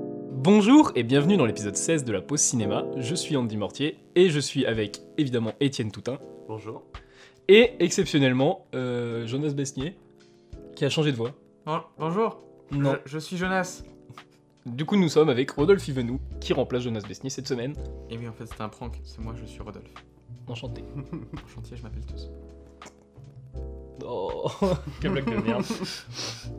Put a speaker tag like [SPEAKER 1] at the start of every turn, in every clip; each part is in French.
[SPEAKER 1] Bonjour et bienvenue dans l'épisode 16 de la pause cinéma. Je suis Andy Mortier et je suis avec évidemment Étienne Toutin
[SPEAKER 2] Bonjour.
[SPEAKER 1] et exceptionnellement euh, Jonas Besnier qui a changé de voix.
[SPEAKER 2] bonjour.
[SPEAKER 1] Non.
[SPEAKER 2] Je, je suis Jonas.
[SPEAKER 1] Du coup, nous sommes avec Rodolphe Yvenou qui remplace Jonas Besnier cette semaine.
[SPEAKER 2] Et Eh oui, en fait, c'était un prank. C'est moi, je suis Rodolphe.
[SPEAKER 1] Enchanté.
[SPEAKER 2] En chantier, je m'appelle tous.
[SPEAKER 1] Oh, quelle blague de merde.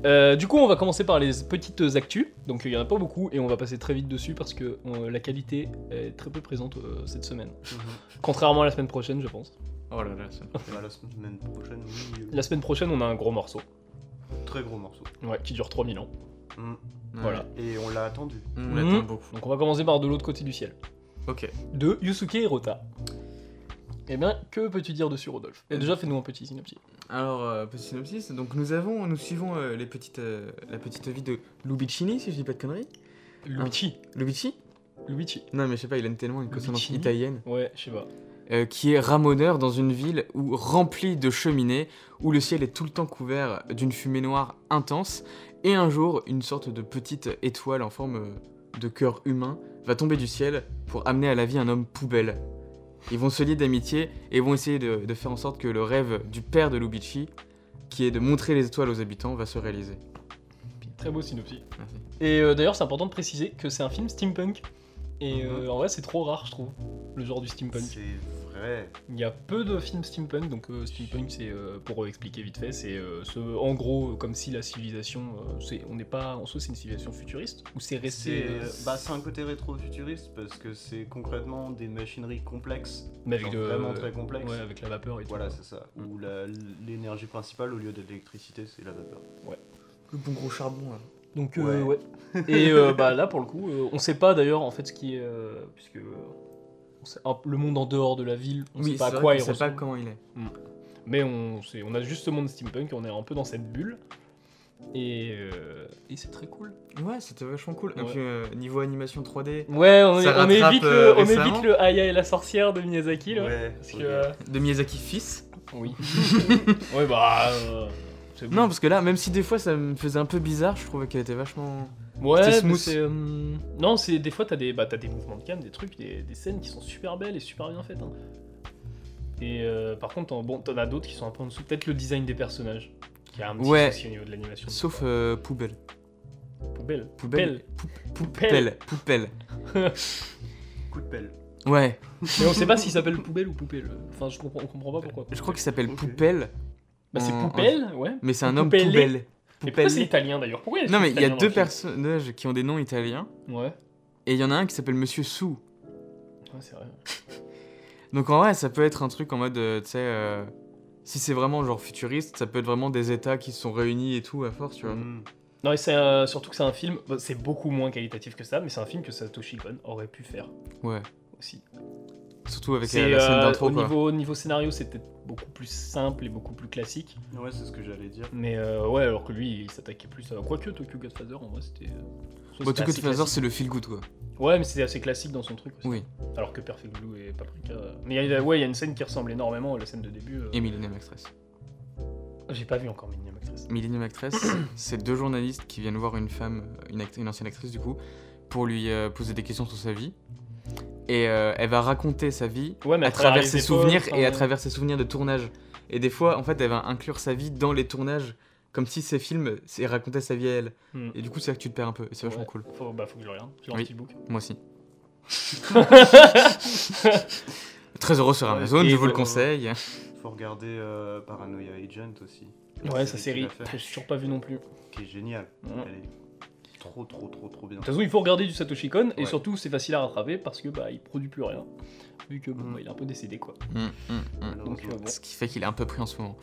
[SPEAKER 1] Euh, du coup, on va commencer par les petites actus. Donc, il n'y en a pas beaucoup et on va passer très vite dessus parce que euh, la qualité est très peu présente euh, cette semaine. Contrairement à la semaine prochaine, je pense.
[SPEAKER 2] Oh là là, ça.
[SPEAKER 3] Bah, la semaine prochaine, oui, euh,
[SPEAKER 1] La semaine prochaine, on a un gros morceau
[SPEAKER 3] très gros morceau.
[SPEAKER 1] ouais, qui dure 3000 ans.
[SPEAKER 3] Mm.
[SPEAKER 1] Voilà.
[SPEAKER 3] Et on l'a attendu.
[SPEAKER 2] On
[SPEAKER 1] Mhm.
[SPEAKER 2] l'attend beaucoup.
[SPEAKER 1] Donc, on va commencer par de l'autre côté du ciel.
[SPEAKER 2] Ok.
[SPEAKER 1] de Yusuke Hirota. Eh bien, que peux-tu dire dessus, Rodolphe Et Déjà, fais-nous un petit synopsis.
[SPEAKER 2] Alors, euh, petit synopsis. Donc, nous avons, nous suivons euh, les petites, euh, la petite vie de Lubicini, si je dis pas de conneries.
[SPEAKER 1] Luigi.
[SPEAKER 2] Lubici
[SPEAKER 1] Ah. Luigi.
[SPEAKER 2] Non, mais je sais pas, il aime tellement une consonance
[SPEAKER 1] Lubicini
[SPEAKER 2] italienne.
[SPEAKER 1] Ouais, je sais pas.
[SPEAKER 2] euh, qui est ramoneur dans une ville où, remplie de cheminées, où le ciel est tout le temps couvert d'une fumée noire intense, et un jour, une sorte de petite étoile en forme euh, de cœur humain va tomber du ciel pour amener à la vie un homme poubelle. Ils vont se lier d'amitié et vont essayer de, de faire en sorte que le rêve du père de Lubici, qui est de montrer les étoiles aux habitants, va se réaliser.
[SPEAKER 1] Très beau synopsis.
[SPEAKER 2] Merci.
[SPEAKER 1] Et euh, d'ailleurs, c'est important de préciser que c'est un film steampunk. Et euh, en vrai, c'est trop rare, je trouve, le genre du steampunk.
[SPEAKER 3] Mhm. C'est vrai.
[SPEAKER 1] Il y a peu de films steampunk, donc euh, steampunk, c'est euh, pour expliquer vite fait, c'est euh, ce- en gros comme si la civilisation, euh, c'est- on n'est pas, en soi, c'est une civilisation futuriste ou c'est resté,
[SPEAKER 3] C'est
[SPEAKER 1] euh,
[SPEAKER 3] bah, c'est un côté rétro-futuriste parce que c'est concrètement des machineries complexes,
[SPEAKER 1] mais avec
[SPEAKER 3] genre
[SPEAKER 1] de-
[SPEAKER 3] vraiment très complexes.
[SPEAKER 1] ouais, avec la vapeur et tout.
[SPEAKER 3] Voilà, c'est ça.
[SPEAKER 1] Mm.
[SPEAKER 3] Où la- l'énergie principale, au lieu de l'électricité, c'est la vapeur.
[SPEAKER 2] Le bon gros charbon, hein.
[SPEAKER 1] Donc euh, ouais.
[SPEAKER 3] Ouais.
[SPEAKER 1] Et euh, bah là pour le coup, euh, on sait pas d'ailleurs en fait ce qui est euh, puisque euh, on sait un- le monde en dehors de la ville, on
[SPEAKER 2] Oui,
[SPEAKER 1] sait pas
[SPEAKER 2] c'est
[SPEAKER 1] à
[SPEAKER 2] vrai
[SPEAKER 1] quoi
[SPEAKER 2] qu'on
[SPEAKER 1] il
[SPEAKER 2] sait pas
[SPEAKER 1] ressemble.
[SPEAKER 2] comment il est.
[SPEAKER 1] Mais on sait, on a juste ce monde steampunk, on est un peu dans cette bulle. Et, euh, et c'est très cool.
[SPEAKER 2] Ouais, c'était vachement cool. Et
[SPEAKER 1] Ouais.
[SPEAKER 2] puis, euh, niveau animation 3D,
[SPEAKER 1] Ouais, on, est,
[SPEAKER 2] Ça
[SPEAKER 1] on
[SPEAKER 2] rattrape,
[SPEAKER 1] évite le,
[SPEAKER 2] euh,
[SPEAKER 1] on
[SPEAKER 2] récemment.
[SPEAKER 1] évite le Aya et la sorcière de Miyazaki là. Parce que
[SPEAKER 3] ok.
[SPEAKER 1] euh,
[SPEAKER 2] de Miyazaki fils,
[SPEAKER 1] oui. ouais bah. euh, c'est bon.
[SPEAKER 2] Non, parce que là, même si des fois ça me faisait un peu bizarre, je trouvais qu'elle était vachement.
[SPEAKER 1] Ouais,
[SPEAKER 2] C'était
[SPEAKER 1] mais
[SPEAKER 2] smooth.
[SPEAKER 1] c'est, euh, Non, c'est des fois t'as des bah, t'as des mouvements de cam, des trucs, des, des scènes qui sont super belles et super bien faites. hein. Et euh, par contre, t'en, bon, t'en as d'autres qui sont un peu en dessous. Peut-être le design des personnages, qui a un petit
[SPEAKER 2] Ouais.
[SPEAKER 1] souci au niveau de l'animation. des
[SPEAKER 2] Sauf
[SPEAKER 1] fois.
[SPEAKER 2] euh, poubelle.
[SPEAKER 1] poubelle.
[SPEAKER 2] Poubelle.
[SPEAKER 1] Poubelle.
[SPEAKER 2] Poubelle. Poubelle.
[SPEAKER 3] Coup de pelle.
[SPEAKER 2] Ouais,
[SPEAKER 1] Mais on sait pas s'il s'appelle poubelle ou poubelle. Enfin, je comprends, on comprend pas pourquoi.
[SPEAKER 2] je crois qu'il s'appelle
[SPEAKER 3] Ok.
[SPEAKER 2] Poubelle,
[SPEAKER 1] Bah, c'est
[SPEAKER 2] en-
[SPEAKER 1] poubelle, ouais.
[SPEAKER 2] mais c'est Mm, un homme
[SPEAKER 1] Poupelle.
[SPEAKER 2] poubelle.
[SPEAKER 1] Mais pourquoi c'est
[SPEAKER 2] Poupelle.
[SPEAKER 1] italien d'ailleurs Pourquoi
[SPEAKER 2] Non, mais il y a
[SPEAKER 1] italien dans
[SPEAKER 2] deux
[SPEAKER 1] le film
[SPEAKER 2] personnages qui ont des noms italiens,
[SPEAKER 1] Ouais.
[SPEAKER 2] et il y en a un qui s'appelle Monsieur Sou.
[SPEAKER 1] Ouais, c'est vrai.
[SPEAKER 2] Donc en vrai, ça peut être un truc en mode, euh, tu sais, euh, si c'est vraiment genre futuriste, ça peut être vraiment des états qui se sont réunis et tout à force, tu vois.
[SPEAKER 3] Mm.
[SPEAKER 1] Non, et c'est euh, surtout que c'est un film. bah, c'est beaucoup moins qualitatif que ça, mais c'est un film que Satoshi Kon aurait pu faire
[SPEAKER 2] Ouais.
[SPEAKER 1] aussi.
[SPEAKER 2] Surtout avec
[SPEAKER 1] C'est,
[SPEAKER 2] euh, la scène
[SPEAKER 1] euh,
[SPEAKER 2] d'intro,
[SPEAKER 1] au
[SPEAKER 2] quoi.
[SPEAKER 1] niveau, niveau scénario, c'était beaucoup plus simple et beaucoup plus classique.
[SPEAKER 3] Ouais, c'est ce que j'allais dire.
[SPEAKER 1] Mais euh, ouais, alors que lui, il s'attaquait plus à. Quoique Tokyo Godfather, en vrai, c'était. euh,
[SPEAKER 2] Bon,
[SPEAKER 1] c'était
[SPEAKER 2] tout cas, de
[SPEAKER 1] assez
[SPEAKER 2] toute façon,
[SPEAKER 1] classique.
[SPEAKER 2] c'est le feel good, quoi.
[SPEAKER 1] Ouais, mais c'était assez classique dans son truc aussi.
[SPEAKER 2] Oui.
[SPEAKER 1] Alors que Perfect Blue et Paprika. euh, Mais il y a- ouais, il y a une scène qui ressemble énormément à la scène de début. euh, Ah,
[SPEAKER 2] Et Millennium Actress.
[SPEAKER 1] J'ai pas vu encore Millennium Actress.
[SPEAKER 2] Millennium Actress, c'est deux journalistes qui viennent voir une femme, une, act- une ancienne actrice du coup, pour lui euh, poser des questions sur sa vie. Et euh, elle va raconter sa vie
[SPEAKER 1] Ouais, mais
[SPEAKER 2] à travers
[SPEAKER 1] les
[SPEAKER 2] ses
[SPEAKER 1] épaules,
[SPEAKER 2] souvenirs
[SPEAKER 1] enfin, euh.
[SPEAKER 2] et à
[SPEAKER 1] ouais.
[SPEAKER 2] travers ses souvenirs de tournage. Et des fois, en fait, elle va inclure sa vie dans les tournages, comme si ses films c'est- racontaient sa vie à elle.
[SPEAKER 1] Hmm.
[SPEAKER 2] Et du coup, c'est là que tu te perds un peu. Et c'est vachement
[SPEAKER 1] Ouais.
[SPEAKER 2] cool.
[SPEAKER 1] Faut, bah, faut que je le regarde. J'ai un
[SPEAKER 2] Oui.
[SPEAKER 1] petit book.
[SPEAKER 2] Moi aussi. Très heureux sur
[SPEAKER 3] Ouais,
[SPEAKER 2] Amazon,
[SPEAKER 1] et
[SPEAKER 2] je vous le
[SPEAKER 3] faut-
[SPEAKER 2] conseille.
[SPEAKER 3] Faut regarder euh, Paranoia Agent aussi. La
[SPEAKER 1] Ouais, sa
[SPEAKER 3] qu'il
[SPEAKER 1] série, Mm.
[SPEAKER 3] a fait,
[SPEAKER 1] j'ai toujours pas vu non plus. Hmm.
[SPEAKER 3] Qui est géniale.
[SPEAKER 1] Ouais.
[SPEAKER 3] Elle est trop, trop, trop, trop bien.
[SPEAKER 1] De toute façon, il faut regarder du Satoshi Kon, et
[SPEAKER 3] Ouais.
[SPEAKER 1] surtout, c'est facile à rattraper parce que bah, il produit plus rien. Vu que bon,
[SPEAKER 3] Mm.
[SPEAKER 1] bah, il est un peu décédé quoi.
[SPEAKER 2] Hmm, hmm, hmm.
[SPEAKER 1] Donc, euh,
[SPEAKER 3] Malheureusement.
[SPEAKER 1] bon.
[SPEAKER 2] Ce qui fait qu'il est un peu pris en ce moment.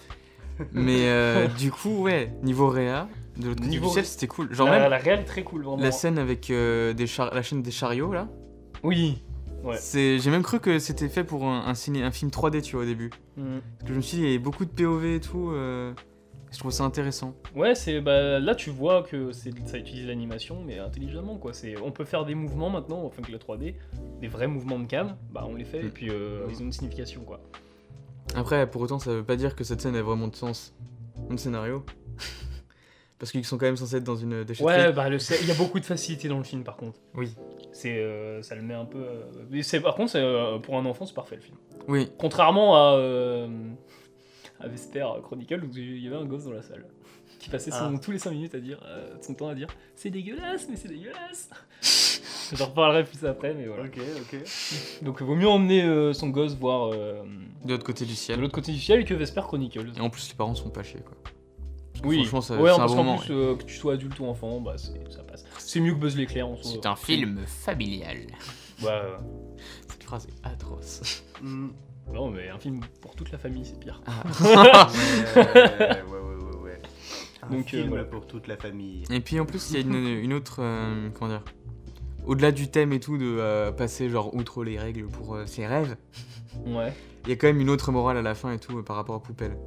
[SPEAKER 2] Mais euh, du coup, ouais, niveau Réa, de l'autre côté
[SPEAKER 1] Niveau-
[SPEAKER 2] du ciel, c'était cool. Genre
[SPEAKER 1] la,
[SPEAKER 2] même
[SPEAKER 1] la réelle est très cool vraiment.
[SPEAKER 2] la scène avec euh, des char- la chaîne des chariots là.
[SPEAKER 1] Oui. Ouais.
[SPEAKER 2] C'est, j'ai même cru que c'était fait pour un, un ciné- un film 3D, tu vois, au début.
[SPEAKER 1] Mm.
[SPEAKER 2] Parce que je me suis dit, il y avait beaucoup de POV et tout. euh, Je trouve ça intéressant.
[SPEAKER 1] Ouais, c'est bah, là tu vois que c'est ça utilise l'animation mais intelligemment quoi. C'est on peut faire des mouvements maintenant enfin que la 3D, des vrais mouvements de cam, bah on les fait et
[SPEAKER 2] Mm.
[SPEAKER 1] puis euh,
[SPEAKER 3] Mm.
[SPEAKER 1] ils ont une signification quoi.
[SPEAKER 2] Après, pour autant, ça veut pas dire que cette scène a vraiment de sens dans le scénario. Parce qu'ils sont quand même censés être dans une déchetterie.
[SPEAKER 1] Ouais, bah, le- c'est- il y a beaucoup de facilité dans le film, par contre.
[SPEAKER 2] Oui.
[SPEAKER 1] C'est, euh, ça le met un peu. euh, mais c'est, par contre, c'est, euh, pour un enfant, c'est parfait le film.
[SPEAKER 2] Oui.
[SPEAKER 1] Contrairement à, euh, à Vesper Chronicle, où il y avait un gosse dans la salle qui passait son-
[SPEAKER 2] Ah.
[SPEAKER 1] tous les 5 minutes à dire, euh, son temps à dire C'est dégueulasse, mais c'est dégueulasse J'en reparlerai plus après, mais voilà.
[SPEAKER 3] Ok, ok.
[SPEAKER 1] Donc, il vaut mieux emmener euh, son gosse voir euh,
[SPEAKER 2] De l'autre côté du
[SPEAKER 1] de
[SPEAKER 2] ciel.
[SPEAKER 1] l'autre côté du ciel que Vesper Chronicle.
[SPEAKER 2] Et en plus, les parents sont pas chiés, quoi. Parce que
[SPEAKER 1] Oui,
[SPEAKER 2] Franchement, ça-
[SPEAKER 1] ouais,
[SPEAKER 2] c'est un
[SPEAKER 1] parce
[SPEAKER 2] bon
[SPEAKER 1] qu'en
[SPEAKER 2] moment.
[SPEAKER 1] plus, euh, que tu sois adulte ou enfant, bah, c'est- ça passe. C'est mieux que Buzz l'éclair en soi.
[SPEAKER 4] C'est un film familial.
[SPEAKER 1] Bah, euh,
[SPEAKER 2] Cette phrase est atroce.
[SPEAKER 3] Hmm.
[SPEAKER 1] non, mais un film pour toute la famille, c'est pire.
[SPEAKER 2] Ah.
[SPEAKER 3] ouais, ouais, ouais, ouais, ouais. Un
[SPEAKER 1] Donc, euh,
[SPEAKER 3] film
[SPEAKER 1] voilà.
[SPEAKER 3] pour toute la famille.
[SPEAKER 2] Et puis en plus, il y a une, une autre. euh, comment dire Au-delà du thème et tout, de euh, passer genre outre les règles pour euh, ses rêves,
[SPEAKER 1] Ouais.
[SPEAKER 2] il y a quand même une autre morale à la fin et tout euh, par rapport à Poupelle.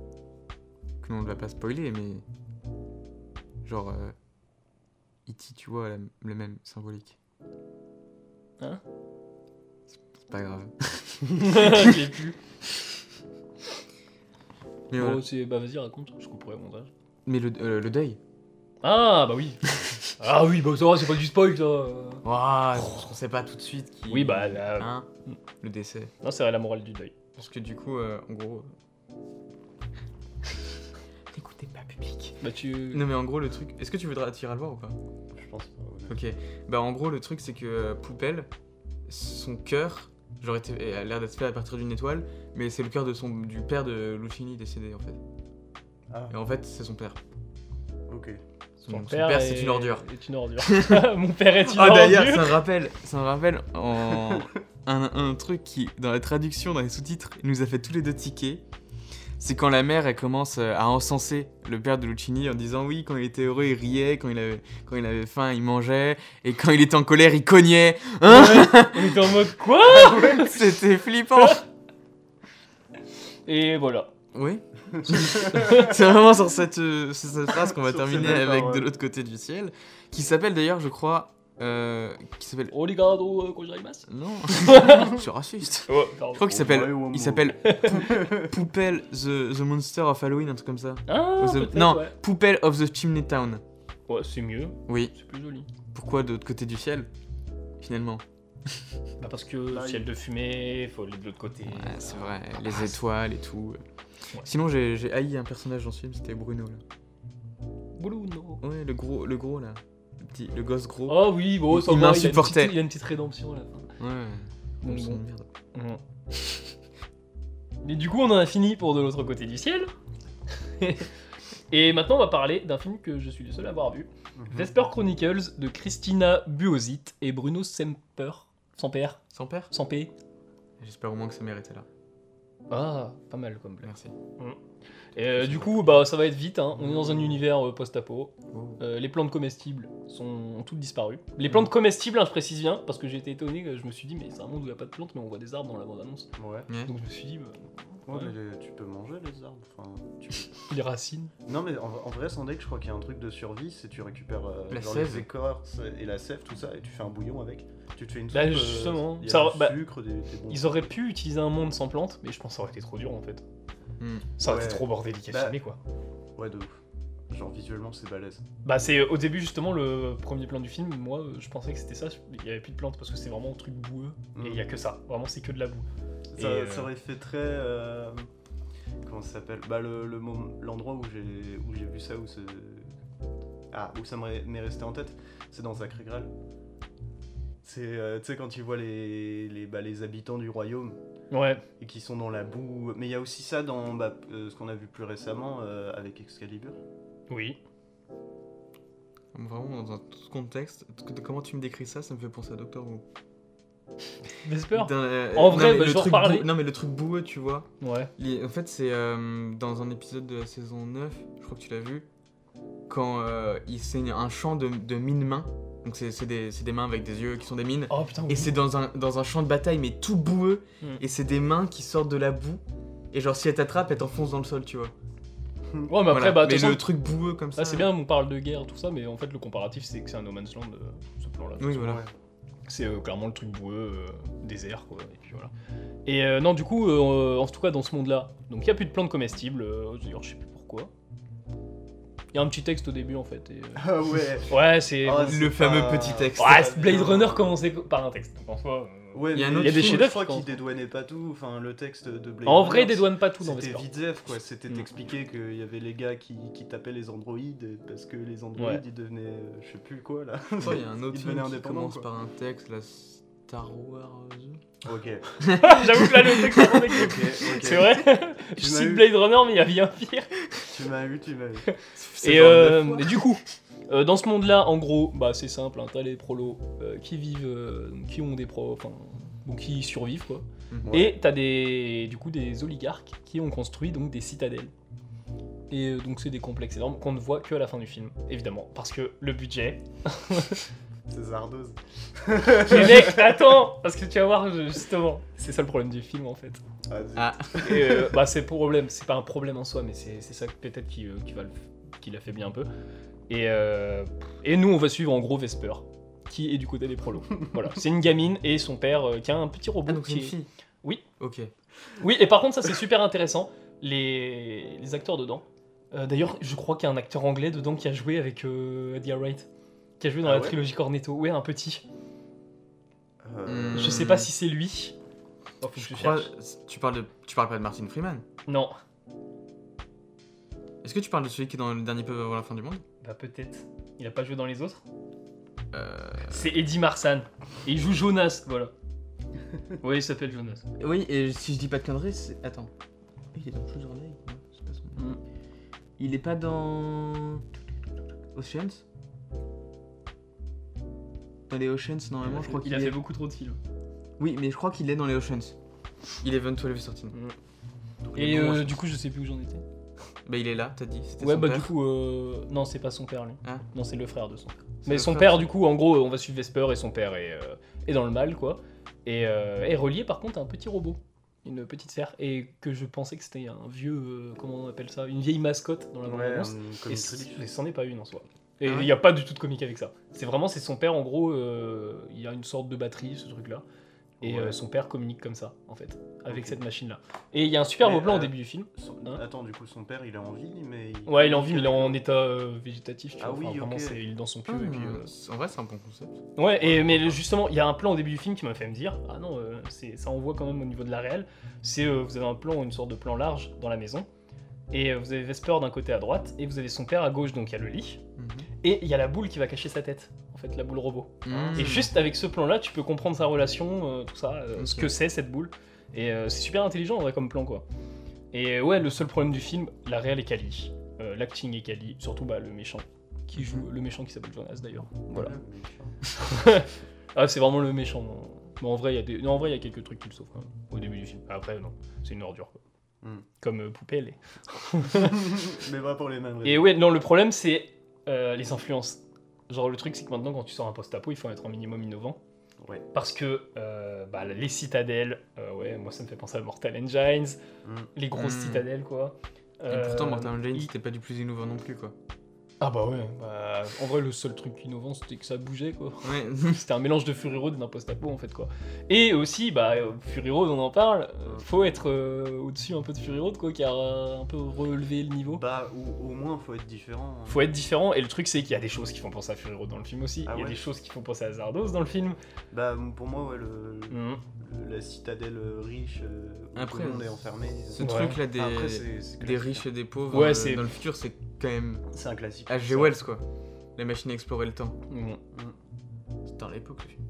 [SPEAKER 2] Que l'on ne va pas spoiler, mais. Genre. Euh... E.T., tu vois, la- le même symbolique.
[SPEAKER 1] Hein
[SPEAKER 2] C'est pas grave.
[SPEAKER 1] J'ai plus.
[SPEAKER 2] Mais,
[SPEAKER 1] Bon,
[SPEAKER 2] voilà.
[SPEAKER 1] c'est- bah, vas-y, raconte, je couperai mon montage.
[SPEAKER 2] Mais le, euh, le deuil.
[SPEAKER 1] Ah, bah oui. ah oui, bah ça va, c'est pas du spoil, ça.
[SPEAKER 2] Ouah, parce qu'on sait pas tout de suite qui.
[SPEAKER 1] Oui, bah, la-
[SPEAKER 2] Hein le décès.
[SPEAKER 1] Non, c'est vrai, la morale du deuil.
[SPEAKER 2] Parce que du coup, euh, en gros. N'écoutez pas, public.
[SPEAKER 1] Bah, tu.
[SPEAKER 2] Non, mais en gros, le truc. Est-ce que tu voudrais tirer à le voir ou pas
[SPEAKER 3] Je pense pas. ouais.
[SPEAKER 2] Ok. Bah, en gros, le truc, c'est que euh, Poupelle, son cœur, genre, était- a l'air d'être fait à partir d'une étoile, mais c'est le cœur de son... du père de Lucini décédé, en fait.
[SPEAKER 3] Ah,
[SPEAKER 2] Et en fait, c'est son père.
[SPEAKER 3] ok.
[SPEAKER 2] Son, son père, c'est
[SPEAKER 1] est-
[SPEAKER 2] une ordure.
[SPEAKER 1] Est une ordure. mon père est une
[SPEAKER 2] Ah, d'ailleurs,
[SPEAKER 1] ordure.
[SPEAKER 2] ça me rappelle, ça me rappelle en- un, un truc qui, dans la traduction, dans les sous-titres, nous a fait tous les deux tiquer. C'est quand la mère, elle commence euh, à encenser le père de Lucini en disant oui, quand il était heureux, il riait, quand il avait, quand il avait faim, il mangeait, et quand il était en colère, il cognait. Hein
[SPEAKER 1] On était en mode quoi
[SPEAKER 2] Ah C'était flippant.
[SPEAKER 1] Et voilà.
[SPEAKER 2] Oui. c'est vraiment sur cette, euh, sur cette phrase qu'on va
[SPEAKER 3] Sur ces
[SPEAKER 2] terminer
[SPEAKER 3] belles
[SPEAKER 2] avec
[SPEAKER 3] paroles.
[SPEAKER 2] de l'autre côté du ciel, qui s'appelle d'ailleurs, je crois, euh, qui s'appelle.
[SPEAKER 1] Oligado euh, kojaimasu.
[SPEAKER 2] Non, je suis raciste.
[SPEAKER 1] Oh,
[SPEAKER 2] Je crois qu'il s'appelle.
[SPEAKER 3] Omae Wamo.
[SPEAKER 2] Il s'appelle Pou- Poupelle the, the Monster of Halloween, un truc comme ça.
[SPEAKER 1] Ah,
[SPEAKER 2] The-
[SPEAKER 1] peut-être,
[SPEAKER 2] non.
[SPEAKER 1] Ouais,
[SPEAKER 2] Poupelle of the Chimney Town.
[SPEAKER 1] Ouais, c'est mieux.
[SPEAKER 2] Oui.
[SPEAKER 1] C'est plus joli.
[SPEAKER 2] Pourquoi de l'autre côté du ciel Finalement.
[SPEAKER 1] Bah, parce que
[SPEAKER 3] Là,
[SPEAKER 1] ciel de fumée, faut aller de l'autre côté.
[SPEAKER 2] Ah, Ouais, c'est vrai, les étoiles et tout.
[SPEAKER 1] Ouais.
[SPEAKER 2] Sinon, j'ai j'ai haï un personnage dans ce film, c'était Bruno là.
[SPEAKER 1] Bruno.
[SPEAKER 2] Ouais, le gros, le gros là. Le, petit, le gosse gros.
[SPEAKER 1] Ah oui, bon, ça
[SPEAKER 2] Il
[SPEAKER 1] va, a une
[SPEAKER 2] m'insupportait.
[SPEAKER 1] petite- Il a une petite rédemption à la fin.
[SPEAKER 2] Ouais.
[SPEAKER 1] Donc,
[SPEAKER 2] Son
[SPEAKER 1] bon.
[SPEAKER 2] merde.
[SPEAKER 1] Ouais. Mmh. Mais du coup, on en a fini pour De l'autre côté du ciel. Et maintenant, on va parler d'un film que je suis le seul à avoir vu
[SPEAKER 3] Mhm.
[SPEAKER 1] Vesper Chronicles de Christina Buosit et Bruno Semper. Sans PR
[SPEAKER 2] Sans père
[SPEAKER 1] Sans P
[SPEAKER 2] J'espère au moins que ça méritait là.
[SPEAKER 1] Ah, pas mal comme blague.
[SPEAKER 2] Merci.
[SPEAKER 1] Et euh, du coup, bah, ça va être vite. hein. On est dans un univers euh, post-apo.
[SPEAKER 2] Oh.
[SPEAKER 1] Euh, les plantes comestibles sont, ont toutes disparu. Les plantes comestibles, hein, je précise bien, parce que j'ai été étonné. euh, Je me suis dit, mais c'est un monde où il n'y a pas de plantes, mais on voit des arbres dans la bande-annonce.
[SPEAKER 3] Ouais.
[SPEAKER 1] Donc je me suis dit, bah,
[SPEAKER 3] Ouais,
[SPEAKER 1] Ouais.
[SPEAKER 3] mais les- tu peux manger les arbres. Enfin, tu-
[SPEAKER 1] les racines.
[SPEAKER 3] Non, mais en, en vrai, sans deck, je crois qu'il y a un truc de survie. C'est tu récupères euh,
[SPEAKER 2] La
[SPEAKER 3] genre
[SPEAKER 2] sève.
[SPEAKER 3] les écorces et la sève, tout ça, et tu fais un bouillon avec. Tu te fais une soupe.
[SPEAKER 1] Bah,
[SPEAKER 3] euh,
[SPEAKER 1] justement.
[SPEAKER 3] il y a
[SPEAKER 1] Ça-
[SPEAKER 3] du
[SPEAKER 1] bah,
[SPEAKER 3] sucre, des, des bons-
[SPEAKER 1] Ils auraient pu utiliser un monde sans plantes, mais je pense que ça aurait été trop dur en fait.
[SPEAKER 2] Hmm.
[SPEAKER 1] Ça aurait
[SPEAKER 3] Ouais.
[SPEAKER 1] été trop bordélique à
[SPEAKER 3] Bah.
[SPEAKER 1] filmer quoi.
[SPEAKER 3] Ouais, de ouf. Genre visuellement, c'est balèze.
[SPEAKER 1] Bah c'est euh, au début justement le premier plan du film, moi euh, je pensais que c'était ça, il y avait plus de plantes parce que c'est vraiment un truc boueux et il y a que ça, vraiment c'est que de la boue.
[SPEAKER 3] Ça,
[SPEAKER 1] Et,
[SPEAKER 3] ça
[SPEAKER 1] euh,
[SPEAKER 3] aurait fait très. euh, comment ça s'appelle Bah, le le mom- l'endroit où j'ai où j'ai vu ça, où c'est. Ah, où ça m'est m'est resté en tête, c'est dans Sacré Graal. C'est, euh, tu sais, quand tu vois les, les, bah, les habitants du royaume
[SPEAKER 1] Ouais,
[SPEAKER 3] et qui sont dans la boue. Mais il y a aussi ça dans bah, euh, ce qu'on a vu plus récemment euh, avec Excalibur.
[SPEAKER 1] oui.
[SPEAKER 2] Vraiment, dans un tout contexte, comment tu me décris ça, ça me fait penser à Doctor Who.
[SPEAKER 1] Vesper
[SPEAKER 2] Dans la-
[SPEAKER 1] En
[SPEAKER 2] non,
[SPEAKER 1] vrai, bah,
[SPEAKER 2] mais le
[SPEAKER 1] je vais en
[SPEAKER 2] truc
[SPEAKER 1] reparler.
[SPEAKER 2] bou- Non, mais le truc boueux, tu vois.
[SPEAKER 1] Ouais.
[SPEAKER 2] Les- En fait, c'est euh, dans un épisode de la saison 9, je crois que tu l'as vu, quand euh, il saigne un champ de, de mines-mains. Donc, c'est c'est des, c'est des mains avec des yeux qui sont des mines.
[SPEAKER 1] Oh putain,
[SPEAKER 2] Et
[SPEAKER 1] oui.
[SPEAKER 2] c'est dans un, dans un champ de bataille, mais tout boueux.
[SPEAKER 1] Mm.
[SPEAKER 2] Et c'est des mains qui sortent de la boue. Et genre, si elle t'attrape, elle t'enfonce dans le sol, tu vois.
[SPEAKER 1] Ouais mais après
[SPEAKER 2] Voilà.
[SPEAKER 1] bah de
[SPEAKER 2] mais
[SPEAKER 1] toute
[SPEAKER 2] le
[SPEAKER 1] façon,
[SPEAKER 2] truc boueux comme ça.
[SPEAKER 1] là c'est bien on parle de guerre tout ça mais en fait le comparatif c'est que c'est un No Man's Land euh, ce plan là.
[SPEAKER 2] Oui, voilà.
[SPEAKER 3] Ouais.
[SPEAKER 1] C'est euh, clairement le truc boueux, euh, désert, quoi. Et puis voilà. Et euh, non, du coup, euh, en tout cas, dans ce monde-là, donc il n'y a plus de plantes comestibles. euh, D'ailleurs, je sais plus pourquoi. Il y a un petit texte au début en fait. et,
[SPEAKER 3] Ah ouais.
[SPEAKER 1] euh, Ouais, c'est.
[SPEAKER 3] Ah,
[SPEAKER 2] Le
[SPEAKER 3] c'est
[SPEAKER 2] fameux
[SPEAKER 3] pas-
[SPEAKER 2] petit texte.
[SPEAKER 1] Ouais,
[SPEAKER 3] c'est pas
[SPEAKER 1] Blade
[SPEAKER 3] bien.
[SPEAKER 1] Runner commençait par un texte. Donc, en soi, euh,
[SPEAKER 3] Ouais,
[SPEAKER 2] Il y a
[SPEAKER 3] mais
[SPEAKER 2] un autre
[SPEAKER 3] je
[SPEAKER 1] film,
[SPEAKER 3] crois
[SPEAKER 1] je crois.
[SPEAKER 3] qu'il dédouanait pas tout. Enfin, le texte de Blade
[SPEAKER 1] En vrai,
[SPEAKER 3] Runner,
[SPEAKER 1] il dédouane pas tout dans
[SPEAKER 3] C'était
[SPEAKER 1] Vesper.
[SPEAKER 3] Videf, quoi. C'était
[SPEAKER 2] Mm.
[SPEAKER 3] expliqué qu'il y avait les gars qui, qui tapaient les androïdes parce que les androïdes
[SPEAKER 1] Ouais.
[SPEAKER 3] ils devenaient euh, je sais plus quoi là.
[SPEAKER 2] Je crois qu'il y a un autre
[SPEAKER 3] Ils
[SPEAKER 2] film
[SPEAKER 3] devenaient
[SPEAKER 2] qui
[SPEAKER 3] indépendants.
[SPEAKER 2] commence
[SPEAKER 3] quoi.
[SPEAKER 2] par un texte, la Star Wars.
[SPEAKER 3] Ok,
[SPEAKER 1] J'avoue que là, le texte est
[SPEAKER 3] ok,
[SPEAKER 1] mec.
[SPEAKER 3] ok.
[SPEAKER 1] C'est vrai Je
[SPEAKER 3] Tu m'as
[SPEAKER 1] cite
[SPEAKER 3] eu.
[SPEAKER 1] Blade Runner, mais il y a bien pire.
[SPEAKER 3] Tu m'as eu, tu m'as eu.
[SPEAKER 1] Et, euh, et du coup, euh, dans ce monde-là, en gros, bah, c'est simple, hein, t'as les prolos euh, qui vivent, euh, donc qui ont des pros, enfin, donc qui survivent quoi.
[SPEAKER 2] Mhm.
[SPEAKER 1] Et t'as des, du coup, des oligarques qui ont construit donc des citadelles. Et euh, donc c'est des complexes énormes qu'on ne voit que à la fin du film, évidemment, parce que le budget.
[SPEAKER 3] C'est Zardoz.
[SPEAKER 1] Mais mec, attends, parce que tu vas voir je- justement, c'est ça le problème du film en fait.
[SPEAKER 3] Ah, zut.
[SPEAKER 2] Ah.
[SPEAKER 1] Et euh, bah, c'est pour problème, c'est pas un problème en soi, mais c'est c'est ça que peut-être qui, euh, qui, va le- qui l'a fait bien un peu. Et, euh, et nous, on va suivre en gros Vesper, qui est du côté des prolos. voilà, c'est une gamine et son père euh, qui a un petit robot.
[SPEAKER 2] Ah, donc c'est
[SPEAKER 1] qui
[SPEAKER 2] une
[SPEAKER 1] est-
[SPEAKER 2] fille
[SPEAKER 1] Oui.
[SPEAKER 2] Ok.
[SPEAKER 1] Oui, et par contre, ça c'est super intéressant, les, les acteurs dedans. Euh, D'ailleurs, je crois qu'il y a un acteur anglais dedans qui a joué avec euh, Edgar Wright, qui a joué dans
[SPEAKER 3] Ah
[SPEAKER 1] la
[SPEAKER 3] ouais
[SPEAKER 1] trilogie Cornetto. Ouais, un petit.
[SPEAKER 3] Euh,
[SPEAKER 2] Hmm.
[SPEAKER 1] Je sais pas si c'est lui. Oh, faut que je
[SPEAKER 2] crois-
[SPEAKER 1] cherche.
[SPEAKER 2] Tu parles, de... tu parles pas de Martin Freeman
[SPEAKER 1] Non,
[SPEAKER 2] Est-ce que tu parles de celui qui est dans le dernier peu avant la fin du monde
[SPEAKER 1] bah peut-être. Il a pas joué dans les autres
[SPEAKER 2] Euh,
[SPEAKER 1] C'est Eddie Marsan. Et il joue Jonas, voilà. Oui, il s'appelle Jonas.
[SPEAKER 2] Oui, et si je dis pas de conneries, c'est. Attends. Il est dans plusieurs lives. non, c'est pas son-
[SPEAKER 1] Mm.
[SPEAKER 2] Il est pas dans. Oceans Dans les Oceans, normalement, je crois qu'il
[SPEAKER 1] il a
[SPEAKER 2] est.
[SPEAKER 1] fait beaucoup trop de films.
[SPEAKER 2] Oui, mais je crois qu'il est dans les Oceans. Il est 22 13
[SPEAKER 1] Et
[SPEAKER 2] bon,
[SPEAKER 1] euh,
[SPEAKER 2] je-
[SPEAKER 1] du coup, je sais plus où j'en étais.
[SPEAKER 2] Bah, il est là, t'as dit. c'était
[SPEAKER 1] Ouais,
[SPEAKER 2] son
[SPEAKER 1] bah
[SPEAKER 2] père.
[SPEAKER 1] du coup, euh, non, c'est pas son père lui.
[SPEAKER 2] Ah.
[SPEAKER 1] Non, c'est le frère de son père.
[SPEAKER 2] C'est
[SPEAKER 1] Mais
[SPEAKER 2] le
[SPEAKER 1] son
[SPEAKER 2] frère,
[SPEAKER 1] père,
[SPEAKER 2] ça.
[SPEAKER 1] du coup, en gros, on va suivre Vesper et son père est, euh, est dans le mal, quoi. Et euh, est relié par contre à un petit robot, une petite sphère, et que je pensais que c'était un vieux, euh, comment on appelle ça, une vieille mascotte dans la
[SPEAKER 3] ouais,
[SPEAKER 1] bande-annonce.
[SPEAKER 3] euh,
[SPEAKER 1] Et
[SPEAKER 3] comme
[SPEAKER 1] c-
[SPEAKER 3] Trulli.
[SPEAKER 1] mais c'en est pas une en soi. Et il
[SPEAKER 2] Ah ouais
[SPEAKER 1] n'y a pas du tout de comique avec ça. C'est vraiment, c'est son père en gros, euh, il y a une sorte de batterie, ce truc-là. Et
[SPEAKER 3] Ouais.
[SPEAKER 1] euh, son père communique comme ça, en fait, avec
[SPEAKER 3] Ok.
[SPEAKER 1] cette machine-là. Et il y a un super
[SPEAKER 3] Mais,
[SPEAKER 1] beau plan au
[SPEAKER 3] euh,
[SPEAKER 1] début du film.
[SPEAKER 3] Son-
[SPEAKER 1] Hein
[SPEAKER 3] Attends, du coup, son père, il est en vie, mais. il-
[SPEAKER 1] Ouais, il est en vie, mais il est en état euh, végétatif. Tu
[SPEAKER 3] Ah
[SPEAKER 1] vois.
[SPEAKER 3] oui,
[SPEAKER 1] Enfin, vraiment,
[SPEAKER 3] ok.
[SPEAKER 1] c'est- il est dans son pieu.
[SPEAKER 2] Ah,
[SPEAKER 1] et puis, euh,
[SPEAKER 2] c'est- En vrai, c'est un bon concept.
[SPEAKER 1] Ouais, et, mais le- justement, il y a un plan au début du film qui m'a fait me dire Ah non, euh, c'est- ça envoie quand même au niveau de la réelle. C'est euh, vous avez un plan, une sorte de plan large dans la maison. Et euh, vous avez Vesper d'un côté à droite, et vous avez son père à gauche, donc il y a le lit. Et il y a la boule qui va cacher sa tête, en fait, la boule robot.
[SPEAKER 2] Mhm.
[SPEAKER 1] Et juste avec ce plan-là, tu peux comprendre sa relation, euh, tout ça, euh,
[SPEAKER 2] Ok.
[SPEAKER 1] ce que c'est cette boule. Et euh, c'est super intelligent en vrai comme plan, quoi. Et euh, ouais, le seul problème du film, la réelle est quali. Euh, L'acting est quali, surtout bah, le méchant, qui joue le méchant qui s'appelle Jonas d'ailleurs. Voilà.
[SPEAKER 3] Ouais, mais chiant.
[SPEAKER 1] Ah, c'est vraiment le méchant. hein. Mais en vrai, il y a des... non, en vrai, il y a quelques trucs qui le sauvent quand même, au début du film. Après, non, c'est une ordure, quoi.
[SPEAKER 3] Mm.
[SPEAKER 1] Comme euh, Poupée, elle est.
[SPEAKER 3] mais pas pour les mêmes raisons.
[SPEAKER 1] Et ouais, non, le problème, c'est euh, les influences. Genre, le truc, c'est que maintenant, quand tu sors un post-apo, il faut être un minimum innovant.
[SPEAKER 3] Ouais.
[SPEAKER 1] Parce que euh, bah, les citadelles, euh, ouais, moi, ça me fait penser à Mortal Engines,
[SPEAKER 3] Mm.
[SPEAKER 1] les grosses
[SPEAKER 2] Mm.
[SPEAKER 1] citadelles, quoi.
[SPEAKER 2] Et
[SPEAKER 1] Euh,
[SPEAKER 2] pourtant, Martin Jane,
[SPEAKER 1] il-
[SPEAKER 2] c'était pas du plus innovant non plus, quoi.
[SPEAKER 1] Ah bah ouais, bah, en vrai, le seul truc innovant, c'était que ça bougeait, quoi.
[SPEAKER 2] Ouais.
[SPEAKER 1] C'était un mélange de Fury Road et d'un post-apo en fait quoi. Et aussi, bah, euh, Fury Road, on en parle,
[SPEAKER 3] Mm.
[SPEAKER 1] euh, faut être euh, au-dessus un peu de Fury Road quoi, qui a euh, un peu relevé le niveau.
[SPEAKER 3] Bah, ou, au moins, faut être différent. hein.
[SPEAKER 1] Faut être différent, et le truc c'est qu'il y a des choses qui font penser à Fury Road dans le film aussi,
[SPEAKER 3] Ah
[SPEAKER 1] il y a
[SPEAKER 3] ouais
[SPEAKER 1] des choses qui font penser à Zardos dans le film.
[SPEAKER 3] Bah, pour moi, ouais, le,
[SPEAKER 1] Mm. Mhm.
[SPEAKER 3] le- la citadelle euh, riche euh, où
[SPEAKER 2] Après,
[SPEAKER 3] tout le monde est enfermé. euh,
[SPEAKER 2] Ce
[SPEAKER 1] Ouais.
[SPEAKER 2] truc-là des,
[SPEAKER 3] Après, c'est- c'est
[SPEAKER 2] des
[SPEAKER 3] classique,
[SPEAKER 2] riches
[SPEAKER 3] hein.
[SPEAKER 2] et des pauvres
[SPEAKER 1] Ouais,
[SPEAKER 2] euh,
[SPEAKER 1] c'est-
[SPEAKER 2] dans le futur, c'est quand même
[SPEAKER 3] C'est un classique.
[SPEAKER 2] H.G.
[SPEAKER 3] Ça.
[SPEAKER 2] Wells, quoi. La machine à explorer le temps.
[SPEAKER 1] Mm.
[SPEAKER 2] C'était dans l'époque, le film.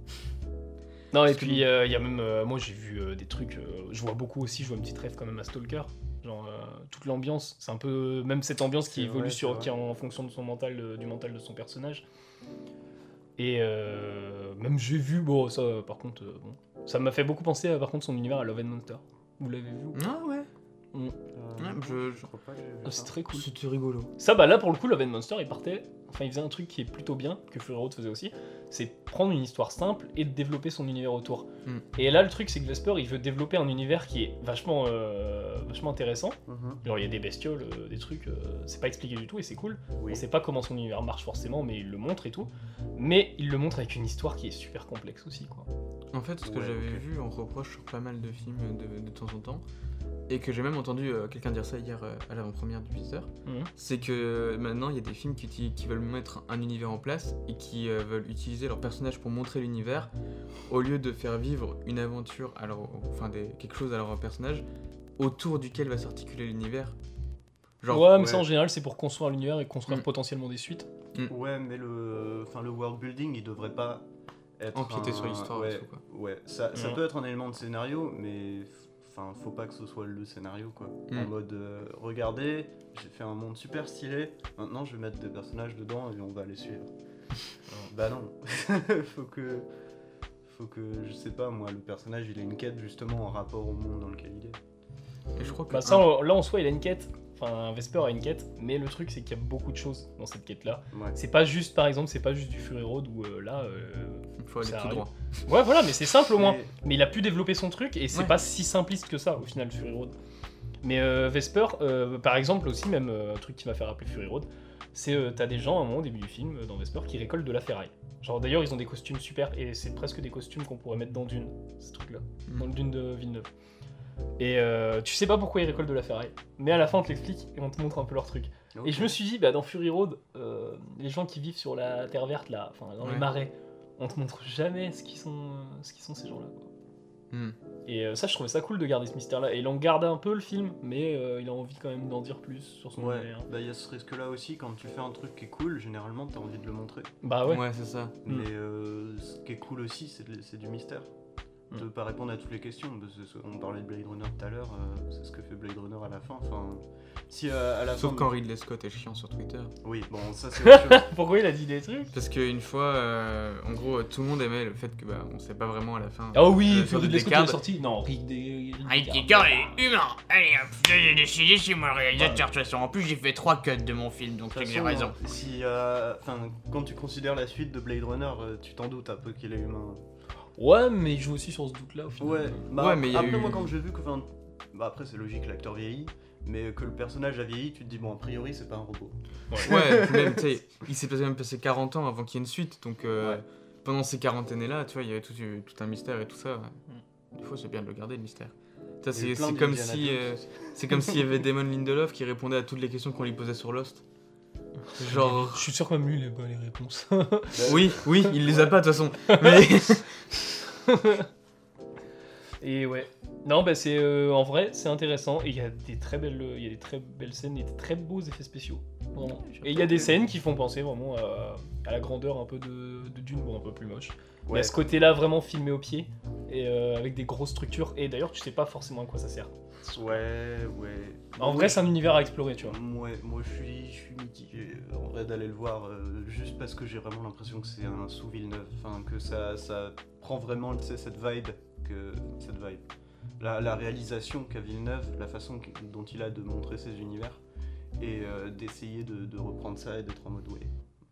[SPEAKER 1] Non, et
[SPEAKER 2] Parce que
[SPEAKER 1] puis euh, il y a même, euh, moi j'ai vu euh, des trucs, euh, je vois beaucoup aussi, je vois une petite rêve quand même à Stalker. Genre euh, toute l'ambiance, c'est un peu même cette ambiance qui
[SPEAKER 3] C'est
[SPEAKER 1] évolue
[SPEAKER 3] vrai,
[SPEAKER 1] sur,
[SPEAKER 3] c'est
[SPEAKER 1] qui est en fonction de son mental, euh, du mental de son personnage. Et euh, même j'ai vu, bon ça euh, par contre, euh, bon, ça m'a fait beaucoup penser à, par contre son univers à Love and Monster. Vous l'avez vu ou pas
[SPEAKER 2] Ah ouais
[SPEAKER 3] Euh,
[SPEAKER 2] Ouais, je- je-
[SPEAKER 3] crois pas que j'ai vu
[SPEAKER 1] Ah,
[SPEAKER 3] ça.
[SPEAKER 1] C'est très cool.
[SPEAKER 2] C'était rigolo.
[SPEAKER 1] Ça bah là pour le coup Love and Monster il partait, enfin il faisait un truc qui est plutôt bien que Fury Road faisait aussi, c'est prendre une histoire simple et de développer son univers autour.
[SPEAKER 3] Hmm.
[SPEAKER 2] Mm.
[SPEAKER 1] Et là le truc c'est que Vesper il veut développer un univers qui est vachement euh, vachement intéressant.
[SPEAKER 3] Mhm.
[SPEAKER 1] Genre il y a des bestioles, euh, des trucs, euh, c'est pas expliqué du tout et c'est cool.
[SPEAKER 3] Oui.
[SPEAKER 1] On sait pas comment son univers marche forcément mais il le montre et tout. Mais il le montre avec une histoire qui est super complexe aussi quoi.
[SPEAKER 2] En fait, ce que
[SPEAKER 3] Ouais,
[SPEAKER 2] j'avais
[SPEAKER 3] ok.
[SPEAKER 2] vu, on reproche sur pas mal de films de, de temps en temps, et que j'ai même entendu euh, quelqu'un dire ça hier euh, à l'avant-première du visiteur,
[SPEAKER 1] Mhm.
[SPEAKER 2] c'est que maintenant il y a des films qui, uti- qui veulent mettre un univers en place et qui euh, veulent utiliser leurs personnages pour montrer l'univers au lieu de faire vivre une aventure, à leur, enfin des, quelque chose à leur personnage autour duquel va s'articuler l'univers.
[SPEAKER 1] ouais, mais
[SPEAKER 3] ouais. Hmm.
[SPEAKER 1] ça en général, c'est pour construire l'univers et construire
[SPEAKER 2] Mm.
[SPEAKER 1] potentiellement des suites.
[SPEAKER 3] Ouais, mais le, enfin, le world building, il devrait pas être.
[SPEAKER 2] Empiéter
[SPEAKER 3] un-
[SPEAKER 2] sur l'histoire et
[SPEAKER 3] Ouais,
[SPEAKER 2] tout, quoi.
[SPEAKER 3] ouais. Ça, ça
[SPEAKER 1] Non.
[SPEAKER 3] peut être un élément de scénario, mais enfin, faut pas que ce soit le scénario, quoi. En
[SPEAKER 2] Mm.
[SPEAKER 3] mode, euh, regardez, j'ai fait un monde super stylé. Maintenant, je vais mettre des personnages dedans et on va les suivre. bah non, faut que, faut que, je sais pas, moi, le personnage, il a une quête justement en rapport au monde dans lequel il est.
[SPEAKER 2] Et je crois que
[SPEAKER 1] Bah ça, on- là en soi, il a une quête. Enfin, Vesper a une quête, mais le truc c'est qu'il y a beaucoup de choses dans cette quête-là.
[SPEAKER 3] Ouais.
[SPEAKER 1] C'est pas juste, par exemple, c'est pas juste du Fury Road où euh, là, euh,
[SPEAKER 2] il faut aller
[SPEAKER 1] ça
[SPEAKER 2] tout
[SPEAKER 1] arrive.
[SPEAKER 2] droit.
[SPEAKER 1] ouais, voilà, mais c'est simple au moins.
[SPEAKER 3] Mais-
[SPEAKER 1] Mais il a pu développer son truc et c'est
[SPEAKER 2] Ouais.
[SPEAKER 1] pas si simpliste que ça au final Fury Road. Mais euh, Vesper, euh, par exemple aussi, même euh, un truc qui m'a fait rappeler Fury Road, c'est euh, t'as des gens à un moment au début du film euh, dans Vesper qui récoltent de la ferraille. Genre d'ailleurs ils ont des costumes super et c'est presque des costumes qu'on pourrait mettre dans Dune, ce truc là,
[SPEAKER 2] Mm.
[SPEAKER 1] dans le Dune de Villeneuve. Et euh, tu sais pas pourquoi ils récoltent de la ferraille, mais à la fin on te l'explique et on te montre un peu leur truc.
[SPEAKER 3] Ok.
[SPEAKER 1] Et je me suis dit, bah, dans Fury Road, euh, les gens qui vivent sur la terre verte, là, enfin, dans les
[SPEAKER 2] Ouais.
[SPEAKER 1] marais, on te montre jamais ce qu'ils sont, euh, ce qu'ils sont ces gens-là. quoi.
[SPEAKER 2] Hmm.
[SPEAKER 1] Et euh, ça, je trouvais ça cool de garder ce mystère-là. Et il en garde un peu le film, mais euh, il a envie quand même d'en dire plus sur son
[SPEAKER 3] Ouais,
[SPEAKER 1] univers.
[SPEAKER 3] bah il y a ce risque-là aussi, quand tu fais un truc qui est cool, généralement t'as envie de le montrer.
[SPEAKER 1] Bah ouais.
[SPEAKER 2] Ouais, c'est ça.
[SPEAKER 1] Mm.
[SPEAKER 3] Mais euh, ce qui est cool aussi, c'est de- c'est du mystère. De
[SPEAKER 1] Mm.
[SPEAKER 3] pas répondre à toutes les questions. Parce que ce- on parlait de Blade Runner tout à l'heure, euh, c'est ce que fait Blade Runner à la fin. Enfin, si euh, à la
[SPEAKER 2] Sauf
[SPEAKER 3] fin.
[SPEAKER 2] quand Ridley Scott est chiant sur Twitter.
[SPEAKER 3] Oui, bon, ça c'est autre chose.
[SPEAKER 1] Pourquoi il a dit des trucs
[SPEAKER 2] Parce qu'une fois, euh, en gros, euh, tout le monde aimait le fait que bah, on sait pas vraiment à la fin.
[SPEAKER 1] Ah oui,
[SPEAKER 2] Euh, sur
[SPEAKER 1] Fury Ridley
[SPEAKER 2] Ridley
[SPEAKER 1] Scott il est
[SPEAKER 2] Scott.
[SPEAKER 1] sorti. Non, Rick des.
[SPEAKER 4] Ricky Gore est humain. Allez hop, je l'ai décidé, c'est moi le réalisateur de toute façon. En plus, j'ai fait trois cuts de mon film, donc
[SPEAKER 3] De
[SPEAKER 4] c'est
[SPEAKER 3] toute
[SPEAKER 4] que j'ai
[SPEAKER 3] façon,
[SPEAKER 4] raison.
[SPEAKER 3] Si, euh, enfin, quand tu considères la suite de Blade Runner, euh, tu t'en doutes un peu qu'il est humain.
[SPEAKER 1] Ouais, mais il joue aussi sur ce doute-là au final.
[SPEAKER 3] Ouais, bah,
[SPEAKER 2] Ouais, mais il y a
[SPEAKER 3] après
[SPEAKER 2] eu-
[SPEAKER 3] moi quand j'ai vu que, enfin, bah après c'est logique, l'acteur vieillit, mais que le personnage a vieilli, tu te dis bon a priori c'est pas un robot.
[SPEAKER 2] Ouais, puis même, tu sais, il s'est passé- même passé 40 ans avant qu'il y ait une suite, donc euh,
[SPEAKER 3] Ouais.
[SPEAKER 2] pendant ces quarantaines là tu vois, il y avait tout, euh, tout un mystère et tout ça. Des fois, c'est bien de le garder, le mystère. Tu vois,
[SPEAKER 3] Mm. Il y a
[SPEAKER 2] C'est
[SPEAKER 3] eu plein
[SPEAKER 2] c'est comme,
[SPEAKER 3] d'Indiana
[SPEAKER 2] si,
[SPEAKER 3] Jones
[SPEAKER 2] euh,
[SPEAKER 3] aussi.
[SPEAKER 2] c'est comme s'il y avait Damon Lindelof qui répondait à toutes les questions qu'on lui posait sur Lost. Genre.
[SPEAKER 1] Je suis sûr que même lui, il a pas les réponses.
[SPEAKER 2] Oui, oui, il les a pas de toute façon. Mais.
[SPEAKER 1] Et ouais. Non, bah c'est euh, en vrai, c'est intéressant. Et il y a des très belles, il y a des très belles scènes et des très beaux effets spéciaux. Vraiment. Et il y a des scènes qui font penser vraiment à, à la grandeur un peu de, de Dune, bon un peu plus moche. Mais
[SPEAKER 3] Ouais.
[SPEAKER 1] à ce côté-là, vraiment filmé au pied et euh, avec des grosses structures. Et d'ailleurs, tu sais pas forcément à quoi ça sert.
[SPEAKER 3] Ouais, ouais.
[SPEAKER 1] En
[SPEAKER 3] Ouais,
[SPEAKER 1] vrai, c'est un univers à explorer, tu vois.
[SPEAKER 3] Moi, moi je suis, je suis mitigé euh, en vrai d'aller le voir euh, juste parce que j'ai vraiment l'impression que c'est un sous Villeneuve, enfin que ça, ça prend vraiment tu sais, cette vibe que cette vibe, la, la réalisation qu'a Villeneuve, la façon qu- dont il a de montrer ses univers et euh, d'essayer de, de reprendre ça et d'être en mode ouais.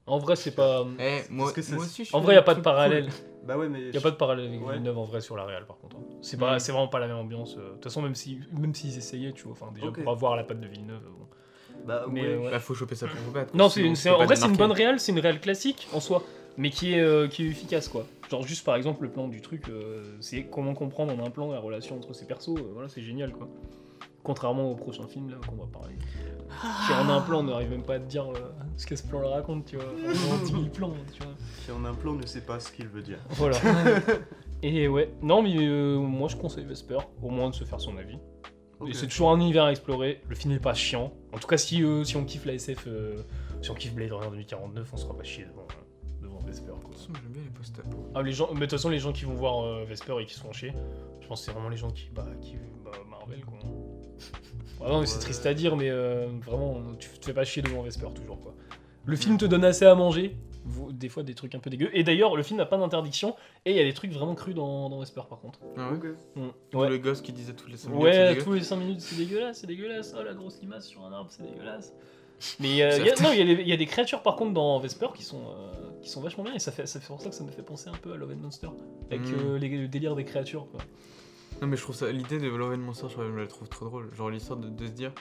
[SPEAKER 1] En vrai, c'est pas.
[SPEAKER 2] Eh, moi,
[SPEAKER 3] Parce que ça-
[SPEAKER 2] moi aussi, je
[SPEAKER 1] En
[SPEAKER 2] fais
[SPEAKER 1] vrai, y
[SPEAKER 2] des
[SPEAKER 1] a pas de
[SPEAKER 2] trucs
[SPEAKER 1] parallèle.
[SPEAKER 3] Bah ouais mais
[SPEAKER 1] Y a pas de parallèle avec
[SPEAKER 3] Ouais.
[SPEAKER 1] Villeneuve en vrai sur la réal par contre. hein. C'est pas,
[SPEAKER 2] Mm.
[SPEAKER 1] c'est vraiment pas la même ambiance. euh. De toute façon, même si, même s'ils essayaient, tu vois. Enfin, déjà
[SPEAKER 3] Ok.
[SPEAKER 1] pour avoir la patte de Villeneuve. bon.
[SPEAKER 3] bah
[SPEAKER 1] mais,
[SPEAKER 3] ouais,
[SPEAKER 1] euh,
[SPEAKER 2] Bah, faut choper ça pour vous battre.
[SPEAKER 1] Non, c'est
[SPEAKER 2] sinon,
[SPEAKER 1] une-
[SPEAKER 2] tu
[SPEAKER 1] c'est-
[SPEAKER 2] peux
[SPEAKER 1] en
[SPEAKER 2] pas
[SPEAKER 1] vrai, c'est une
[SPEAKER 2] démarquer.
[SPEAKER 1] bonne réelle, c'est une réelle classique en soi, mais qui est, euh, qui est efficace quoi. Genre, juste par exemple, le plan du truc, euh, c'est comment comprendre en un plan la relation entre ces persos, euh, voilà, c'est génial quoi. Contrairement au prochain film là qu'on va parler. Qui en un plan, on n'arrive même pas à te dire euh, ce que ce plan leur raconte, tu vois. Enfin, en 10 000 plans, tu vois.
[SPEAKER 3] qui en un plan ne sait pas ce qu'il veut dire.
[SPEAKER 1] Voilà. Et ouais, non, mais euh, moi je conseille Vesper, au moins de se faire son avis.
[SPEAKER 3] Ok.
[SPEAKER 1] Et c'est toujours un univers à explorer. Le film n'est pas chiant. En tout cas, si, euh, si on kiffe la SF, euh, si on kiffe Blade Runner 2049, on sera pas chier devant, devant Vesper. Quoi.
[SPEAKER 2] De toute façon, J'aime bien les post-apos.
[SPEAKER 1] Ah, les gens, mais de toute façon, les gens qui vont voir euh, Vesper et qui se font chier, je pense que c'est vraiment les gens qui. Bah, qui bah, Marvel, quoi. Ah non, mais c'est
[SPEAKER 3] Ouais.
[SPEAKER 1] triste à dire, mais euh, vraiment, tu te fais pas chier devant Vesper toujours, quoi. Le film te donne assez à manger, vous- des fois des trucs un peu dégueux. Et d'ailleurs, le film n'a pas d'interdiction, et il y a des trucs vraiment crus dans, dans Vesper par contre.
[SPEAKER 2] Ah ouais
[SPEAKER 3] Ok.
[SPEAKER 1] Mm.
[SPEAKER 2] Ou le gosse qui disait toutes les semaines.
[SPEAKER 1] Ouais, tous les 5 minutes, c'est dégueulasse, c'est dégueulasse. Oh, la grosse limace sur un arbre, c'est dégueulasse. Mais euh,
[SPEAKER 2] C'est
[SPEAKER 1] y a- non, il y, a des- y a des créatures par contre dans Vesper qui sont, euh, qui sont vachement bien et ça fait, ça fait pour ça que ça me fait penser un peu à Love and Monster avec
[SPEAKER 2] Mm.
[SPEAKER 1] euh, les- le délire des créatures. Quoi.
[SPEAKER 2] Non mais je trouve ça, l'idée de Love and Monster, je la trouve trop drôle. Genre l'histoire de, de se dire,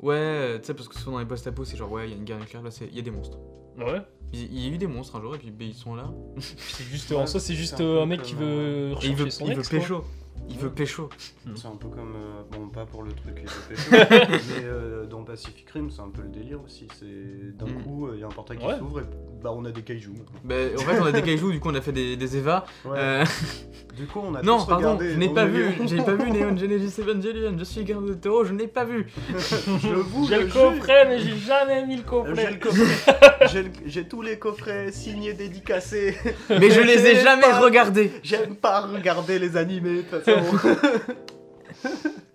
[SPEAKER 2] ouais, euh, tu sais, parce que souvent dans les post-apos, c'est genre, ouais, il y a une guerre nucléaire, là, c'est- il y a des monstres.
[SPEAKER 1] Ah Ouais,
[SPEAKER 2] Il il y a eu des monstres un jour, et puis ben, ils sont là.
[SPEAKER 1] c'est juste
[SPEAKER 3] Ouais,
[SPEAKER 1] en soi, c'est
[SPEAKER 3] c'est
[SPEAKER 1] juste
[SPEAKER 3] un
[SPEAKER 1] euh,
[SPEAKER 3] peu
[SPEAKER 1] un mec qui
[SPEAKER 3] comme, euh,
[SPEAKER 1] veut
[SPEAKER 2] Et il
[SPEAKER 1] rechercher
[SPEAKER 2] veut,
[SPEAKER 1] son
[SPEAKER 2] il veut
[SPEAKER 1] ex, quoi.
[SPEAKER 2] pécho. Il veut pécho.
[SPEAKER 3] C'est un peu comme. euh, bon, pas pour le truc de pécho, mais euh, dans Pacific Rim, c'est un peu le délire aussi. C'est d'un
[SPEAKER 2] Mm.
[SPEAKER 3] coup, il y a un portail
[SPEAKER 1] Ouais.
[SPEAKER 3] qui s'ouvre et bah, on a des kaijus. maintenant.
[SPEAKER 2] Bah, en fait, on a des cailloux, du coup, on a fait des, des Eva.
[SPEAKER 3] Ouais. Ah,
[SPEAKER 2] Euh,
[SPEAKER 3] Du coup, on a
[SPEAKER 2] non,
[SPEAKER 3] tous
[SPEAKER 2] pardon,
[SPEAKER 3] regardé
[SPEAKER 2] je n'ai
[SPEAKER 3] dans
[SPEAKER 2] pas
[SPEAKER 3] le
[SPEAKER 2] vu.
[SPEAKER 3] lieu.
[SPEAKER 2] J'ai pas vu Neon Genesis Evangelion. Je suis garde de taureau, je n'ai pas vu.
[SPEAKER 3] Je vous
[SPEAKER 1] J'ai le
[SPEAKER 3] le jure.
[SPEAKER 1] coffret, mais j'ai jamais mis le
[SPEAKER 3] Euh,
[SPEAKER 1] coffret.
[SPEAKER 3] J'ai le coffret. J'ai le- J'ai tous les coffrets signés, dédicacés.
[SPEAKER 2] Mais je les ai
[SPEAKER 3] J'ai
[SPEAKER 2] jamais
[SPEAKER 3] pas-
[SPEAKER 2] regardés.
[SPEAKER 3] J'aime pas regarder les animés, de toute façon.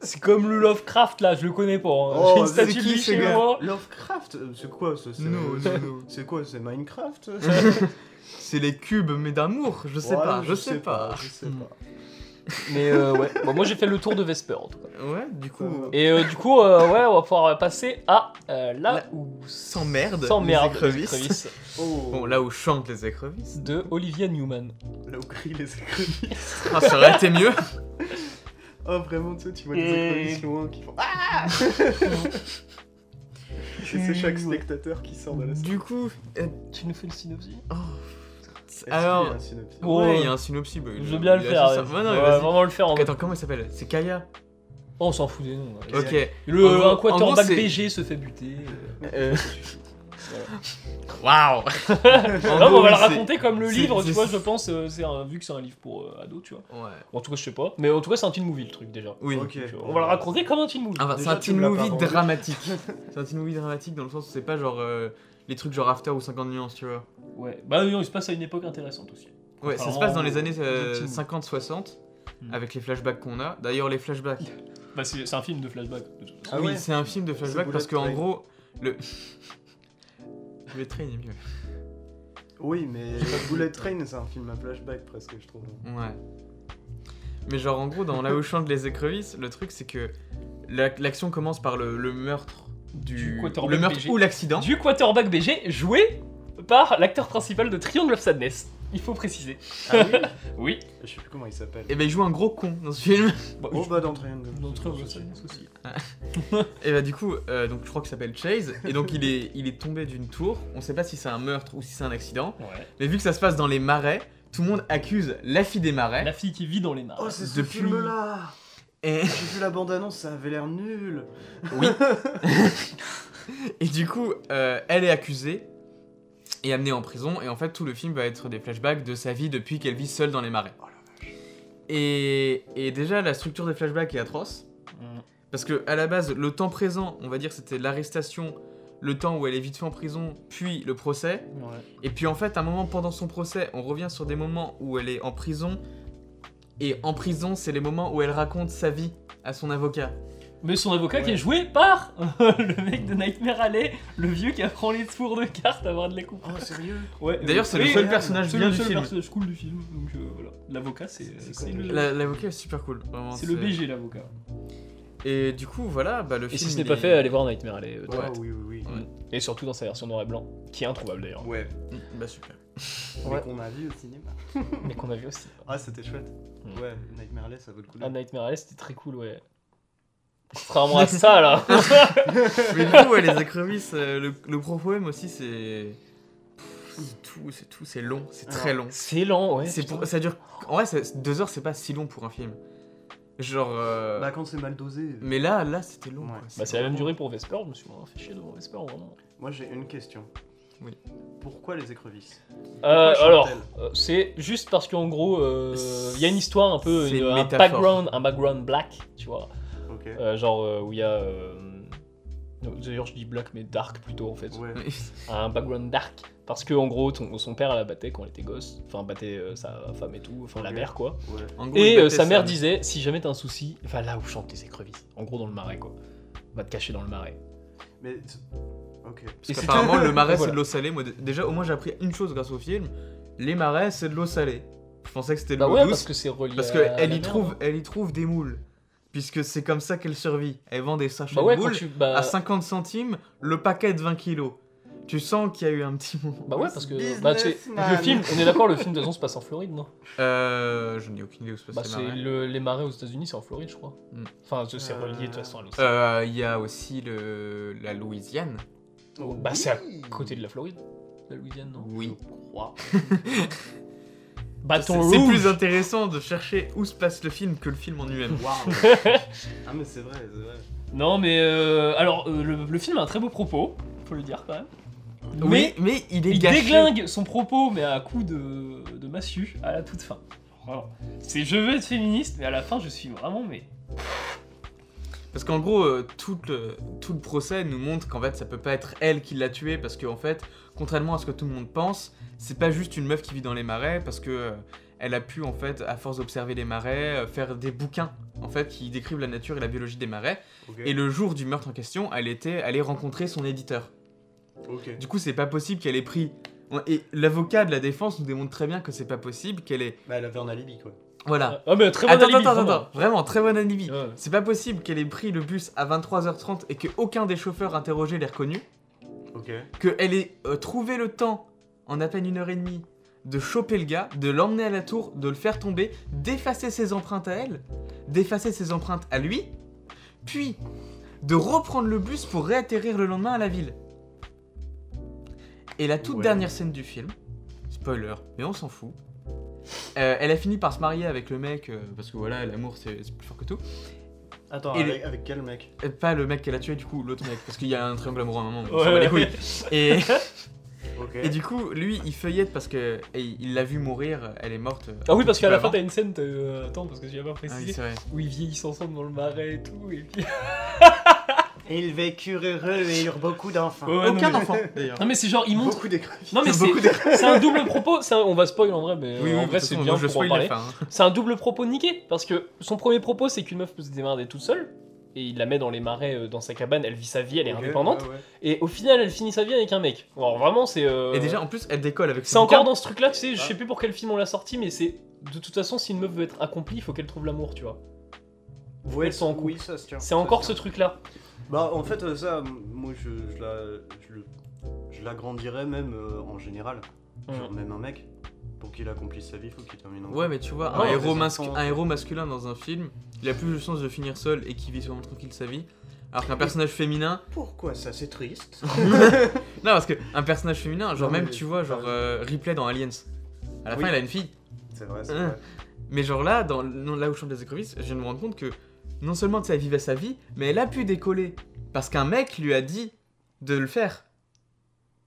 [SPEAKER 1] C'est comme le Lovecraft là, je le connais pas. hein.
[SPEAKER 3] Oh,
[SPEAKER 1] j'ai une
[SPEAKER 3] c'est
[SPEAKER 1] statue de
[SPEAKER 2] qui,
[SPEAKER 1] lui
[SPEAKER 2] ce
[SPEAKER 1] chez
[SPEAKER 2] gars
[SPEAKER 1] moi.
[SPEAKER 3] Lovecraft euh, C'est quoi ce c'est-
[SPEAKER 2] Non, non, non.
[SPEAKER 3] C'est quoi C'est Minecraft
[SPEAKER 2] C'est les cubes, mais d'amour. Je sais
[SPEAKER 3] Ouais,
[SPEAKER 2] pas, je, sais, pas.
[SPEAKER 3] Je sais
[SPEAKER 1] Hmm.
[SPEAKER 3] pas.
[SPEAKER 1] Mais euh, ouais, bon, moi j'ai fait le tour de Vesper en tout cas.
[SPEAKER 2] Ouais, du coup.
[SPEAKER 1] Et euh, du coup, euh, ouais, on va pouvoir passer à euh, là
[SPEAKER 2] Là
[SPEAKER 1] où
[SPEAKER 2] Sans merde.
[SPEAKER 1] sans
[SPEAKER 2] les
[SPEAKER 1] merde, les
[SPEAKER 2] écrevisses.
[SPEAKER 1] écrevisses
[SPEAKER 3] Oh,
[SPEAKER 2] Bon, là où chantent les écrevisses.
[SPEAKER 1] de Olivia Newman.
[SPEAKER 3] là où crient les écrevisses.
[SPEAKER 2] Ah, ça aurait été mieux.
[SPEAKER 3] Oh, vraiment, tu sais, tu vois les
[SPEAKER 1] Et-
[SPEAKER 3] écrevisses loin qui font. Ah Et c'est chaque spectateur qui sort de la salle.
[SPEAKER 2] Du coup. euh,
[SPEAKER 1] Tu nous fais le synopsis
[SPEAKER 2] oh.
[SPEAKER 3] Est-ce qu'il y a
[SPEAKER 2] Alors.
[SPEAKER 3] un synopsis
[SPEAKER 1] Oh,
[SPEAKER 2] Ouais, il y a un synopsis. bah, il-
[SPEAKER 1] Je veux bien le
[SPEAKER 2] il a
[SPEAKER 1] faire.
[SPEAKER 2] dit ça.
[SPEAKER 1] ouais.
[SPEAKER 2] Ouais, non, mais
[SPEAKER 1] Ouais,
[SPEAKER 2] vas-y.
[SPEAKER 1] vraiment le faire en
[SPEAKER 2] Attends, comment il s'appelle C'est Kaya
[SPEAKER 1] Oh, on s'en fout des noms. ouais.
[SPEAKER 3] Et
[SPEAKER 2] Ok.
[SPEAKER 1] Le
[SPEAKER 2] en gros-
[SPEAKER 1] un
[SPEAKER 2] en gros,
[SPEAKER 1] quarterback
[SPEAKER 2] c'est-
[SPEAKER 1] BG se fait buter. euh.
[SPEAKER 2] Euh,
[SPEAKER 4] Waouh
[SPEAKER 1] Non,
[SPEAKER 2] en
[SPEAKER 3] Ah
[SPEAKER 1] mais
[SPEAKER 2] gros,
[SPEAKER 1] on va le
[SPEAKER 2] c'est-
[SPEAKER 1] raconter comme le
[SPEAKER 2] c'est-
[SPEAKER 1] livre,
[SPEAKER 2] c'est-
[SPEAKER 1] tu vois, je pense, euh, c'est un- vu que c'est un livre pour euh, ados, tu vois.
[SPEAKER 2] Ouais.
[SPEAKER 1] En tout cas, je sais pas. Mais en tout cas, c'est un teen movie le truc déjà.
[SPEAKER 2] Oui.
[SPEAKER 3] Ok.
[SPEAKER 1] Donc, euh, On va le raconter comme un teen movie.
[SPEAKER 2] Ah bah, c'est
[SPEAKER 3] Déjà,
[SPEAKER 2] un
[SPEAKER 3] tu
[SPEAKER 2] teen
[SPEAKER 3] me l'as pas
[SPEAKER 2] movie
[SPEAKER 3] vendu.
[SPEAKER 2] dramatique. c'est un teen movie dramatique dans le sens où c'est pas genre euh, les trucs genre After ou 50 nuances, tu vois.
[SPEAKER 1] Ouais. Bah non, il se passe à une époque intéressante aussi.
[SPEAKER 2] Ouais, ça se
[SPEAKER 1] Contrairement
[SPEAKER 2] passe dans les années
[SPEAKER 1] au teen movie.
[SPEAKER 2] 50-60
[SPEAKER 1] Hmm.
[SPEAKER 2] avec les flashbacks qu'on a. D'ailleurs, les flashbacks.
[SPEAKER 1] Bah c'est c'est un film de flashback. de toute façon.
[SPEAKER 3] Ah
[SPEAKER 2] oui,
[SPEAKER 3] ouais.
[SPEAKER 2] c'est un film de flashback
[SPEAKER 3] Bullet
[SPEAKER 2] parce que en
[SPEAKER 3] Train.
[SPEAKER 2] gros le Bullet Train est mieux.
[SPEAKER 3] Oui, mais Bullet Train, c'est un film à flashback presque, je trouve.
[SPEAKER 2] Ouais. Mais genre en gros dans La Hauchant de les écrevisses, le truc c'est que la- l'action commence par le, le meurtre du,
[SPEAKER 1] Du quarterback
[SPEAKER 2] le meurtre
[SPEAKER 1] BG.
[SPEAKER 2] ou l'accident.
[SPEAKER 1] Du quarterback BG joué par l'acteur principal de Triangle of Sadness. Il faut préciser.
[SPEAKER 3] Ah oui
[SPEAKER 1] Oui.
[SPEAKER 3] Je sais plus comment il s'appelle.
[SPEAKER 2] Et ben il joue un gros con dans ce film.
[SPEAKER 3] Oh, bah, dans Triangle.
[SPEAKER 1] Dans Triangle of Sadness aussi.
[SPEAKER 2] Et bah du coup, euh, donc je crois qu'il s'appelle Chase, et donc il est, il est tombé d'une tour, on sait pas si c'est un meurtre ou si c'est un accident,
[SPEAKER 1] Ouais.
[SPEAKER 2] mais vu que ça se passe dans les marais, tout le monde accuse la fille des marais,
[SPEAKER 1] La fille qui vit dans les marais.
[SPEAKER 3] Oh, c'est ce
[SPEAKER 2] Depuis-
[SPEAKER 3] film-là
[SPEAKER 2] et,
[SPEAKER 3] J'ai vu la bande-annonce, ça avait l'air nul.
[SPEAKER 2] et du coup, euh, elle est accusée et amenée en prison, et en fait tout le film va être des flashbacks de sa vie depuis qu'elle vit seule dans les marais. Et, et déjà, la structure des flashbacks est atroce,
[SPEAKER 1] Mm.
[SPEAKER 2] parce que à la base, le temps présent, on va dire, c'était l'arrestation, le temps où elle est vite fait en prison, puis le procès,
[SPEAKER 1] Ouais.
[SPEAKER 2] Et puis en fait, à un moment pendant son procès, on revient sur des moments où elle est en prison. Et en prison, c'est les moments où elle raconte sa vie à son avocat.
[SPEAKER 1] Mais son avocat qui
[SPEAKER 3] Ouais.
[SPEAKER 1] est joué par le mec de Nightmare Alley, le vieux qui apprend les tours de cartes avant de les comprendre.
[SPEAKER 3] Oh, sérieux
[SPEAKER 1] Ouais, euh,
[SPEAKER 2] D'ailleurs, c'est le
[SPEAKER 1] oui,
[SPEAKER 2] seul
[SPEAKER 1] oui,
[SPEAKER 2] personnage
[SPEAKER 1] c'est
[SPEAKER 2] bien
[SPEAKER 1] le
[SPEAKER 2] du
[SPEAKER 1] seul
[SPEAKER 2] film.
[SPEAKER 1] personnage cool du film. Donc euh, voilà, l'avocat c'est
[SPEAKER 3] C'est
[SPEAKER 1] c'est
[SPEAKER 3] quoi,
[SPEAKER 1] le,
[SPEAKER 2] La- L'avocat est super cool. vraiment,
[SPEAKER 1] c'est le BG l'avocat.
[SPEAKER 2] Et du coup, voilà, bah, le
[SPEAKER 1] Et
[SPEAKER 2] film.
[SPEAKER 1] si ce
[SPEAKER 2] il
[SPEAKER 1] n'est pas
[SPEAKER 2] est-
[SPEAKER 1] fait, allez voir Nightmare Alley. euh,
[SPEAKER 3] Oh,
[SPEAKER 1] direct.
[SPEAKER 3] oui, oui, oui.
[SPEAKER 1] Et surtout dans sa version noir et blanc, qui est introuvable d'ailleurs,
[SPEAKER 3] Ouais.
[SPEAKER 2] Bah super.
[SPEAKER 1] Ouais.
[SPEAKER 3] Mais qu'on a vu au cinéma.
[SPEAKER 1] mais qu'on a vu aussi.
[SPEAKER 3] Ah, c'était chouette.
[SPEAKER 1] Mm.
[SPEAKER 3] Ouais, Nightmare Alley, ça vaut le coup.
[SPEAKER 1] Ah, Nightmare Alley c'était très cool, ouais. Contrairement à ça là.
[SPEAKER 2] Mais du coup, ouais, les écrevisses, euh, le, le gros poème aussi, c'est. Pff, C'est tout, c'est tout, c'est long, c'est très long.
[SPEAKER 1] c'est lent, ouais.
[SPEAKER 2] C'est
[SPEAKER 1] putain.
[SPEAKER 2] pour, ça dure. En vrai, ça- deux heures, c'est pas si long pour un film. Genre. euh,
[SPEAKER 3] Bah, quand c'est mal dosé.
[SPEAKER 2] Mais là, là, c'était long.
[SPEAKER 3] Ouais.
[SPEAKER 2] quoi.
[SPEAKER 3] Bah,
[SPEAKER 1] Bah, c'est la même
[SPEAKER 2] vraiment-
[SPEAKER 1] durée pour Vesper, je me suis vraiment fait chier devant Vesper vraiment.
[SPEAKER 3] Moi, j'ai une question.
[SPEAKER 2] Oui.
[SPEAKER 3] Pourquoi les écrevisses
[SPEAKER 1] Euh,
[SPEAKER 3] Pourquoi
[SPEAKER 1] alors,
[SPEAKER 3] chante-t-elle
[SPEAKER 1] euh, c'est juste parce qu'en gros, euh, il y a une histoire un peu,
[SPEAKER 2] C'est
[SPEAKER 1] une-
[SPEAKER 2] une
[SPEAKER 1] un
[SPEAKER 2] métaphore.
[SPEAKER 1] background, un background black, tu vois.
[SPEAKER 3] Ok.
[SPEAKER 1] Euh, genre euh, où il y a. euh, non, D'ailleurs, je dis black, mais dark plutôt en fait.
[SPEAKER 3] Ouais.
[SPEAKER 1] Un background dark. Parce que en gros, ton- son père la battait quand elle était gosse. Enfin, battait euh, sa femme et tout. Enfin, la
[SPEAKER 3] Ok.
[SPEAKER 1] mère quoi.
[SPEAKER 3] Ouais.
[SPEAKER 2] En gros,
[SPEAKER 1] Et
[SPEAKER 2] il
[SPEAKER 1] euh, sa
[SPEAKER 2] battait
[SPEAKER 1] mère
[SPEAKER 2] sa-
[SPEAKER 1] disait si jamais t'as un souci, va là où chantent tes écrevisses. En gros, dans le marais quoi. Va te cacher dans le marais.
[SPEAKER 3] Mais. Ok.
[SPEAKER 1] Et
[SPEAKER 2] Parce qu'apparemment, le marais, c'est
[SPEAKER 1] Voilà.
[SPEAKER 2] de l'eau salée. Moi, d- déjà, au moins, j'ai appris une chose grâce au film. Les marais, c'est de l'eau salée. Je pensais que c'était de
[SPEAKER 1] Bah
[SPEAKER 2] l'eau
[SPEAKER 1] ouais, parce
[SPEAKER 2] douce.
[SPEAKER 1] que c'est relié.
[SPEAKER 2] Parce
[SPEAKER 1] à
[SPEAKER 2] qu'elle
[SPEAKER 1] la
[SPEAKER 2] elle y,
[SPEAKER 1] mer,
[SPEAKER 2] trouve,
[SPEAKER 1] hein.
[SPEAKER 2] elle y trouve des moules. Puisque c'est comme ça qu'elle survit. Elle vend des sachets
[SPEAKER 1] Bah ouais,
[SPEAKER 2] de
[SPEAKER 1] quand
[SPEAKER 2] moules
[SPEAKER 1] tu. Bah,
[SPEAKER 2] à 50 centimes, le paquet de 20 kilos. Tu sens qu'il y a eu un petit moment.
[SPEAKER 1] bah ouais, parce que. Bah, tu sais, le
[SPEAKER 3] Businessman.
[SPEAKER 1] film, on est d'accord, le film de toute façon se passe en Floride, non
[SPEAKER 2] Euh, je n'ai aucune idée où se
[SPEAKER 1] Bah,
[SPEAKER 2] passe
[SPEAKER 1] c'est
[SPEAKER 2] les marais.
[SPEAKER 1] le- les marais aux États-Unis, c'est en Floride, je crois.
[SPEAKER 2] Mm.
[SPEAKER 1] Enfin, c'est c'est relié de toute
[SPEAKER 3] Euh,
[SPEAKER 1] façon à l'océan.
[SPEAKER 2] Euh, Il y a aussi le, la Louisiane.
[SPEAKER 3] Oh,
[SPEAKER 2] Euh,
[SPEAKER 1] Bah, c'est à
[SPEAKER 3] oui.
[SPEAKER 1] côté de la Floride, la Louisiane, non
[SPEAKER 2] Oui.
[SPEAKER 3] Je crois.
[SPEAKER 1] Bâton
[SPEAKER 2] C'est- C'est
[SPEAKER 1] rouge.
[SPEAKER 2] plus intéressant de chercher où se passe le film que le film en lui-même.
[SPEAKER 3] Ah, mais c'est vrai, c'est vrai.
[SPEAKER 1] Non, mais euh, alors euh, le, le film a un très beau propos, faut le dire quand même.
[SPEAKER 2] Oui, mais il est
[SPEAKER 1] Il
[SPEAKER 2] gâché.
[SPEAKER 1] déglingue son propos, mais à coup de, de massue à la toute fin. Voilà. C'est je veux être féministe, mais à la fin je suis vraiment mais
[SPEAKER 2] Parce qu'en gros, euh, tout, le, tout le procès nous montre qu'en fait, ça peut pas être elle qui l'a tué, parce qu'en fait, contrairement à ce que tout le monde pense, c'est pas juste une meuf qui vit dans les marais, parce que euh, elle a pu, en fait, à force d'observer les marais, euh, faire des bouquins, en fait, qui décrivent la nature et la biologie des marais.
[SPEAKER 3] Ok.
[SPEAKER 2] Et le jour du meurtre en question, elle était allée rencontrer son éditeur.
[SPEAKER 3] Ok.
[SPEAKER 2] Du coup, c'est pas possible qu'elle ait pris. Et l'avocat de la défense nous démontre très bien que c'est pas possible qu'elle ait.
[SPEAKER 3] Bah, elle avait un alibi, quoi.
[SPEAKER 2] Voilà.
[SPEAKER 1] Ah mais très bon
[SPEAKER 2] Euh, attends,
[SPEAKER 1] alibi,
[SPEAKER 2] attends, attends,
[SPEAKER 1] vraiment.
[SPEAKER 2] attends. Vraiment, très bon alibi.
[SPEAKER 1] Ouais.
[SPEAKER 2] C'est pas possible qu'elle ait pris le bus à 23h30 et que aucun des chauffeurs interrogés l'ait reconnue,
[SPEAKER 3] Ok.
[SPEAKER 2] qu'elle ait euh, trouvé le temps, en à peine une heure et demie, de choper le gars, de l'emmener à la tour, de le faire tomber, d'effacer ses empreintes à elle, d'effacer ses empreintes à lui, puis de reprendre le bus pour réatterrir le lendemain à la ville. Et la toute
[SPEAKER 3] Ouais.
[SPEAKER 2] dernière scène du film, spoiler, mais on s'en fout. euh, elle a fini par se marier avec le mec, euh, parce que voilà, l'amour c'est c'est plus fort que tout.
[SPEAKER 3] Attends,
[SPEAKER 2] Et
[SPEAKER 3] avec, avec quel mec
[SPEAKER 2] Euh, Pas le mec qu'elle a tué, du coup, l'autre mec, parce qu'il y a un triangle amoureux à un moment. on
[SPEAKER 1] Ouais,
[SPEAKER 2] s'en bat les
[SPEAKER 1] ouais.
[SPEAKER 2] couilles. Et,
[SPEAKER 3] Ok.
[SPEAKER 2] et du coup, lui, il feuillette parce que et il l'a vu mourir, elle est morte. euh,
[SPEAKER 1] Ah oui,
[SPEAKER 2] un
[SPEAKER 1] parce
[SPEAKER 2] petit
[SPEAKER 1] qu'à
[SPEAKER 2] peu
[SPEAKER 1] la fin,
[SPEAKER 2] avant.
[SPEAKER 1] t'as une scène, t'as, euh, attends, parce que j'ai pas
[SPEAKER 2] Ah oui,
[SPEAKER 1] précisé,
[SPEAKER 2] c'est vrai.
[SPEAKER 1] où ils vieillissent ensemble dans le marais et tout, et puis...
[SPEAKER 3] Ils vécurent heureux et eurent beaucoup d'enfants.
[SPEAKER 1] Ouais, non,
[SPEAKER 2] Aucun
[SPEAKER 1] mais-
[SPEAKER 2] enfant, d'ailleurs.
[SPEAKER 1] Non mais c'est genre, ils montrent...
[SPEAKER 3] Beaucoup d'écrans.
[SPEAKER 1] Non mais
[SPEAKER 2] beaucoup
[SPEAKER 1] c'est c'est un double propos, c'est un- on va spoil en vrai, mais
[SPEAKER 2] Oui,
[SPEAKER 1] euh, en
[SPEAKER 2] oui, de toute
[SPEAKER 1] vrai
[SPEAKER 2] façon,
[SPEAKER 1] c'est
[SPEAKER 2] moi,
[SPEAKER 1] bien
[SPEAKER 2] je
[SPEAKER 1] pour en
[SPEAKER 2] spoil
[SPEAKER 1] parler.
[SPEAKER 2] la fin. hein.
[SPEAKER 1] C'est un double propos niqué, parce que son premier propos c'est qu'une meuf peut se démerder toute seule, et il la met dans les marais, euh, dans sa cabane, elle vit sa vie, elle est
[SPEAKER 3] Ok,
[SPEAKER 1] indépendante,
[SPEAKER 2] Ah
[SPEAKER 3] ouais, ouais.
[SPEAKER 1] et au final elle finit sa vie avec un mec. Alors vraiment c'est... euh,
[SPEAKER 2] Et déjà, en plus, elle décolle avec
[SPEAKER 1] C'est
[SPEAKER 2] son
[SPEAKER 1] encore
[SPEAKER 2] bouquin.
[SPEAKER 1] dans ce truc là, tu sais, je sais plus pour quel film on l'a sorti, mais c'est... De toute façon, si une meuf veut être accomplie, il faut qu'elle trouve l'amour, tu vois.
[SPEAKER 3] Vous
[SPEAKER 1] elles sont en couple.
[SPEAKER 3] Oui, ça se tient.
[SPEAKER 1] C'est
[SPEAKER 3] Ça
[SPEAKER 1] encore
[SPEAKER 3] se
[SPEAKER 1] ce
[SPEAKER 3] tient.
[SPEAKER 1] truc-là.
[SPEAKER 3] Bah, en fait, euh, ça, m- moi, je, je la, je, le- je l'agrandirais même euh, en général. Genre, même un mec, pour qu'il accomplisse sa vie, faut qu'il termine en
[SPEAKER 2] Ouais, mais tu vois,
[SPEAKER 1] Ah Ouais,
[SPEAKER 2] un, héros
[SPEAKER 3] des
[SPEAKER 2] masque-
[SPEAKER 3] enfants.
[SPEAKER 2] un héros masculin dans un film, il a plus de chances de finir seul et qui vit sûrement tranquille sa vie. Alors qu'un personnage féminin.
[SPEAKER 3] Pourquoi ça C'est triste.
[SPEAKER 2] Non, parce qu'un personnage féminin, genre
[SPEAKER 3] Non, mais
[SPEAKER 2] même, tu vois, genre
[SPEAKER 3] t'as
[SPEAKER 2] euh, Ripley dans Aliens. À la
[SPEAKER 3] Oui.
[SPEAKER 2] fin, il a une fille.
[SPEAKER 3] c'est vrai, c'est
[SPEAKER 2] Hein.
[SPEAKER 3] vrai.
[SPEAKER 2] Mais genre là, dans non, là où chante les écrevisses, je viens de me rendre compte que non seulement tu sais, elle vivait sa vie, mais elle a pu décoller. Parce qu'un mec lui a dit de le faire.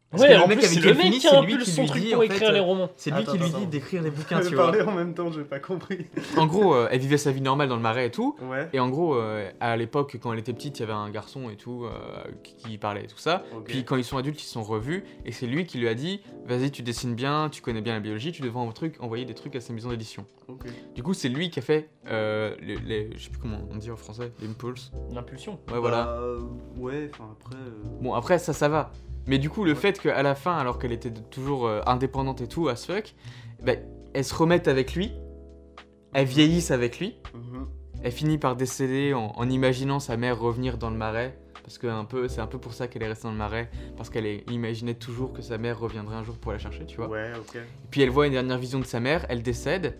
[SPEAKER 2] Parce que
[SPEAKER 1] ouais,
[SPEAKER 2] le
[SPEAKER 1] en
[SPEAKER 2] mec
[SPEAKER 1] plus,
[SPEAKER 2] avec
[SPEAKER 1] c'est
[SPEAKER 2] qui
[SPEAKER 1] le
[SPEAKER 2] elle
[SPEAKER 1] mec
[SPEAKER 2] finit,
[SPEAKER 1] qui
[SPEAKER 2] c'est lui
[SPEAKER 1] impulse
[SPEAKER 2] qui
[SPEAKER 1] son
[SPEAKER 2] lui
[SPEAKER 1] truc
[SPEAKER 2] dit,
[SPEAKER 1] pour
[SPEAKER 2] en fait,
[SPEAKER 1] écrire les
[SPEAKER 2] euh,
[SPEAKER 1] romans.
[SPEAKER 2] C'est lui
[SPEAKER 3] Attends,
[SPEAKER 2] qui lui
[SPEAKER 3] attends.
[SPEAKER 2] dit d'écrire des bouquins,
[SPEAKER 3] Je
[SPEAKER 2] tu vois.
[SPEAKER 3] parlais en même temps, j'ai pas compris.
[SPEAKER 2] En gros, euh, elle vivait sa vie normale dans le marais et tout.
[SPEAKER 3] Ouais.
[SPEAKER 2] Et en gros, euh, à l'époque, quand elle était petite, il y avait un garçon et tout euh, qui, qui parlait et tout ça.
[SPEAKER 3] Ok.
[SPEAKER 2] Puis quand ils sont adultes, ils se sont revus et c'est lui qui lui a dit Vas-y, tu dessines bien, tu connais bien la biologie, tu devrais un truc, envoyer des trucs à ces maisons d'édition.
[SPEAKER 3] Ok.
[SPEAKER 2] Du coup, c'est lui qui a fait euh, les, les- Je sais plus comment on dit en français, l'impulse.
[SPEAKER 1] L'impulsion.
[SPEAKER 2] Ouais, voilà.
[SPEAKER 3] Bah, euh, ouais, enfin après. euh,
[SPEAKER 2] Bon, après, ça, ça va. Mais du coup, le
[SPEAKER 3] Ouais.
[SPEAKER 2] fait qu'à la fin, alors qu'elle était de- toujours euh, indépendante et tout, à ce fuck, bah, elle se remette avec lui, elle vieillisse avec lui,
[SPEAKER 3] mhm.
[SPEAKER 2] elle finit par décéder en, en imaginant sa mère revenir dans le marais. Parce que un peu, c'est un peu pour ça qu'elle est restée dans le marais, parce qu'elle est- imaginait toujours que sa mère reviendrait un jour pour la chercher, tu vois.
[SPEAKER 3] Ouais, ok.
[SPEAKER 2] Et puis elle voit une dernière vision de sa mère, elle décède.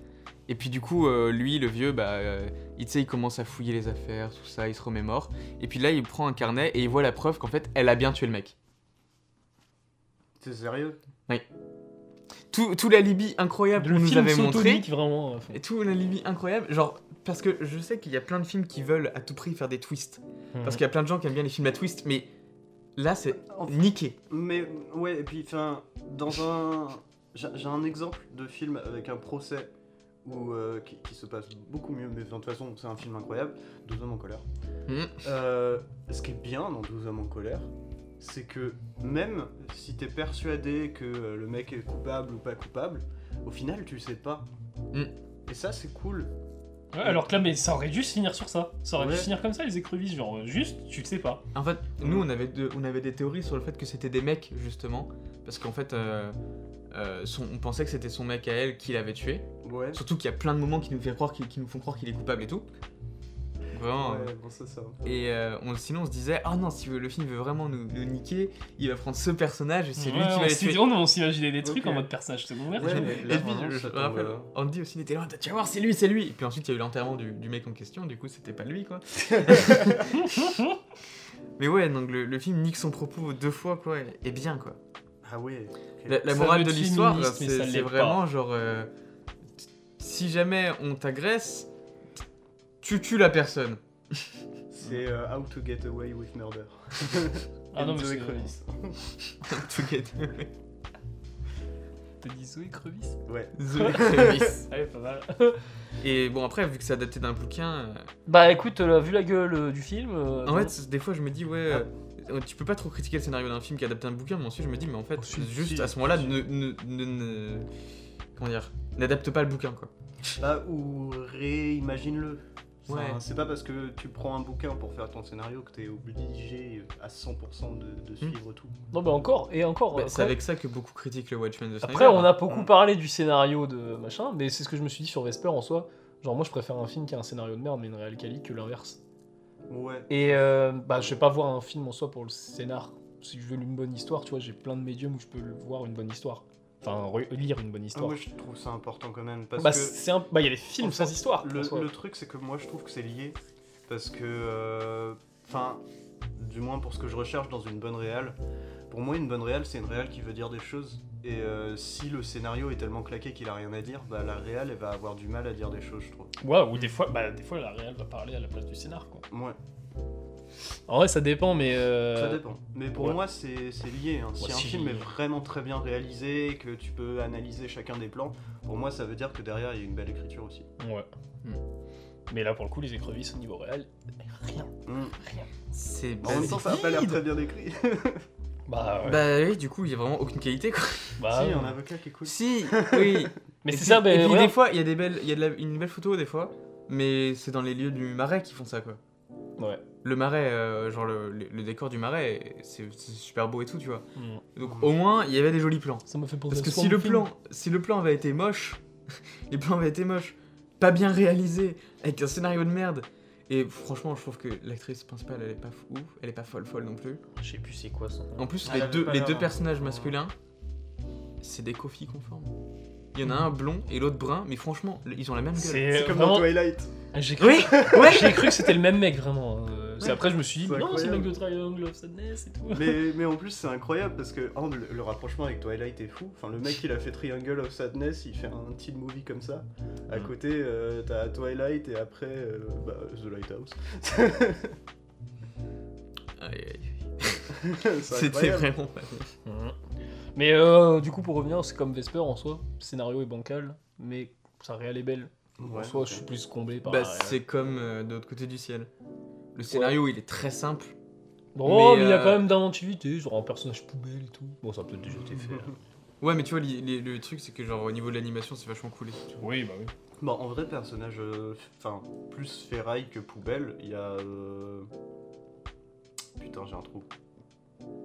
[SPEAKER 2] Et puis du coup, euh, lui, le vieux, bah, euh, il, tu sais, il commence à fouiller les affaires, tout ça, il se remémore. Et puis là, il prend un carnet et il voit la preuve qu'en fait, elle a bien tué le mec.
[SPEAKER 3] C'est sérieux
[SPEAKER 2] Tout, tout l'alibi incroyable
[SPEAKER 1] Le
[SPEAKER 2] qu'on nous
[SPEAKER 1] film
[SPEAKER 2] avait montré.
[SPEAKER 1] s'autonique vraiment. euh, à fond.
[SPEAKER 2] Et tout l'alibi incroyable, genre, parce que je sais qu'il y a plein de films qui veulent à tout prix faire des twists. Parce qu'il y a plein de gens qui aiment bien les films à twist, mais là, c'est
[SPEAKER 3] En-
[SPEAKER 2] niqué.
[SPEAKER 3] Mais ouais, et puis enfin, dans un. J'ai j'ai un exemple de film avec un procès où, euh, qui, qui se passe beaucoup mieux, mais enfin, de toute façon, c'est un film incroyable 12 hommes en colère.
[SPEAKER 2] Mhm.
[SPEAKER 3] Euh, ce qui est bien dans 12 hommes en colère, c'est que même si t'es persuadé que euh, le mec est coupable ou pas coupable, au final, tu sais pas. Mmh.
[SPEAKER 2] Mhm.
[SPEAKER 3] Et ça, c'est cool.
[SPEAKER 1] Ouais, alors que là, mais ça aurait dû se finir sur ça. Ça aurait dû
[SPEAKER 3] Ouais.
[SPEAKER 1] se finir comme ça, les écrevisses. Genre, euh, juste, tu le sais pas.
[SPEAKER 2] En fait, nous, on avait, de- on avait des théories sur le fait que c'était des mecs, justement. Parce qu'en fait, euh, euh, son- on pensait que c'était son mec à elle qui l'avait tué.
[SPEAKER 3] Ouais.
[SPEAKER 2] Surtout qu'il y a plein de moments qui nous, fait croire, qu'il- qui nous font croire qu'il est coupable et tout. Donc Vraiment. euh,
[SPEAKER 3] Ouais, bon, c'est ça.
[SPEAKER 2] Et euh, on- sinon, on se disait, ah non, si le film veut vraiment nous, nous niquer, il va prendre ce personnage et c'est lui
[SPEAKER 1] Ouais,
[SPEAKER 2] qui
[SPEAKER 1] on
[SPEAKER 2] va le
[SPEAKER 1] s'y-
[SPEAKER 2] tuer.
[SPEAKER 1] on, on s'imaginait des trucs
[SPEAKER 3] Ok.
[SPEAKER 1] en mode personnage secondaire. Ah
[SPEAKER 3] Ouais,
[SPEAKER 1] tu
[SPEAKER 3] mais là,
[SPEAKER 2] et puis,
[SPEAKER 3] vraiment,
[SPEAKER 2] je,
[SPEAKER 3] ça
[SPEAKER 2] me
[SPEAKER 3] tombe,
[SPEAKER 2] rappelle,
[SPEAKER 3] euh,
[SPEAKER 2] Andy aussi il était là, tu vas voir, c'est lui, c'est lui. Et puis ensuite, il y a eu l'enterrement du, du mec en question, du coup, c'était pas lui, quoi.
[SPEAKER 1] vois.
[SPEAKER 2] Mais ouais, donc le, le film nique son propos deux fois, quoi, et, et bien, quoi.
[SPEAKER 3] Ah ouais. ok.
[SPEAKER 2] La, la
[SPEAKER 1] Ça
[SPEAKER 2] morale
[SPEAKER 1] veut
[SPEAKER 2] de
[SPEAKER 1] être
[SPEAKER 2] l'histoire,
[SPEAKER 1] féministe, mais
[SPEAKER 2] c'est
[SPEAKER 1] ça
[SPEAKER 2] c'est
[SPEAKER 1] l'est pas.
[SPEAKER 2] vraiment genre. euh, si jamais on t'agresse, tu tues la personne.
[SPEAKER 3] C'est euh, How to Get Away with Murder.
[SPEAKER 1] Ah non, mais
[SPEAKER 3] Enzo
[SPEAKER 1] c'est-
[SPEAKER 3] Écrevisse.
[SPEAKER 2] To get away.
[SPEAKER 1] euh, T'as dit Zoé Crevis
[SPEAKER 3] Ouais.
[SPEAKER 2] The Crevice.
[SPEAKER 1] Allez, pas mal.
[SPEAKER 2] Et bon, après, vu que c'est adapté d'un bouquin, euh,
[SPEAKER 1] Bah écoute, euh, vu la gueule euh, du film. euh,
[SPEAKER 2] en fait, c'est- des fois, je me dis, ouais.
[SPEAKER 1] Ah.
[SPEAKER 2] euh, Tu peux pas trop critiquer le scénario d'un film qui adapte un bouquin, mais ensuite je me dis, mais en fait,
[SPEAKER 1] Oh, si,
[SPEAKER 2] juste
[SPEAKER 1] si,
[SPEAKER 2] à ce moment-là, ne, ne- ne- ne- Comment dire N'adapte pas le bouquin, quoi.
[SPEAKER 3] Bah, ou réimagine-le. Enfin,
[SPEAKER 2] Ouais.
[SPEAKER 3] C'est pas parce que tu prends un bouquin pour faire ton scénario que t'es obligé à 100% de, de suivre tout.
[SPEAKER 1] Non, bah encore, et encore.
[SPEAKER 2] Bah,
[SPEAKER 1] après-
[SPEAKER 2] c'est avec ça que beaucoup critiquent le Watchmen de hein. Snyder.
[SPEAKER 1] Après, on a beaucoup
[SPEAKER 3] Mm.
[SPEAKER 1] parlé du scénario de machin, mais c'est ce que je me suis dit sur Vesper en soi. Genre, moi, je préfère un film qui a un scénario de merde, mais une réelle qualité que l'inverse.
[SPEAKER 3] Ouais.
[SPEAKER 1] Et euh, bah, je vais pas voir un film en soi pour le scénar. Si je veux une bonne histoire, tu vois, j'ai plein de médiums où je peux le voir une bonne histoire. Enfin, re- lire une bonne
[SPEAKER 3] Ah,
[SPEAKER 1] histoire.
[SPEAKER 3] moi, je trouve ça important quand même. Parce
[SPEAKER 1] bah,
[SPEAKER 3] que
[SPEAKER 1] c'est un... bah, il y a des films
[SPEAKER 3] en fait,
[SPEAKER 1] sans histoire. en soi.
[SPEAKER 3] Le, le truc, c'est que moi, je trouve que c'est lié. Parce que. euh, Enfin, du moins pour ce que je recherche dans une bonne réale. Pour moi, une bonne réale, c'est une réale qui veut dire des choses. Et euh, si le scénario est tellement claqué qu'il a rien à dire, bah la réale, elle va avoir du mal à dire des choses, je trouve.
[SPEAKER 1] Ouais, ou des fois, bah, des fois, la réelle va parler à la place du scénar, quoi.
[SPEAKER 3] Ouais,
[SPEAKER 1] En vrai, ça dépend, mais. euh,
[SPEAKER 3] ça dépend. Mais pour
[SPEAKER 1] ouais.
[SPEAKER 3] moi, c'est c'est lié. hein. Si
[SPEAKER 1] Ouais,
[SPEAKER 3] un
[SPEAKER 1] si-
[SPEAKER 3] film est vraiment très bien réalisé, et que tu peux analyser chacun des plans, pour moi, ça veut dire que derrière, il y a une belle écriture aussi.
[SPEAKER 1] Ouais.
[SPEAKER 2] Mm.
[SPEAKER 1] Mais là, pour le coup, les écrevisses au niveau réel, rien.
[SPEAKER 3] Mm.
[SPEAKER 2] C'est
[SPEAKER 3] En même temps, ça a pas l'air très bien écrit.
[SPEAKER 1] Bah, ouais.
[SPEAKER 2] Bah oui, du coup, il y a vraiment aucune qualité, quoi.
[SPEAKER 1] Bah,
[SPEAKER 3] si,
[SPEAKER 1] ouais.
[SPEAKER 3] un avocat qui est cool.
[SPEAKER 2] Si, oui.
[SPEAKER 1] Mais
[SPEAKER 2] Et
[SPEAKER 1] c'est
[SPEAKER 2] puis-
[SPEAKER 1] ça, bah,
[SPEAKER 2] Et puis
[SPEAKER 1] regarde.
[SPEAKER 2] des fois, il y a des belles, il y a de la- une belle photo des fois, mais c'est dans les lieux du marais qui font ça, quoi.
[SPEAKER 1] Ouais.
[SPEAKER 2] Le marais, euh, genre le, le- le décor du marais, c'est c'est super beau et tout, tu vois.
[SPEAKER 1] Mm.
[SPEAKER 2] Donc au moins, il y avait des jolis plans.
[SPEAKER 1] Ça me fait penser
[SPEAKER 2] Parce
[SPEAKER 1] à
[SPEAKER 2] que si
[SPEAKER 1] Swamp
[SPEAKER 2] le
[SPEAKER 1] Thing.
[SPEAKER 2] plan, si le plan avait été moche, les plans avaient été moches, pas bien réalisés, avec un scénario de merde. Et franchement, je trouve que l'actrice principale, elle est pas fou, elle est pas folle folle non plus.
[SPEAKER 4] Je sais plus c'est quoi son nom.
[SPEAKER 2] En plus,
[SPEAKER 3] Elle
[SPEAKER 2] les
[SPEAKER 3] avait
[SPEAKER 2] deux,
[SPEAKER 3] pas
[SPEAKER 2] les
[SPEAKER 3] l'air hein.
[SPEAKER 2] deux
[SPEAKER 3] d'un-
[SPEAKER 2] personnages masculins, c'est des coffees conformes. Il y en a un blond et l'autre brun, mais franchement, le- ils ont la même gueule.
[SPEAKER 1] C'est
[SPEAKER 3] C'est comme
[SPEAKER 1] vraiment...
[SPEAKER 3] dans Twilight.
[SPEAKER 1] J'ai cru...
[SPEAKER 2] Oui, ouais.
[SPEAKER 1] j'ai cru que c'était le même mec, vraiment. euh, C'est
[SPEAKER 3] Ouais.
[SPEAKER 1] après, je me suis dit,
[SPEAKER 3] C'est
[SPEAKER 1] non, c'est le mec
[SPEAKER 3] incroyable.
[SPEAKER 1] de Triangle of Sadness et tout.
[SPEAKER 3] Mais, mais en plus, c'est incroyable parce que oh, le, le rapprochement avec Twilight est fou. Enfin, le mec, il a fait Triangle of Sadness, il fait un teen movie comme ça. À
[SPEAKER 2] Mm.
[SPEAKER 3] côté, euh, t'as Twilight et après, euh, bah, The Lighthouse.
[SPEAKER 2] Aïe, aïe.
[SPEAKER 3] C'est
[SPEAKER 2] C'était
[SPEAKER 3] incroyable.
[SPEAKER 2] vraiment pas bon.
[SPEAKER 1] Mhm. Mais euh, du coup, pour revenir, c'est comme Vesper en soi. Le scénario est bancal, mais sa réelle est belle. en
[SPEAKER 3] Ouais,
[SPEAKER 1] soi,
[SPEAKER 3] ok.
[SPEAKER 1] je suis plus comblé par.
[SPEAKER 2] Bah,
[SPEAKER 1] la réelle.
[SPEAKER 2] c'est comme euh, de l'autre côté du ciel. Le scénario, il est très simple.
[SPEAKER 1] Oh,
[SPEAKER 2] mais,
[SPEAKER 1] mais il y a
[SPEAKER 2] euh,
[SPEAKER 1] quand même d'inventivité, genre un personnage poubelle et tout. Bon, ça a peut-être déjà été fait. hein.
[SPEAKER 2] Ouais, mais tu vois, li- li- le truc, c'est que genre au niveau de l'animation, c'est vachement cool. et tout.
[SPEAKER 1] Oui, bah oui.
[SPEAKER 3] Bon, en vrai, personnage euh, enfin plus ferraille que poubelle, il y a. euh, Putain, j'ai un trou.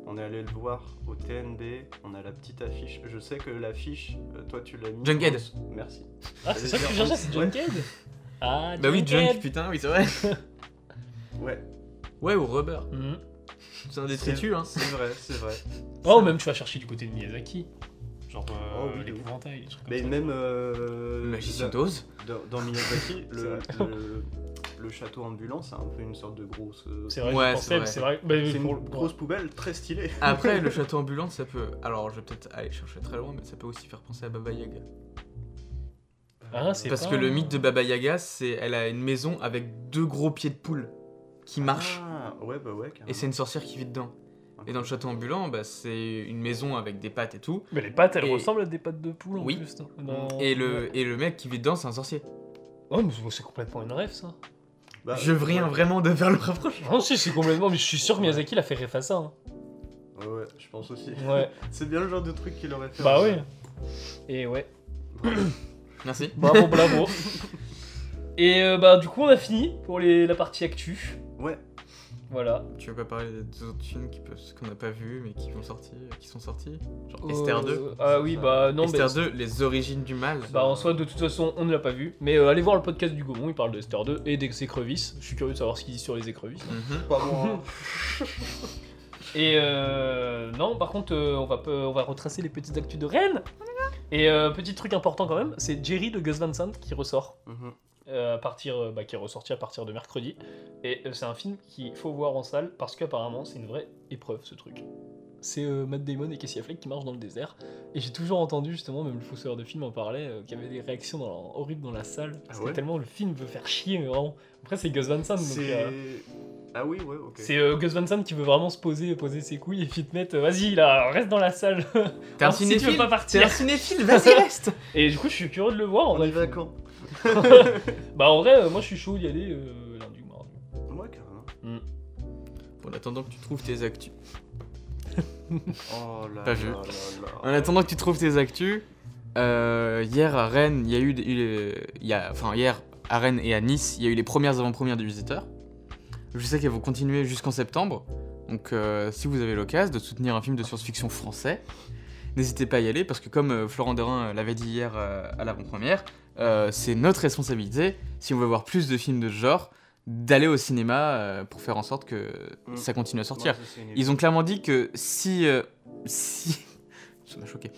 [SPEAKER 3] On est allé le voir au TNB, on a la petite affiche. Je sais que l'affiche, euh, toi tu l'as mis.
[SPEAKER 2] Junkhead.
[SPEAKER 3] Merci.
[SPEAKER 1] Ah, c'est ça que tu cherchais, c'est Junkhead Ah,
[SPEAKER 2] Bah oui, Junk,
[SPEAKER 1] Junkhead
[SPEAKER 2] putain, oui, c'est vrai.
[SPEAKER 3] Ouais,
[SPEAKER 2] Ouais, ou Rubber.
[SPEAKER 1] Mhm.
[SPEAKER 2] C'est un détritus, hein.
[SPEAKER 3] c'est vrai, c'est vrai.
[SPEAKER 1] Oh, ou même tu vas chercher du côté de Miyazaki. Genre
[SPEAKER 3] Oh,
[SPEAKER 1] euh,
[SPEAKER 3] oui, de ouf.
[SPEAKER 1] l'épouvantail, les trucs comme
[SPEAKER 3] Mais
[SPEAKER 1] ça.
[SPEAKER 3] même. euh,
[SPEAKER 2] Magicien
[SPEAKER 3] dans,
[SPEAKER 2] d'Oz.
[SPEAKER 3] dans- dans Miyazaki,
[SPEAKER 1] C'est
[SPEAKER 3] le,
[SPEAKER 1] vrai.
[SPEAKER 3] le, le château ambulant, c'est un peu une sorte de grosse. euh,
[SPEAKER 1] C'est vrai,
[SPEAKER 2] Ouais,
[SPEAKER 1] j'y
[SPEAKER 2] c'est
[SPEAKER 1] pensais, mais
[SPEAKER 2] vrai.
[SPEAKER 1] c'est vrai. Bah,
[SPEAKER 3] C'est une
[SPEAKER 1] pour le-
[SPEAKER 3] grosse poubelle très stylée.
[SPEAKER 2] Après, le château ambulant, ça peut. Alors, je vais peut-être aller chercher très loin, mais ça peut aussi faire penser à Baba Yaga.
[SPEAKER 1] Ah, c'est
[SPEAKER 2] Parce
[SPEAKER 1] pas-
[SPEAKER 2] que le mythe de Baba Yaga, c'est elle a une maison avec deux gros pieds de poule qui marchent.
[SPEAKER 3] Ah, ouais, bah ouais,
[SPEAKER 2] Et c'est une sorcière qui vit dedans. Et dans le château ambulant, bah, c'est une maison avec des pattes et tout.
[SPEAKER 1] Mais les pattes, elles
[SPEAKER 2] Et-
[SPEAKER 1] ressemblent à des pattes de poule en
[SPEAKER 2] Oui.
[SPEAKER 1] plus. hein. non Dans-
[SPEAKER 2] Et le, et le mec qui vit dedans, c'est un sorcier.
[SPEAKER 1] Oh, mais c'est complètement une rêve ça.
[SPEAKER 3] Bah,
[SPEAKER 2] je veux rien
[SPEAKER 3] ouais.
[SPEAKER 2] vraiment de faire le rapprochement.
[SPEAKER 1] Non, si, c'est complètement. Mais je suis sûr que Miyazaki l'a fait rêve à ça. hein.
[SPEAKER 3] Ouais, ouais, je pense aussi.
[SPEAKER 1] Ouais,
[SPEAKER 3] C'est bien le genre de truc qu'il aurait fait.
[SPEAKER 1] bah oui. Et ouais,
[SPEAKER 2] Merci.
[SPEAKER 1] bravo, bravo. Et euh, bah, du coup, on a fini pour les... la partie actu.
[SPEAKER 3] Ouais,
[SPEAKER 1] Voilà.
[SPEAKER 2] Tu veux pas parler des autres films qui peuvent- qu'on n'a pas vu mais qui vont sortir, qui sont sortis Genre
[SPEAKER 1] Euh,
[SPEAKER 2] Esther 2.
[SPEAKER 1] Ah oui, bah non,
[SPEAKER 2] Esther
[SPEAKER 1] mais.
[SPEAKER 2] 2, les origines du mal.
[SPEAKER 1] Bah en soi de toute façon on ne l'a pas vu mais euh, allez voir le podcast du Gaumont il parle de Esther 2 et des écrevisses je suis curieux de savoir ce qu'il dit sur les écrevisses
[SPEAKER 2] Mhm.
[SPEAKER 3] pas bon. hein.
[SPEAKER 1] Et euh, non, par contre, euh, on, va, peu- on va retracer les petites actus de Rennes. Et euh, petit truc important quand même, c'est Jerry de Gus Van Sant qui ressort,
[SPEAKER 3] Mhm.
[SPEAKER 1] euh, à partir, euh, bah, qui est ressorti à partir de mercredi. Et euh, c'est un film qu'il faut voir en salle parce qu'apparemment c'est une vraie épreuve ce truc. c'est euh, Matt Damon et Casey Affleck qui marchent dans le désert. Et j'ai toujours entendu justement, même le fausseur de film en parlait, euh, qu'il y avait des réactions dans la- horribles dans la salle. Parce
[SPEAKER 3] Ah ouais
[SPEAKER 1] que tellement le film veut faire chier, mais vraiment. Après, c'est Gus Van Sant. donc,
[SPEAKER 3] C'est.
[SPEAKER 1] euh,
[SPEAKER 3] Ah oui, ouais, ok.
[SPEAKER 1] C'est euh, Gus Van Sant qui veut vraiment se poser, poser ses couilles et puis te mettre, euh, vas-y là, reste dans la salle.
[SPEAKER 2] T'es un
[SPEAKER 1] si tu veux
[SPEAKER 2] cinéphile
[SPEAKER 1] pas
[SPEAKER 2] T'es
[SPEAKER 1] partir.
[SPEAKER 2] un cinéphile, vas-y, reste
[SPEAKER 1] Et du coup, je suis curieux de le voir. En
[SPEAKER 3] On
[SPEAKER 1] vrai.
[SPEAKER 3] y va quand
[SPEAKER 1] Bah en vrai, euh, moi je suis chaud d'y aller euh, lundi ou mardi.
[SPEAKER 3] Ouais, carrément.
[SPEAKER 2] En attendant que tu trouves tes actus.
[SPEAKER 3] Oh là
[SPEAKER 2] Pas
[SPEAKER 3] là
[SPEAKER 2] vu.
[SPEAKER 3] là
[SPEAKER 2] Euh, En
[SPEAKER 3] là.
[SPEAKER 2] attendant que tu trouves tes actus, euh, hier à Rennes, il y a eu. des- il y a- il y a- Enfin, hier à Rennes et à Nice, il y a eu les premières avant-premières des visiteurs. Je sais qu'elles vont continuer jusqu'en septembre. Donc, euh, si vous avez l'occasion de soutenir un film de science-fiction français, n'hésitez pas à y aller parce que, comme euh, Florent Dorin euh, l'avait dit hier euh, à l'avant-première, euh, c'est notre responsabilité, si on veut voir plus de films de ce genre, d'aller au cinéma euh, pour faire en sorte que
[SPEAKER 3] Mm.
[SPEAKER 2] ça continue à sortir.
[SPEAKER 3] Ouais, ça, c'est une-
[SPEAKER 2] Ils ont clairement dit que si. euh, si. Ça m'a choqué.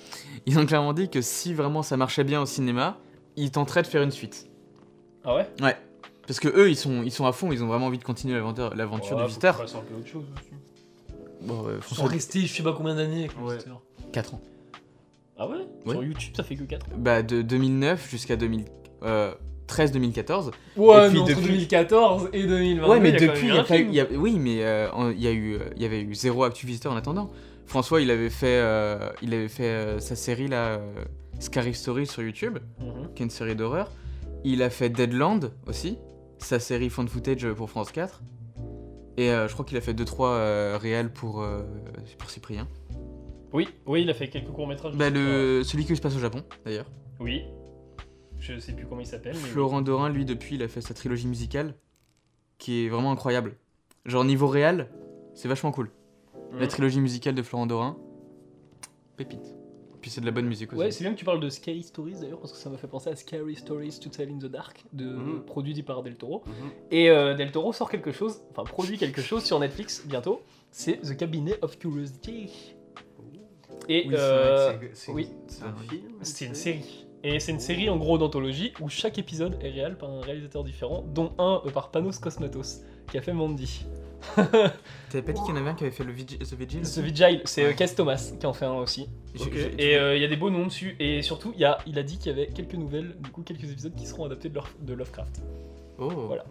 [SPEAKER 2] Ils ont clairement dit que si vraiment ça marchait bien au cinéma, ils tenteraient de faire une suite.
[SPEAKER 1] Ah ouais
[SPEAKER 2] Ouais. Parce que eux, ils sont, ils sont à fond, ils ont vraiment envie de continuer l'aventure, l'aventure du visiteur.
[SPEAKER 1] un peu autre chose aussi.
[SPEAKER 2] Bon, euh,
[SPEAKER 1] Ils sont
[SPEAKER 2] François,
[SPEAKER 1] restés, je sais pas combien d'années avec hein. le
[SPEAKER 3] Ouais.
[SPEAKER 1] visiteur.
[SPEAKER 2] 4 ans.
[SPEAKER 1] Ah ouais,
[SPEAKER 2] Ouais.
[SPEAKER 1] Sur YouTube, ça fait que 4 ans.
[SPEAKER 2] Bah, de 2009 jusqu'à euh, 2013-2014.
[SPEAKER 1] Ouais,
[SPEAKER 2] Et puis
[SPEAKER 1] mais entre
[SPEAKER 2] depuis-
[SPEAKER 1] 2014 et 2020.
[SPEAKER 2] ouais, mais depuis, il y a pas eu- il y a- Oui, mais euh, en- il y, a eu, euh, il y avait eu zéro actu visiteur en attendant. François, il avait fait, euh, il avait fait euh, sa série là, euh, Scary Story sur YouTube.
[SPEAKER 1] Mhm.
[SPEAKER 2] qui est une série d'horreur. Il a fait Deadland aussi, sa série fan footage pour France 4. Et euh, je crois qu'il a fait 2-3 euh, réels pour, euh, pour Cyprien.
[SPEAKER 1] Oui, oui, il a fait quelques courts-métrages.
[SPEAKER 2] Bah, le, celui qui se passe au Japon, d'ailleurs.
[SPEAKER 1] Oui. Je sais plus comment il s'appelle, mais.
[SPEAKER 2] Florent Dorin, lui, depuis, il a fait sa trilogie musicale, qui est vraiment incroyable. Genre, niveau réel, c'est vachement cool. La
[SPEAKER 1] Mhm.
[SPEAKER 2] trilogie musicale de Florent Dorin, pépite. Puis c'est de la bonne musique aussi.
[SPEAKER 1] Ouais, c'est bien que tu parles de Scary Stories d'ailleurs, parce que ça m'a fait penser à Scary Stories to Tell in the Dark, de,
[SPEAKER 3] Mhm.
[SPEAKER 1] produit par Del Toro.
[SPEAKER 3] Mhm.
[SPEAKER 1] Et euh, Del Toro sort quelque chose, enfin produit quelque chose sur Netflix bientôt, c'est The Cabinet of Curiosity. Et
[SPEAKER 2] Oui, c'est
[SPEAKER 1] euh,
[SPEAKER 3] C'est- c'est-
[SPEAKER 1] oui.
[SPEAKER 3] C'est un
[SPEAKER 2] Ah oui.
[SPEAKER 3] film
[SPEAKER 1] C'est une
[SPEAKER 3] c'est-
[SPEAKER 1] série. Et c'est une série en gros d'anthologie où chaque épisode est réel par un réalisateur différent, dont un euh, par Panos Cosmatos, qui a fait Mandy.
[SPEAKER 2] T'avais pas dit qu'il y en avait un qui avait fait le Vigi- The Vigil
[SPEAKER 1] The Vigil, c'est euh, Cass Thomas qui en fait un aussi.
[SPEAKER 2] J'ai-
[SPEAKER 3] Ok.
[SPEAKER 2] j'ai-
[SPEAKER 1] Et euh, il y a des beaux noms dessus. Et surtout, il, y a, il a dit qu'il y avait quelques nouvelles, du coup quelques épisodes qui seront adaptés de, leur- de Lovecraft.
[SPEAKER 2] Oh.
[SPEAKER 1] voilà.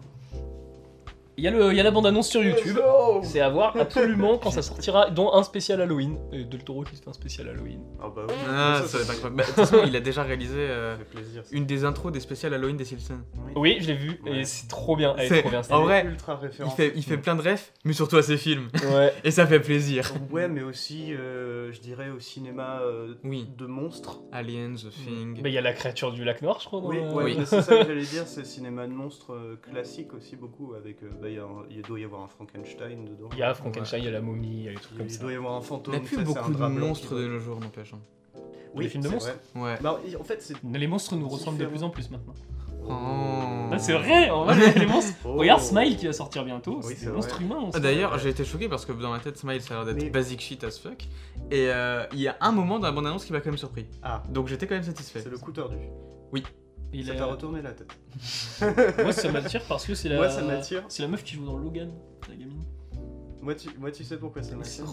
[SPEAKER 1] Il y, a le- il y a la bande-annonce sur YouTube. C'est à voir absolument quand ça sortira, dont un spécial Halloween. Et Del Toro qui fait un spécial Halloween.
[SPEAKER 3] Ah bah oui.
[SPEAKER 2] Ah, ça, va être incroyable. Bah, de toute façon, il a déjà réalisé euh,
[SPEAKER 3] Ça fait plaisir. ça.
[SPEAKER 2] une des intros des spéciales Halloween des Simpsons.
[SPEAKER 1] Oui, je l'ai vu et
[SPEAKER 3] Ouais.
[SPEAKER 1] c'est trop bien. Elle est
[SPEAKER 2] C'est-
[SPEAKER 1] trop bien cette
[SPEAKER 2] en
[SPEAKER 1] idée.
[SPEAKER 2] vrai,
[SPEAKER 3] Ultra
[SPEAKER 2] Il
[SPEAKER 3] référence.
[SPEAKER 2] fait, il fait plein de refs, mais surtout à ses films.
[SPEAKER 1] Ouais.
[SPEAKER 2] Et ça fait plaisir.
[SPEAKER 3] Ouais, mais aussi, euh, je dirais, au cinéma euh,
[SPEAKER 2] Oui.
[SPEAKER 3] de monstres.
[SPEAKER 2] Alien, The Thing.
[SPEAKER 1] Mais il y a la créature du lac noir, je crois. dans
[SPEAKER 3] Oui,
[SPEAKER 1] la-
[SPEAKER 3] ouais,
[SPEAKER 2] Oui.
[SPEAKER 3] mais c'est ça que j'allais dire, c'est cinéma de monstres euh, classique aussi beaucoup. Avec, euh, bah, il y a un- il doit y avoir un Frankenstein dedans.
[SPEAKER 1] Il y a Frankenstein, il y a la momie, il y a des trucs
[SPEAKER 3] Il
[SPEAKER 1] comme ça.
[SPEAKER 3] doit y avoir un
[SPEAKER 2] Il
[SPEAKER 3] fantôme.
[SPEAKER 2] n'y a plus
[SPEAKER 3] ça, c'est un
[SPEAKER 2] beaucoup de
[SPEAKER 3] drame blanc
[SPEAKER 2] monstres
[SPEAKER 3] qui-
[SPEAKER 2] de nos jours, n'empêche. hein.
[SPEAKER 1] Les films de
[SPEAKER 3] c'est
[SPEAKER 1] monstres.
[SPEAKER 3] vrai.
[SPEAKER 2] Ouais.
[SPEAKER 3] Bah, en fait, c'est.
[SPEAKER 1] Les monstres nous ressemblent de
[SPEAKER 3] Différent.
[SPEAKER 1] plus en plus maintenant.
[SPEAKER 2] Oh.
[SPEAKER 1] Ah, c'est vrai, en vrai, les monstres.
[SPEAKER 3] Oh.
[SPEAKER 1] Regarde Smile qui va sortir bientôt.
[SPEAKER 3] Oui,
[SPEAKER 1] c'est
[SPEAKER 3] c'est
[SPEAKER 1] des
[SPEAKER 3] vrai.
[SPEAKER 1] monstres humains. en
[SPEAKER 2] Ah,
[SPEAKER 1] soi.
[SPEAKER 2] D'ailleurs, j'ai été choqué parce que dans ma tête, Smile, ça a l'air d'être
[SPEAKER 3] Mais-
[SPEAKER 2] basic shit as fuck. Et euh, il y a un moment dans la bande-annonce qui m'a quand même surpris.
[SPEAKER 3] Ah,
[SPEAKER 2] Donc j'étais quand même satisfait.
[SPEAKER 3] c'est le coup tordu.
[SPEAKER 1] Il
[SPEAKER 3] ça
[SPEAKER 1] est- euh,
[SPEAKER 3] t'a retourné la tête.
[SPEAKER 1] Moi, ça m'attire parce que c'est la.
[SPEAKER 3] Moi, ça m'attire.
[SPEAKER 1] C'est la meuf qui joue dans Logan, la gamine.
[SPEAKER 3] Moi tu, moi, tu sais pourquoi ça m'attire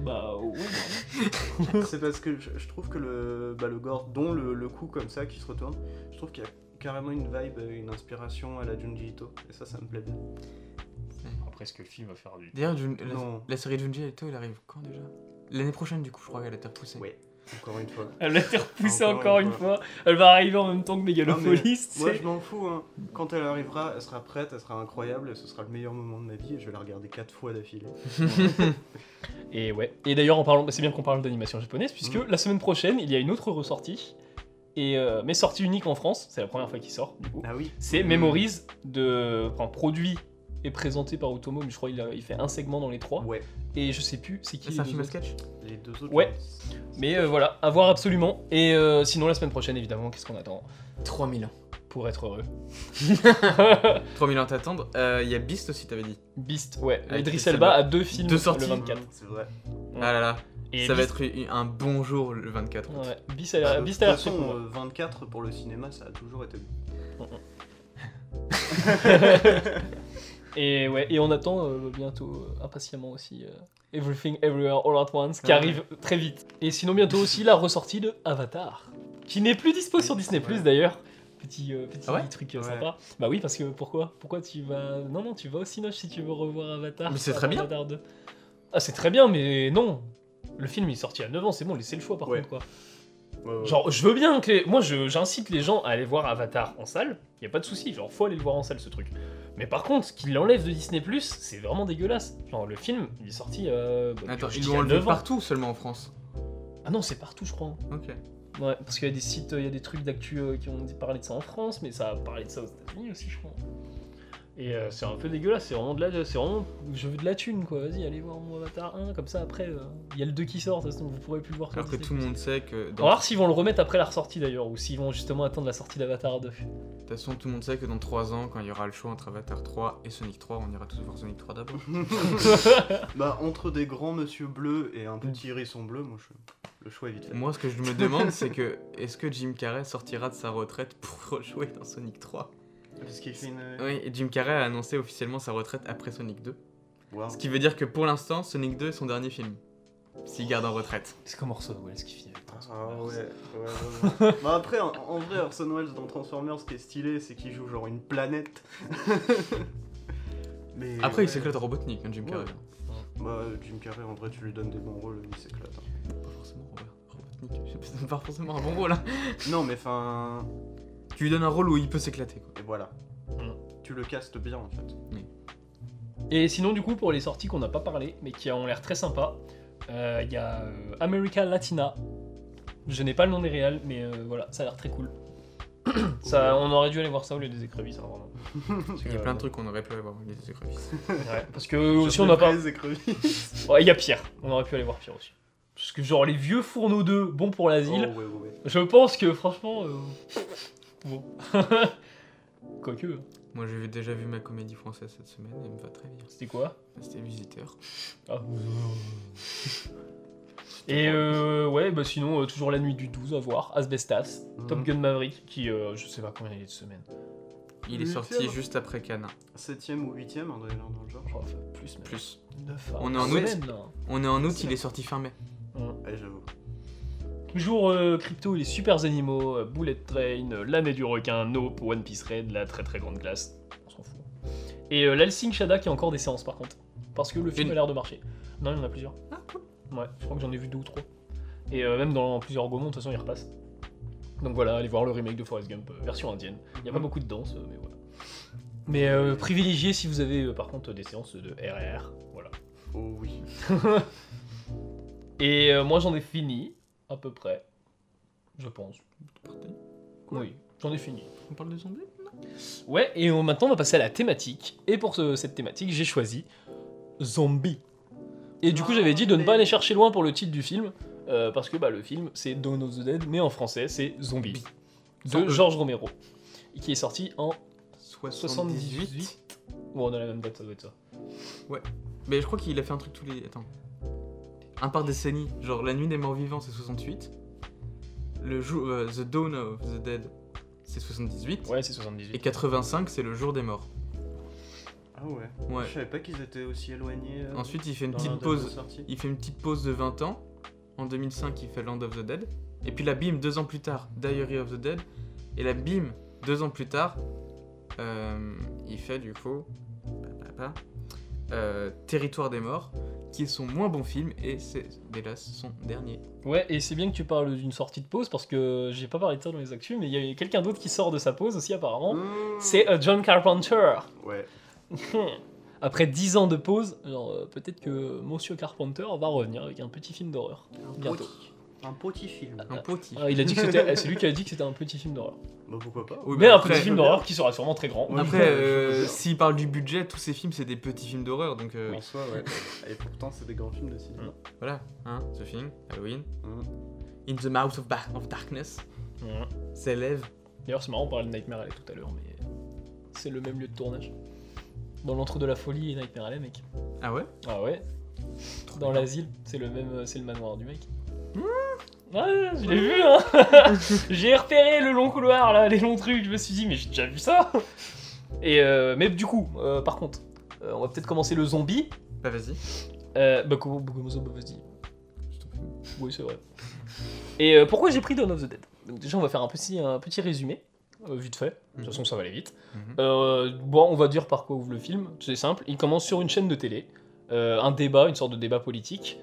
[SPEAKER 1] Bah ouais.
[SPEAKER 3] C'est parce que je, je trouve que le, bah, le gore, dont le, le coup comme ça qui se retourne, je trouve qu'il y a carrément une vibe, une inspiration à la Junji Ito. Et ça, ça me plaît bien.
[SPEAKER 1] Après ce que le film va faire du.
[SPEAKER 2] D'ailleurs, Jun- la,
[SPEAKER 3] Non.
[SPEAKER 2] la série de Junji Ito, elle arrive quand déjà L'année prochaine, du coup, je crois qu'elle a été repoussée.
[SPEAKER 3] Ouais. Encore une fois.
[SPEAKER 1] Elle va été repoussée encore,
[SPEAKER 3] Encore une
[SPEAKER 1] une fois. Elle va arriver en même temps que Megalopolis.
[SPEAKER 3] Moi,
[SPEAKER 1] tu
[SPEAKER 3] je m'en fous. hein. Quand elle arrivera, elle sera prête, elle sera incroyable, et ce sera le meilleur moment de ma vie. Et je vais la regarder quatre fois d'affilée.
[SPEAKER 1] sais. Et ouais. Et d'ailleurs, en parlant, c'est bien qu'on parle d'animation japonaise puisque
[SPEAKER 3] Mm.
[SPEAKER 1] la semaine prochaine, il y a une autre ressortie. Et euh, mais sortie unique en France, c'est la première fois qu'il sort du coup.
[SPEAKER 3] Ah oui.
[SPEAKER 1] C'est
[SPEAKER 2] Mm.
[SPEAKER 1] Memories de enfin, produit et présenté par Otomo, mais je crois qu'il a- il fait un segment dans les trois.
[SPEAKER 3] Ouais.
[SPEAKER 1] Et je sais plus c'est qui.
[SPEAKER 2] C'est
[SPEAKER 1] les
[SPEAKER 2] un film
[SPEAKER 1] deux
[SPEAKER 2] à sketch
[SPEAKER 3] Les deux autres.
[SPEAKER 1] Ouais.
[SPEAKER 3] je-
[SPEAKER 1] Mais euh, voilà, à voir absolument. Et euh, sinon, la semaine prochaine, évidemment, qu'est-ce qu'on attend
[SPEAKER 2] 3000 ans.
[SPEAKER 1] pour être heureux
[SPEAKER 2] 3000 ans à t'attendre. Euh, Il y a Beast aussi, t'avais dit.
[SPEAKER 1] Beast, ouais.
[SPEAKER 2] Avec
[SPEAKER 1] Idris
[SPEAKER 2] Idris
[SPEAKER 1] Elba
[SPEAKER 2] Elba.
[SPEAKER 1] a deux films
[SPEAKER 2] Deux sorties.
[SPEAKER 1] le 24.
[SPEAKER 3] C'est vrai.
[SPEAKER 2] Ah là là,
[SPEAKER 1] Et
[SPEAKER 2] ça
[SPEAKER 1] Beast-
[SPEAKER 2] va être u- un bon jour le 24 août.
[SPEAKER 1] Ouais, Beast a l'air
[SPEAKER 3] de
[SPEAKER 1] Beast
[SPEAKER 3] toute
[SPEAKER 1] a l'air
[SPEAKER 3] façon,
[SPEAKER 1] très cool, ouais.
[SPEAKER 3] euh, 24 pour le cinéma, ça a toujours été.
[SPEAKER 1] Et ouais, et on attend euh, bientôt euh, impatiemment aussi euh, Everything Everywhere All At Once, qui
[SPEAKER 2] Ah
[SPEAKER 3] Ouais.
[SPEAKER 1] arrive très vite. Et sinon, bientôt aussi la ressortie de Avatar, qui n'est plus dispo sur Disney,
[SPEAKER 3] Ouais.
[SPEAKER 1] d'ailleurs. Petit, euh, petit
[SPEAKER 2] Ah ouais
[SPEAKER 1] truc euh,
[SPEAKER 3] Ouais.
[SPEAKER 1] sympa. Bah oui, parce que pourquoi Pourquoi tu vas. Non, non, tu vas au Cinoche si tu veux revoir Avatar.
[SPEAKER 2] Mais c'est
[SPEAKER 1] avant
[SPEAKER 2] très bien.
[SPEAKER 1] Avatar 2. Ah, c'est très bien, mais non Le film il est sorti à 9 ans, c'est bon, laissez le choix par
[SPEAKER 3] Ouais.
[SPEAKER 1] contre, quoi.
[SPEAKER 3] Ouais, ouais.
[SPEAKER 1] Genre, je veux bien que. les- Moi, je- j'incite les gens à aller voir Avatar en salle. Y a pas de souci. Genre, faut aller le voir en salle, ce truc. Mais par contre, qu'il l'enlève de Disney c'est vraiment dégueulasse. Genre, le film, il est sorti. Euh, bah,
[SPEAKER 2] Attends,
[SPEAKER 1] je
[SPEAKER 2] ils
[SPEAKER 1] dis
[SPEAKER 2] l'ont
[SPEAKER 1] à
[SPEAKER 2] enlevé
[SPEAKER 1] 9 ans.
[SPEAKER 2] partout seulement en France.
[SPEAKER 1] Ah non, c'est partout, je crois.
[SPEAKER 2] Ok.
[SPEAKER 1] Ouais, parce qu'il y a des sites, il y a des trucs d'actu euh, qui ont dit- parlé de ça en France, mais ça a parlé de ça aux États-Unis aussi, je crois. Et euh, c'est un peu dégueulasse, c'est vraiment de la. C'est vraiment. Je veux de la thune, quoi. Vas-y, allez voir mon Avatar 1, comme ça après, euh, il y a le 2 qui sort, de toute façon, vous pourrez plus le voir sur
[SPEAKER 2] Alors que
[SPEAKER 1] Disney+.
[SPEAKER 2] tout le monde sait que.
[SPEAKER 1] On va
[SPEAKER 2] Dans...
[SPEAKER 1] voir s'ils vont le remettre après la ressortie d'ailleurs, ou s'ils vont justement attendre la sortie d'Avatar 2.
[SPEAKER 2] De toute façon, tout le monde sait que dans 3 ans, quand il y aura le choix entre Avatar 3 et Sonic 3, on ira tous voir Sonic 3 d'abord.
[SPEAKER 3] Bah, entre des grands monsieur bleus et un petit hérisson bleu, moi, je- le choix est vite fait.
[SPEAKER 2] Moi, ce que je me demande, c'est que est-ce que Jim Carrey sortira de sa retraite pour rejouer dans Sonic 3
[SPEAKER 3] Parce qu'il fait une. euh,
[SPEAKER 2] Oui, et Jim Carrey a annoncé officiellement sa retraite après Sonic 2.
[SPEAKER 3] Wow.
[SPEAKER 2] Ce qui veut dire que pour l'instant, Sonic 2 est son dernier film. S'il garde en retraite.
[SPEAKER 1] C'est comme Orson Welles qui finit avec
[SPEAKER 3] Ah
[SPEAKER 1] Transformers.
[SPEAKER 3] ouais, ouais, ouais, ouais. bah après, en, en vrai, Orson Welles dans Transformers, ce qui est stylé, c'est qu'il joue genre une planète. Mais
[SPEAKER 2] Après, il
[SPEAKER 3] ouais.
[SPEAKER 2] s'éclate à Robotnik, hein, Jim
[SPEAKER 3] Ouais.
[SPEAKER 2] Carrey.
[SPEAKER 3] Bah, Jim Carrey, en vrai, tu lui donnes des bons rôles, il s'éclate. hein.
[SPEAKER 2] Pas forcément Robert- Robotnik, je sais pas, pas forcément un bon rôle. hein.
[SPEAKER 3] Non, mais enfin.
[SPEAKER 2] Tu lui donnes un rôle où il peut s'éclater. quoi.
[SPEAKER 3] Et voilà.
[SPEAKER 1] Mm.
[SPEAKER 3] Tu le castes bien en fait.
[SPEAKER 1] Et sinon, du coup, pour les sorties qu'on n'a pas parlé, mais qui ont l'air très sympas, euh, il y a euh, America Latina. Je n'ai pas le nom des réals, mais euh, voilà, ça a l'air très cool. ça, on aurait dû aller voir ça au lieu des écrevisses, hein, vraiment. Parce que,
[SPEAKER 2] Il y a plein de
[SPEAKER 1] euh,
[SPEAKER 2] trucs qu'on aurait pu aller voir. Les écrevisses.
[SPEAKER 1] ouais, parce que aussi, on n'a pas.
[SPEAKER 3] Les écrevisses.
[SPEAKER 1] Ouais, il y a pire. On aurait pu aller voir pire aussi. Parce que, genre, les vieux fourneaux 2, bon pour
[SPEAKER 3] Oh,
[SPEAKER 1] l'asile.
[SPEAKER 3] ouais, ouais, ouais.
[SPEAKER 1] Je pense que, franchement. euh, Bon. Quoique, hein.
[SPEAKER 2] Moi, j'ai déjà vu ma comédie française cette semaine et elle me va très bien.
[SPEAKER 1] c'était quoi
[SPEAKER 2] C'était Visiteur.
[SPEAKER 1] Ah. Et euh, ouais, bah sinon, euh, toujours la nuit du 12 à voir, Asbestas,
[SPEAKER 3] Mhm.
[SPEAKER 1] Top Gun Maverick, qui euh, je sais pas combien il est de semaines.
[SPEAKER 2] Il est
[SPEAKER 3] Huitième.
[SPEAKER 2] sorti juste après Cannes.
[SPEAKER 3] Septième ou huitième, un dans le genre.
[SPEAKER 1] Oh, enfin, plus, même.
[SPEAKER 2] Plus.
[SPEAKER 1] Neuf à
[SPEAKER 2] On est
[SPEAKER 1] une
[SPEAKER 2] en août.
[SPEAKER 1] semaine, hein. là.
[SPEAKER 2] On est en août, il est sorti fin mai.
[SPEAKER 3] Ouais, Eh, j'avoue.
[SPEAKER 1] Toujours euh, Crypto et les super animaux, euh, Bullet Train, euh, L'année du requin, Nope, One Piece Red, la très très grande classe, on s'en fout. Et euh, l'Helsing Shada qui a encore des séances par contre, parce que le film
[SPEAKER 2] Une.
[SPEAKER 1] a l'air de marcher. Non, il y en a plusieurs. Ouais, je crois que j'en ai vu deux ou trois. Et euh, même dans plusieurs Gaumont, de toute façon, il repasse. Donc voilà, allez voir le remake de Forrest Gump, euh, version indienne. Il n'y a pas beaucoup de danse, euh, mais voilà. Mais euh, privilégiez si vous avez euh, par contre des séances de RR, voilà.
[SPEAKER 3] Oh oui.
[SPEAKER 1] Et euh, moi j'en ai fini, à peu près, je pense.
[SPEAKER 2] Cool.
[SPEAKER 1] Oui, j'en ai fini.
[SPEAKER 2] On parle de zombies
[SPEAKER 1] Ouais, et on- maintenant on va passer à la thématique. Et pour ce- cette thématique, j'ai choisi Zombie. Et du coup, j'avais dit de ne pas aller chercher loin pour le titre du film, euh, parce que bah, le film c'est Dawn of the Dead, mais en français c'est Zombie. euh,
[SPEAKER 2] Sans
[SPEAKER 1] De
[SPEAKER 2] E.
[SPEAKER 1] Georges Romero, qui est sorti en.
[SPEAKER 2] 78.
[SPEAKER 1] 78. Bon, on a la même date, ça doit être ça.
[SPEAKER 2] Mais je crois qu'il a fait un truc tous les. Attends. Un par décennie. Genre La Nuit des Morts Vivants, c'est 68. Le jour. euh, the Dawn of the Dead, c'est 78.
[SPEAKER 1] Ouais, c'est
[SPEAKER 2] Et
[SPEAKER 1] 78.
[SPEAKER 2] 85, c'est le jour des morts.
[SPEAKER 3] Ah ouais.
[SPEAKER 2] Ouais.
[SPEAKER 3] Je savais pas qu'ils étaient aussi éloignés. euh,
[SPEAKER 2] Ensuite, il fait une
[SPEAKER 3] dans
[SPEAKER 2] petite
[SPEAKER 3] leur date de
[SPEAKER 2] pause.
[SPEAKER 3] sortie.
[SPEAKER 2] Il fait une petite pause de 20 ans. En 2005, il fait Land of the Dead. Et puis la bim, deux ans plus tard, Diary of the Dead. Et la bim, deux ans plus tard, euh, il fait du coup pa, pa, pa, euh, Territoire des morts, qui est son moins bon film et c'est hélas son dernier.
[SPEAKER 1] Ouais, et c'est bien que tu parles d'une sortie de pause, parce que j'ai pas parlé de ça dans les actus, mais il y a quelqu'un d'autre qui sort de sa pause aussi, apparemment.
[SPEAKER 3] Mmh.
[SPEAKER 1] C'est euh, John Carpenter.
[SPEAKER 3] Ouais.
[SPEAKER 1] Hmm. Après 10 ans de pause, alors, euh, peut-être que Monsieur Carpenter va revenir avec un petit film d'horreur.
[SPEAKER 3] Un
[SPEAKER 1] Bientôt.
[SPEAKER 3] petit- Un petit film.
[SPEAKER 2] Un petit.
[SPEAKER 1] Ah, il a dit que c'était, c'est lui qui a dit que c'était un petit film d'horreur.
[SPEAKER 3] Bah pourquoi pas
[SPEAKER 2] Oui,
[SPEAKER 1] Mais
[SPEAKER 2] bah,
[SPEAKER 1] un
[SPEAKER 2] après,
[SPEAKER 1] petit film d'horreur qui sera sûrement très grand.
[SPEAKER 3] Ouais.
[SPEAKER 2] après,
[SPEAKER 3] Oui,
[SPEAKER 2] euh,
[SPEAKER 3] je veux bien.
[SPEAKER 2] s'il parle du budget, tous ces films c'est des petits films d'horreur, donc euh,
[SPEAKER 3] En soi, ouais. Et pourtant, c'est des grands films de cinéma.
[SPEAKER 2] voilà, hein, The Thing, Halloween,
[SPEAKER 3] Mm.
[SPEAKER 2] In the Mouth of, Ba- of Darkness,
[SPEAKER 1] Ouais.
[SPEAKER 2] s'élève.
[SPEAKER 1] Hmm. D'ailleurs, c'est marrant, on parlait de Nightmare Alley tout à l'heure, mais c'est le même lieu de tournage. Dans l'entre de la folie et Nightmare Alley, mec.
[SPEAKER 2] Ah ouais
[SPEAKER 1] Ah ouais Dans l'asile, c'est le même, c'est le manoir du mec. Ouais, je l'ai vu, hein J'ai repéré le long couloir, là, les longs trucs, je me suis dit, mais j'ai déjà vu ça Et euh, Mais du coup, euh, par contre, euh, on va peut-être commencer le zombie.
[SPEAKER 2] Bah vas-y.
[SPEAKER 1] Euh, bah, comment comment ça, bah, vas-y. Oui, c'est vrai. Et euh, pourquoi j'ai pris Dawn of the Dead Donc, déjà, on va faire un petit, un petit résumé, euh, vite fait. De toute façon, ça va aller vite.
[SPEAKER 2] Mhm.
[SPEAKER 1] Euh, bon, on va dire par quoi ouvre le film. C'est simple. Il commence sur une chaîne de télé, euh, un débat, une sorte de débat politique.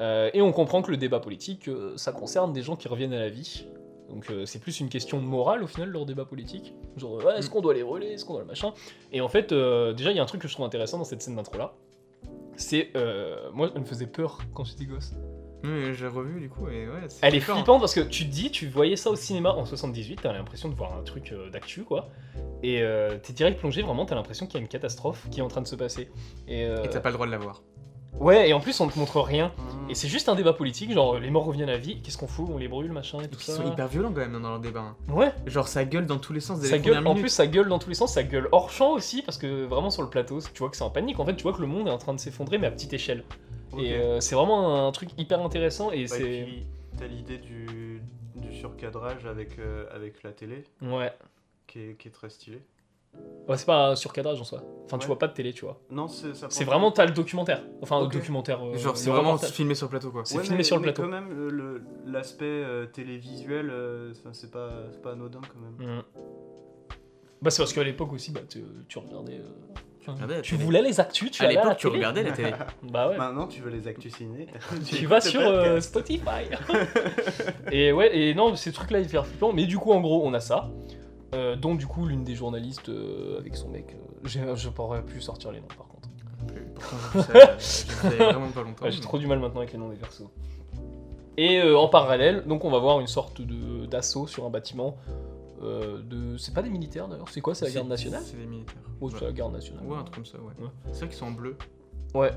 [SPEAKER 1] Euh, et on comprend que le débat politique, euh, ça concerne des gens qui reviennent à la vie. Donc euh, c'est plus une question de morale au final leur débat politique. Genre euh, Ouais, est-ce
[SPEAKER 2] Mm.
[SPEAKER 1] qu'on doit les relais, est-ce qu'on doit le machin. Et en fait, euh, déjà il y a un truc que je trouve intéressant dans cette scène d'intro là. C'est euh, moi, elle me faisait peur quand j'étais gosse.
[SPEAKER 2] Oui, mais j'ai revu du coup et ouais. c'est
[SPEAKER 1] Elle est
[SPEAKER 2] flippant.
[SPEAKER 1] flippante parce que tu te dis, tu voyais ça au cinéma en 78, t'as l'impression de voir un truc euh, d'actu quoi. Et euh, t'es direct plongé, vraiment, t'as l'impression qu'il y a une catastrophe qui est en train de se passer. Et, euh,
[SPEAKER 2] Et t'as pas Mm. le droit de la voir.
[SPEAKER 1] ouais, et en plus on te montre rien.
[SPEAKER 3] Mhm.
[SPEAKER 1] Et c'est juste un débat politique, genre les morts reviennent à la vie, qu'est-ce qu'on fout, on les brûle, machin et
[SPEAKER 2] Et
[SPEAKER 1] tout
[SPEAKER 2] puis
[SPEAKER 1] ça.
[SPEAKER 2] ils sont hyper violents quand même dans leur débat. hein.
[SPEAKER 1] Ouais,
[SPEAKER 2] Genre ça gueule dans tous les sens dès
[SPEAKER 1] ça
[SPEAKER 2] les
[SPEAKER 1] gueule,
[SPEAKER 2] premières
[SPEAKER 1] en
[SPEAKER 2] minutes.
[SPEAKER 1] plus ça gueule dans tous les sens, ça gueule hors champ aussi, parce que vraiment sur le plateau, tu vois que c'est en panique, en fait tu vois que le monde est en train de s'effondrer mais à petite échelle.
[SPEAKER 3] Ok.
[SPEAKER 1] Et euh, c'est vraiment un truc hyper intéressant et
[SPEAKER 3] Bah, et
[SPEAKER 1] c'est...
[SPEAKER 3] puis, t'as l'idée du, du surcadrage avec, euh, avec la télé,
[SPEAKER 1] Ouais.
[SPEAKER 3] qui est, qui est très stylée.
[SPEAKER 1] ouais c'est pas un surcadrage en soi. Enfin tu
[SPEAKER 3] Ouais.
[SPEAKER 1] vois pas de télé, tu vois.
[SPEAKER 3] Non, c'est ça
[SPEAKER 1] C'est
[SPEAKER 3] prend-
[SPEAKER 1] vraiment t'as le documentaire. Enfin
[SPEAKER 3] Ok.
[SPEAKER 1] le documentaire. euh,
[SPEAKER 2] Genre c'est
[SPEAKER 1] le
[SPEAKER 2] vraiment
[SPEAKER 1] reportage.
[SPEAKER 2] filmé sur le plateau quoi.
[SPEAKER 1] c'est
[SPEAKER 3] Ouais,
[SPEAKER 1] filmé
[SPEAKER 3] mais-
[SPEAKER 1] sur le
[SPEAKER 3] mais
[SPEAKER 1] plateau.
[SPEAKER 3] quand même, euh, le- l'aspect euh, télévisuel, euh, ça, c'est pas, c'est pas anodin quand même.
[SPEAKER 1] Mm. Bah c'est parce qu'à l'époque aussi bah tu, tu regardais. euh, enfin,
[SPEAKER 2] regardais la
[SPEAKER 1] tu
[SPEAKER 2] télé.
[SPEAKER 1] voulais les actus, tu
[SPEAKER 2] à
[SPEAKER 1] allais à la
[SPEAKER 2] l'époque tu
[SPEAKER 1] télé.
[SPEAKER 2] regardais la télé.
[SPEAKER 1] Bah ouais.
[SPEAKER 3] Maintenant, tu veux les actus ciné.
[SPEAKER 1] tu
[SPEAKER 3] écoutes
[SPEAKER 1] vas
[SPEAKER 3] le
[SPEAKER 1] sur
[SPEAKER 3] podcast.
[SPEAKER 1] euh, Spotify. et ouais, et non, ces trucs-là, ils font flippant. Mais du coup, en gros, on a ça. Euh, dont du coup, l'une des journalistes euh, avec son mec. euh, j'ai- je pourrais plus sortir les noms par contre.
[SPEAKER 2] Pourtant, j'ai vu ça- j'ai vu ça il y a vraiment pas longtemps.
[SPEAKER 1] Ouais, J'ai
[SPEAKER 2] mais-
[SPEAKER 1] trop du mal maintenant avec les noms des persos. Et euh, en parallèle, donc on va voir une sorte de d'assaut sur un bâtiment. euh, de... C'est pas des militaires d'ailleurs, c'est quoi C'est la garde nationale
[SPEAKER 2] C'est des militaires.
[SPEAKER 1] Oh,
[SPEAKER 2] Ouais.
[SPEAKER 1] c'est la garde nationale.
[SPEAKER 2] Ouais, un truc comme ça, ouais.
[SPEAKER 1] Ouais.
[SPEAKER 2] C'est vrai qu'ils sont en bleu.
[SPEAKER 1] Ouais.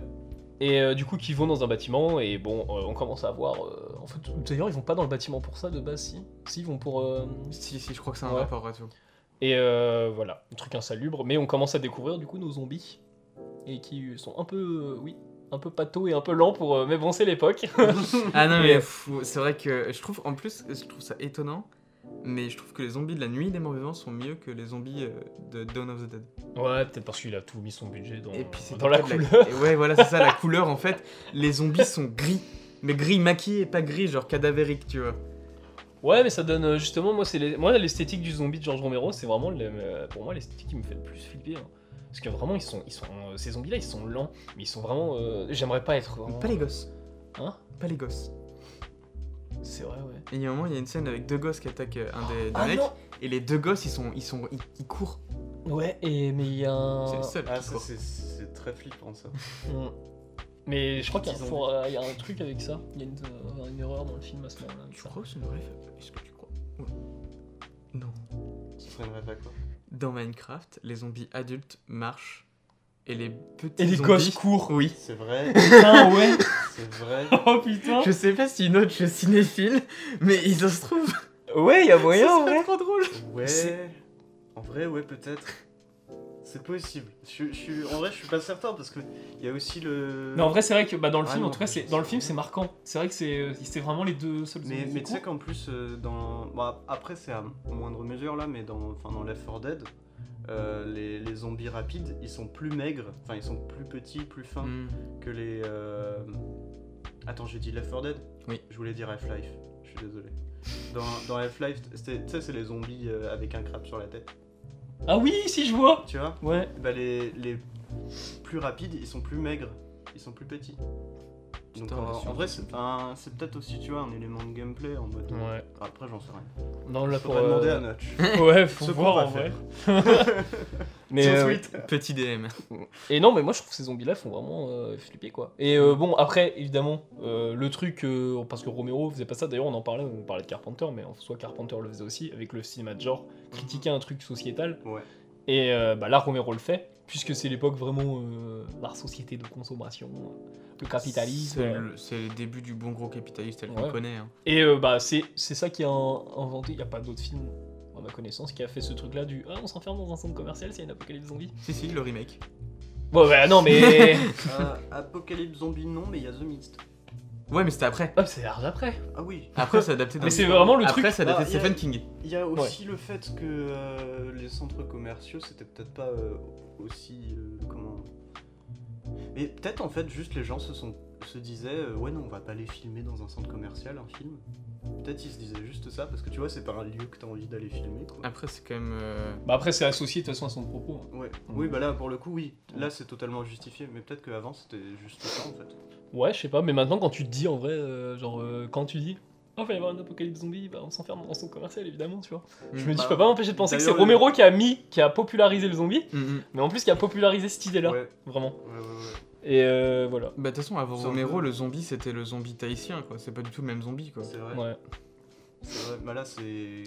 [SPEAKER 1] Et euh, du coup, qui vont dans un bâtiment, et bon, euh, on commence à voir. euh, en fait, d'ailleurs, ils vont pas dans le bâtiment pour ça de base, si. Si, ils vont pour. euh,
[SPEAKER 2] Si, si, je crois que c'est un
[SPEAKER 1] Ouais.
[SPEAKER 2] rapport à tout.
[SPEAKER 1] Et euh, voilà, un truc insalubre, mais on commence à découvrir du coup nos zombies. Et qui sont un peu. euh, oui, un peu pâteaux et un peu lents pour. euh, mais bon, c'est l'époque.
[SPEAKER 2] Ah non,
[SPEAKER 1] Et-
[SPEAKER 2] mais fou, c'est vrai que je trouve, en plus, je trouve ça étonnant, mais je trouve que les zombies de la nuit des morts vivants sont mieux que les zombies euh, de Dawn of the Dead.
[SPEAKER 1] ouais, peut-être parce qu'il a tout mis son budget dans,
[SPEAKER 2] Et puis c'est
[SPEAKER 1] dans la
[SPEAKER 2] pas de
[SPEAKER 1] couleur.
[SPEAKER 2] Et ouais, voilà, c'est ça, la couleur en fait. Les zombies sont gris, mais gris maquillé, pas gris, genre cadavérique, tu vois.
[SPEAKER 1] Ouais, mais ça donne euh, justement, moi, c'est les- moi l'esthétique du zombie de George Romero, c'est vraiment le- euh, pour moi l'esthétique qui me fait le plus flipper. hein. Parce que vraiment, ils sont, ils sont, euh, ces zombies-là, ils sont lents, mais ils sont vraiment. euh, J'aimerais pas être.
[SPEAKER 2] Mais
[SPEAKER 1] vraiment-
[SPEAKER 2] pas les gosses.
[SPEAKER 1] Hein
[SPEAKER 2] Pas les gosses.
[SPEAKER 1] C'est vrai, ouais.
[SPEAKER 2] Et il y a un moment, il y a une scène avec deux gosses qui attaquent euh, un des, des
[SPEAKER 1] Ah
[SPEAKER 2] mecs,
[SPEAKER 1] non
[SPEAKER 2] et les deux gosses, ils sont, ils sont, ils, ils courent.
[SPEAKER 1] Ouais, et mais il y a un.
[SPEAKER 2] C'est le seul
[SPEAKER 3] Ah,
[SPEAKER 2] qui
[SPEAKER 3] ça,
[SPEAKER 2] court.
[SPEAKER 3] c'est- c'est très flippant ça.
[SPEAKER 1] Mm. Mais je crois qu'il y, a un
[SPEAKER 3] Petits
[SPEAKER 1] four- euh, il y a un truc avec ça. Il y a une, euh, une erreur dans le film à ce moment-là. avec
[SPEAKER 2] Tu
[SPEAKER 1] ça.
[SPEAKER 2] crois que c'est une ref Est-ce que tu crois Ouais. Non.
[SPEAKER 3] Ce serait une rêve à quoi
[SPEAKER 2] Dans Minecraft, les zombies adultes marchent et les petits
[SPEAKER 1] Et les
[SPEAKER 2] zombies...
[SPEAKER 1] gosses courent.
[SPEAKER 2] Oui.
[SPEAKER 3] C'est vrai,
[SPEAKER 1] Putain, ouais.
[SPEAKER 3] c'est vrai.
[SPEAKER 1] Oh putain.
[SPEAKER 2] Je sais pas si une autre, je suis cinéphile, mais ils se trouve.
[SPEAKER 1] Ouais, il y a
[SPEAKER 2] ça
[SPEAKER 1] moyen,
[SPEAKER 2] serait
[SPEAKER 1] ouais.
[SPEAKER 2] trop drôle.
[SPEAKER 3] Ouais.
[SPEAKER 2] C'est-
[SPEAKER 3] En vrai, ouais, peut-être. C'est possible. Je, je suis, en vrai, je suis pas certain parce que il y a aussi le.
[SPEAKER 1] Non, en vrai, c'est vrai que bah, dans le
[SPEAKER 3] Ah
[SPEAKER 1] film,
[SPEAKER 3] non,
[SPEAKER 1] en tout cas,
[SPEAKER 3] je
[SPEAKER 1] c'est
[SPEAKER 3] sais
[SPEAKER 1] dans le
[SPEAKER 3] pas.
[SPEAKER 1] film, c'est marquant. C'est vrai que c'est euh, c'est vraiment les deux seuls.
[SPEAKER 3] Mais,
[SPEAKER 1] zombies
[SPEAKER 3] mais
[SPEAKER 1] qui
[SPEAKER 3] tu sais
[SPEAKER 1] courent.
[SPEAKER 3] qu'en plus, euh, dans... bon, ap- après c'est à moindre mesure là, mais dans, enfin, dans Left 4 Dead, euh, les, les zombies rapides, ils sont plus maigres, enfin ils sont plus petits, plus fins
[SPEAKER 2] Hmm.
[SPEAKER 3] que les... euh, Attends, j'ai dit Left 4 Dead
[SPEAKER 2] Oui.
[SPEAKER 3] Je voulais dire Half-Life, je suis désolé. Dans, dans Half-Life, c'était- tu sais, c'est les zombies euh, avec un crabe sur la tête,
[SPEAKER 1] Ah oui, si je vois.
[SPEAKER 3] tu vois
[SPEAKER 1] Ouais.
[SPEAKER 3] bah, les, les plus rapides, ils sont plus maigres, ils sont plus petits. Donc
[SPEAKER 2] Putain,
[SPEAKER 3] en,
[SPEAKER 2] la
[SPEAKER 3] en
[SPEAKER 2] science,
[SPEAKER 3] vrai,
[SPEAKER 2] c'est
[SPEAKER 3] c'est un- c'est peut-être aussi, tu vois, un élément de gameplay en mode... euh,
[SPEAKER 1] Ouais.
[SPEAKER 3] Après, j'en sais rien.
[SPEAKER 1] Non, là,
[SPEAKER 3] Faut
[SPEAKER 1] pour
[SPEAKER 3] pas demander à
[SPEAKER 1] euh,
[SPEAKER 3] Notch.
[SPEAKER 1] Ouais, faut
[SPEAKER 3] Ce
[SPEAKER 1] voir
[SPEAKER 3] qu'on va
[SPEAKER 1] en vrai.
[SPEAKER 3] faire.
[SPEAKER 1] Mais
[SPEAKER 3] Sur
[SPEAKER 1] euh,
[SPEAKER 3] Twitter.
[SPEAKER 2] Petit DM.
[SPEAKER 1] Et non, mais moi je trouve que ces zombies-là font vraiment euh, flipper quoi. Et euh, bon, après, évidemment, euh, le truc, euh, parce que Romero faisait pas ça, d'ailleurs on en parlait, on parlait de Carpenter, mais en soi Carpenter le faisait aussi, avec le cinéma de genre, critiquer un truc sociétal.
[SPEAKER 3] Ouais.
[SPEAKER 1] Et euh, bah, là, Romero le fait, puisque c'est l'époque vraiment euh, la société de consommation, euh, le capitalisme.
[SPEAKER 2] C'est
[SPEAKER 1] euh.
[SPEAKER 2] le- C'est le début du bon gros capitaliste, elle
[SPEAKER 1] Ouais.
[SPEAKER 2] qu'on connaît. hein.
[SPEAKER 1] Et euh, bah, c'est c'est ça qui a in- inventé, il a pas d'autres films à ma connaissance, qui a fait ce truc-là du Ah, on s'enferme dans un centre commercial, c'est une apocalypse zombie.
[SPEAKER 2] Si, si, le remake.
[SPEAKER 1] Bon, bah non, mais.
[SPEAKER 3] Euh, Apocalypse Zombie, non, mais il y a The Mist.
[SPEAKER 2] Ouais, mais c'était après.
[SPEAKER 1] Hop, c'est large après.
[SPEAKER 3] Ah oui.
[SPEAKER 2] Après, ça adapté dans.
[SPEAKER 1] Mais c'est vraiment le truc. Bah,
[SPEAKER 2] Après, ça adapté de
[SPEAKER 3] Ah, y a-
[SPEAKER 2] Stephen King.
[SPEAKER 3] Il y a aussi le fait que euh, les centres commerciaux, c'était peut-être pas euh, aussi. euh, comment Mais peut-être en fait juste les gens se sont se disaient euh, ouais non on va pas les filmer dans un centre commercial un film. Peut-être ils se disaient juste ça parce que tu vois c'est pas un lieu que t'as envie d'aller filmer quoi.
[SPEAKER 2] Après, c'est quand même. euh,
[SPEAKER 1] Bah après, c'est associé de toute façon à son propos. hein.
[SPEAKER 3] Ouais. Oui bah là pour le coup oui là c'est totalement justifié mais peut-être qu'avant c'était juste ça en fait.
[SPEAKER 1] Ouais, je sais pas, mais maintenant quand tu te dis en vrai, euh, genre euh, quand tu dis. Oh, va y avoir un apocalypse zombie, bah, on s'enferme dans son commercial évidemment, tu vois.
[SPEAKER 2] Mm,
[SPEAKER 1] Je me dis, je peux pas m'empêcher de penser que c'est
[SPEAKER 3] D'ailleurs,
[SPEAKER 1] Romero qui a mis, qui a popularisé le zombie,
[SPEAKER 2] Mm, mm.
[SPEAKER 1] mais en plus qui a popularisé cette idée-là,
[SPEAKER 3] Ouais
[SPEAKER 1] vraiment.
[SPEAKER 3] ouais ouais ouais.
[SPEAKER 1] Et euh, voilà.
[SPEAKER 2] Bah, de toute façon, avant
[SPEAKER 3] Sans
[SPEAKER 2] Romero,
[SPEAKER 3] doute.
[SPEAKER 2] le zombie, c'était le zombie tahitien, quoi. C'est pas du tout le même zombie, quoi.
[SPEAKER 3] C'est vrai.
[SPEAKER 1] Ouais.
[SPEAKER 3] C'est vrai, bah là c'est.